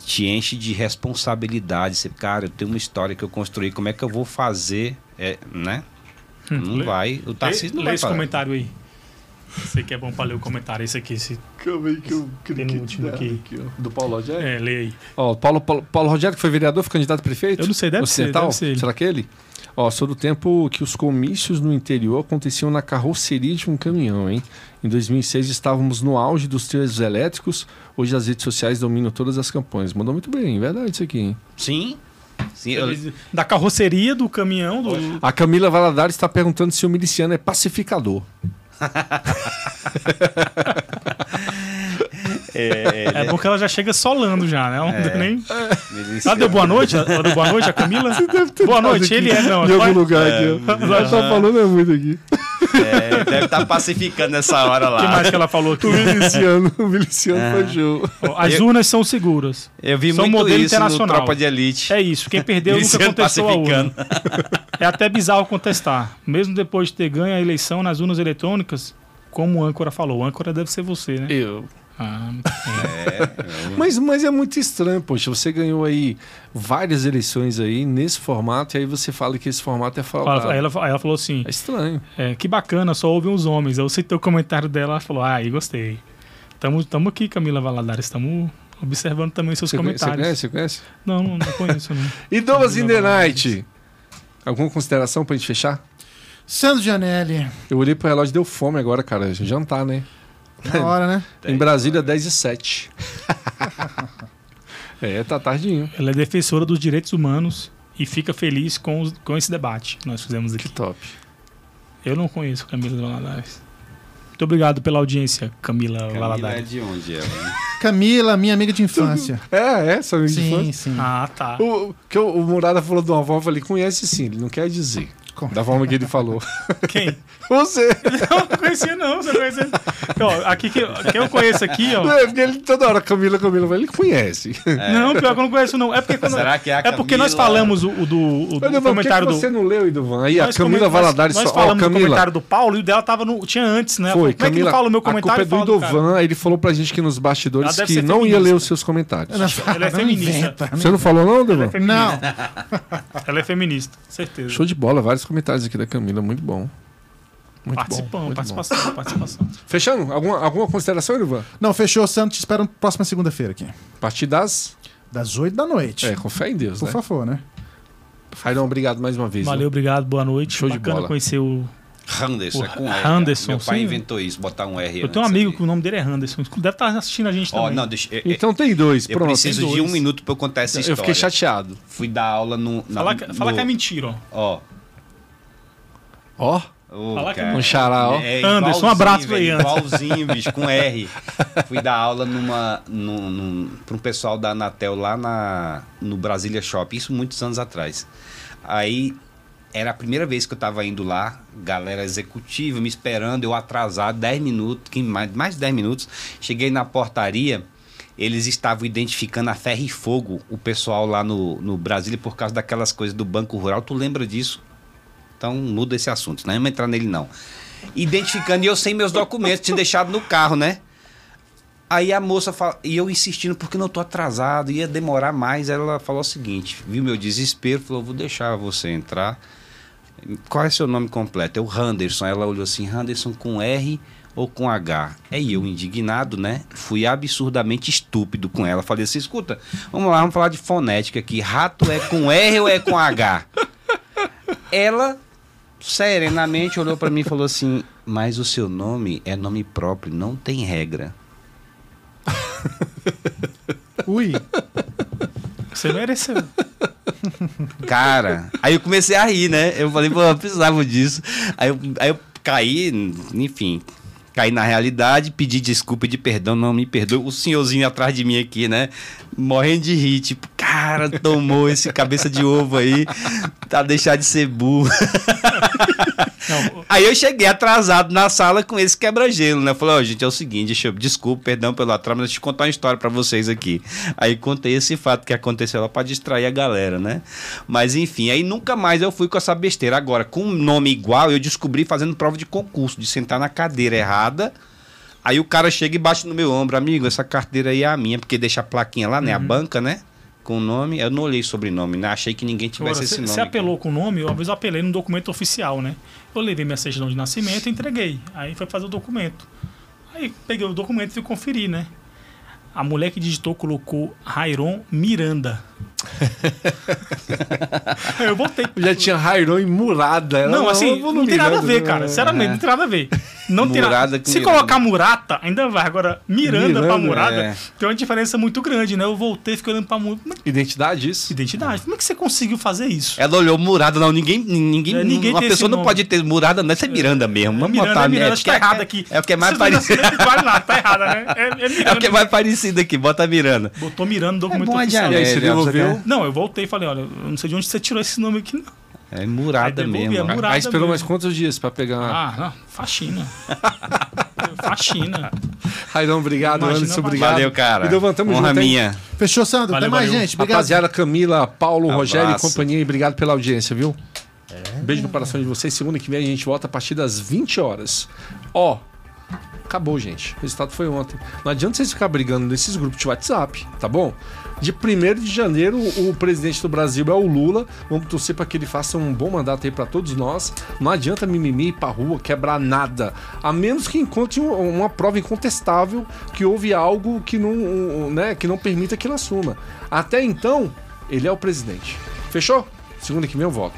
D: te enche de responsabilidade. Você, cara, eu tenho uma história que eu construí, como é que eu vou fazer, é, né? Não
E: Hum, Lê-
D: vai, o Tarcísio não
E: Lê,
D: vai
E: esse
D: falar.
E: comentário aí. Sei que é bom pra ler o comentário. Esse aqui, esse.
C: Calma aí que eu cliquei
E: Penúltimo
C: nela
E: aqui.
C: ó, do Paulo Rogério.
E: É, lê aí.
C: Ó, o Paulo, Paulo, Paulo Rogério, que foi vereador, foi candidato a prefeito?
E: Eu não sei, deve ser,
C: Ocidental?
E: deve ser ele.
C: Será que é ele? Ó, sou do tempo que os comícios no interior aconteciam na carroceria de um caminhão, hein? Em 2006 estávamos no auge dos trios elétricos, hoje as redes sociais dominam todas as campanhas. Mandou muito bem, verdade isso aqui, hein?
D: Sim. Sim, eu,
E: Da carroceria, do caminhão, do.
C: A Camila Valadares está perguntando se o miliciano é pacificador.
E: É bom que ela já chega solando já, né? Ela não deu nem. Ela
D: miliciano.
E: deu boa noite? Ela deu boa noite, a Camila? Boa noite, ele é, não.
C: Em
E: Pode-
C: algum lugar
E: É.
C: aqui. ó. Ela
E: um
C: tá falando é muito aqui.
D: É, deve estar pacificando essa hora
E: O que
D: lá.
E: mais que ela falou aqui?
C: O miliciano, [LAUGHS] o
E: É.
C: miliciano foi show.
E: Ó, As
D: Eu-
E: urnas são seguras.
D: Eu vi
E: São
D: muito
E: modelo
D: isso no
E: internacional.
D: Tropa de Elite.
E: É isso, quem perdeu nunca
D: Miliciano
E: contestou a urna.
D: pacificando.
E: É até bizarro contestar. Mesmo depois de ter ganho a eleição nas urnas eletrônicas, como o âncora falou, o âncora deve ser você, né?
C: Eu.
E: Ah,
D: É,
C: Mas, mas é muito estranho, poxa. Você ganhou aí várias eleições aí nesse formato, e aí você fala que esse formato é fraudado.
E: aí, ela, aí ela falou assim:
C: É estranho.
E: é, que bacana, só ouvem os homens. Aí eu citei o comentário dela, ela falou: ah, aí gostei. Tamo, tamo aqui, Camila Valadares, estamos observando também os seus
C: Você conhe- você
E: comentários.
C: conhece? Você conhece?
E: Não, não, não conheço, não.
C: E Domas in the
E: Não, não, não.
C: Night. Alguma consideração pra gente fechar?
B: Sandro Gianelli,
C: Eu olhei pro relógio e deu fome agora, cara. Jantar, né?
B: na hora, né?
C: Em Brasília, 10 e
E: [LAUGHS]
C: 7. é, tá tardinho.
E: Ela é defensora dos direitos humanos e fica feliz com, os- com esse debate que nós fizemos
C: Que
E: aqui.
C: top.
E: Eu não conheço Camila Valadares. Muito obrigado pela audiência, Camila,
D: Camila é
E: Valadares.
D: de onde ela? né?
B: Camila, minha amiga de infância.
C: É, é, sabe?
B: Sim, sim.
E: Ah, tá.
C: O, que o, o Murada falou de uma forma, ele conhece sim, ele não quer dizer.
B: Com-
C: Da forma que ele falou. [LAUGHS]
E: Quem? [LAUGHS]
C: Você,
E: Não, não conhecia não, você não conhecia. Ó, aqui que quem eu conheço aqui, ó.
C: é, porque ele toda hora, Camila, Camila, ele conhece.
E: Não, pior que eu não conheço não. É porque quando-
D: Será que é a
E: É porque nós
D: Camila?
E: falamos o, o do o, do
C: Olha, mas por que, que
E: comentário
C: você
E: do
C: não leu, Idovan? Aí a
E: nós
C: Camila
E: comen- nós-
C: Valadares
E: nós,
C: só, ó,
E: falamos do
C: Camila.
E: comentário do Paulo e o dela tava no tinha antes, né? Ela
C: Foi,
E: falou, Como é que
C: Camila,
E: não fala o meu
C: a
E: comentário?
C: culpa é do
E: Fala cara.
C: Idovan, ele falou pra gente que nos bastidores
E: Ela deve
C: que
E: ser né?
C: não ia
E: feminista.
C: ler os seus comentários.
E: Ela é
B: Não
E: feminista.
B: inventa, né?
C: Você não falou não, Idovan?
B: Não,
E: Ela é feminista, certeza.
C: Show de bola, vários comentários aqui da Camila, muito bom. Muito bom,
E: Participando,
C: muito bom.
E: participação, participação.
C: Fechando, alguma, alguma consideração, Idovan?
B: não, fechou, Sandro. Te espero na próxima segunda-feira aqui.
C: A partir das...
B: Das 8 da noite.
C: É, com fé em Deus,
B: Por
C: né?
B: favor, né?
C: Raidão, obrigado mais uma vez.
E: Valeu, obrigado, boa noite.
C: Show de
E: Bacana
C: bola.
E: conhecer o.
D: Anderson, é com R.
E: Anderson,
D: Meu pai
E: sim.
D: inventou isso, botar um R.
E: Eu tenho um
D: antes
E: amigo
D: ali.
E: que o nome dele é Anderson. Deve estar assistindo a gente
D: Ó,
E: também.
D: não, deixa. Eu, é,
C: Então tem dois,
D: eu
C: pronto.
D: preciso
C: tem
D: de um
C: dois.
D: minuto pra eu contar essa história.
C: Eu fiquei chateado.
D: Fui dar aula no. na-
E: Falar que, falar
D: no-
E: que é mentira, ó.
D: Ó.
C: Ó,
D: Ô,
E: Falar que
D: cara.
C: um xará, ó.
D: É
E: Anderson, um
D: igualzinho,
E: abraço pra
D: velho,
E: ele, Anderson.
D: Igualzinho, bicho, com
E: [LAUGHS]
D: R. Fui dar aula numa, num, num, pra um pessoal da Anatel lá na, no Brasília Shopping, isso muitos anos atrás. Aí era a primeira vez que eu tava indo lá, galera executiva me esperando, eu atrasado 10 minutos, que mais, mais de 10 minutos. Cheguei na portaria, eles estavam identificando a ferro e fogo, o pessoal lá no, no Brasília, por causa daquelas coisas do Banco Rural. Tu lembra disso? Então muda esse assunto, não vamos entrar nele não. Identificando, e eu sem meus documentos, tinha deixado no carro, né? Aí a moça fala, e eu insistindo, porque não tô atrasado, ia demorar mais. Ela falou o seguinte, viu meu desespero, falou, vou deixar você entrar. Qual é seu nome completo? É o Henderson. Ela olhou assim, Henderson com R ou com H? Aí eu, indignado, né? Fui absurdamente estúpido com ela. Falei assim, escuta, vamos lá, vamos falar de fonética aqui. Rato é com R ou é com H? Ela serenamente olhou pra mim e falou assim: "Mas o seu nome é nome próprio, não tem regra".
B: Ui,
E: Você mereceu.
D: Cara, aí eu comecei a rir, né? Eu falei, pô, eu precisava disso. Aí eu, aí eu caí, enfim, caí na realidade, pedi desculpa e de perdão, não me perdoe. O senhorzinho atrás de mim aqui, né? Morrendo de rir, tipo, cara, tomou esse cabeça de ovo aí, tá deixar de ser burro.
E: Não,
D: [LAUGHS] Aí eu cheguei atrasado na sala com esse quebra-gelo, né? Eu Falei, ó, gente, é o seguinte, deixa eu- desculpa, perdão pelo atraso, mas deixa eu contar uma história pra vocês aqui. Aí contei esse fato que aconteceu lá pra distrair a galera, né? Mas enfim, aí nunca mais eu fui com essa besteira. Agora, com um nome igual, eu descobri fazendo prova de concurso, de sentar na cadeira errada. Aí o cara chega e bate no meu ombro, amigo, essa carteira aí é a minha, porque deixa a plaquinha lá, né? A banca, né? Com o nome. Eu não olhei sobrenome, né? Achei que ninguém
E: Agora,
D: tivesse esse
E: você
D: nome. então.
E: você apelou com o nome, uma vez eu apelei no documento oficial, né? Eu levei minha certidão de nascimento e entreguei. Aí foi fazer o documento. Aí peguei o documento e fui conferir, né? A mulher que digitou colocou Rairon Miranda. Aí eu voltei.
C: já tinha Rairon e Murada. ela-
E: Não, assim,
C: eu vou
E: não,
C: no
E: tem nada a
C: Miranda,
E: ver,
C: né?
E: cara. Sinceramente, não tem nada a ver. Não tem
D: É. Murada
E: nada.
D: com
E: Se
D: Miranda.
E: colocar Murata, ainda vai. Agora, Miranda, pra
C: Miranda,
E: Murada,
D: é.
E: tem uma diferença muito grande, né? Eu voltei, fiquei olhando pra Murata. Mas que
C: Identidade, isso?
E: Identidade, como é que você conseguiu fazer isso?
D: Ela olhou murada, não, ninguém, ninguém,
E: É, ninguém
D: uma
E: tem esse
D: pessoa não
E: nome.
D: pode ter murada, não, isso é Miranda mesmo, vamos
E: Miranda,
D: botar
E: é Miranda,
D: é,
E: acho que tá
D: porque
E: errado
D: é-
E: aqui.
D: É o que é mais
E: Vocês não
D: parecido,
E: nasceram iguais lá, tá errada, né? É, é
D: é o que
E: Miranda.
D: é mais parecido aqui, bota Miranda.
E: Botou Miranda no documento
D: bom
E: oficial.
C: E aí,
D: adiar,
C: você
D: É,
C: devolveu?
E: Não, eu voltei e falei, olha, eu não sei de onde você tirou esse nome aqui, não.
D: É
E: É,
D: murada
E: devolvi,
D: mesmo.
E: é
D: ó.
E: murada.
C: Aí esperou
E: mesmo.
C: mais quantos dias pra pegar?
E: Ah, não, faxina. [LAUGHS] faxina.
C: Raidão, obrigado,
E: Imagina,
C: Anderson,
E: mas-
C: obrigado.
D: Valeu, cara.
C: Idovan, tamo
D: Honra
C: junto, hein?
D: minha.
B: fechou, Sandro.
E: Valeu,
B: Até mais,
E: valeu.
B: gente. Obrigado.
C: Rapaziada, Camila, Paulo,
D: Abraço.
C: Rogério e companhia, e obrigado pela audiência, viu?
B: É.
C: Beijo no coração de vocês. Segunda que vem a gente volta a partir das 20 horas. Ó, Acabou, gente. O resultado foi ontem. Não adianta vocês ficar brigando nesses grupos de WhatsApp, tá bom? De 1 de janeiro, o presidente do Brasil é o Lula. Vamos torcer para que ele faça um bom mandato aí para todos nós. Não adianta mimimi ir pra rua, quebrar nada. A menos que encontre um- uma prova incontestável que houve algo que não, um, um, né, que não permita que ele assuma. Até então, ele é o presidente. Fechou? Segunda que vem eu volto.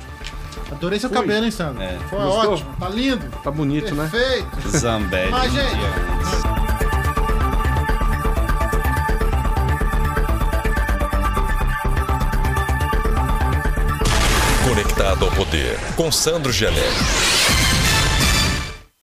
B: Adorei seu
C: Fui.
B: cabelo, hein, Sandro?
D: É.
B: Foi
C: Gostou?
B: ótimo, tá lindo.
C: Tá bonito, né?
B: Perfeito.
D: Zambelli.
B: Mas,
D: um
B: gente,
D: dia antes.
F: Conectado ao poder com Sandro Gelé.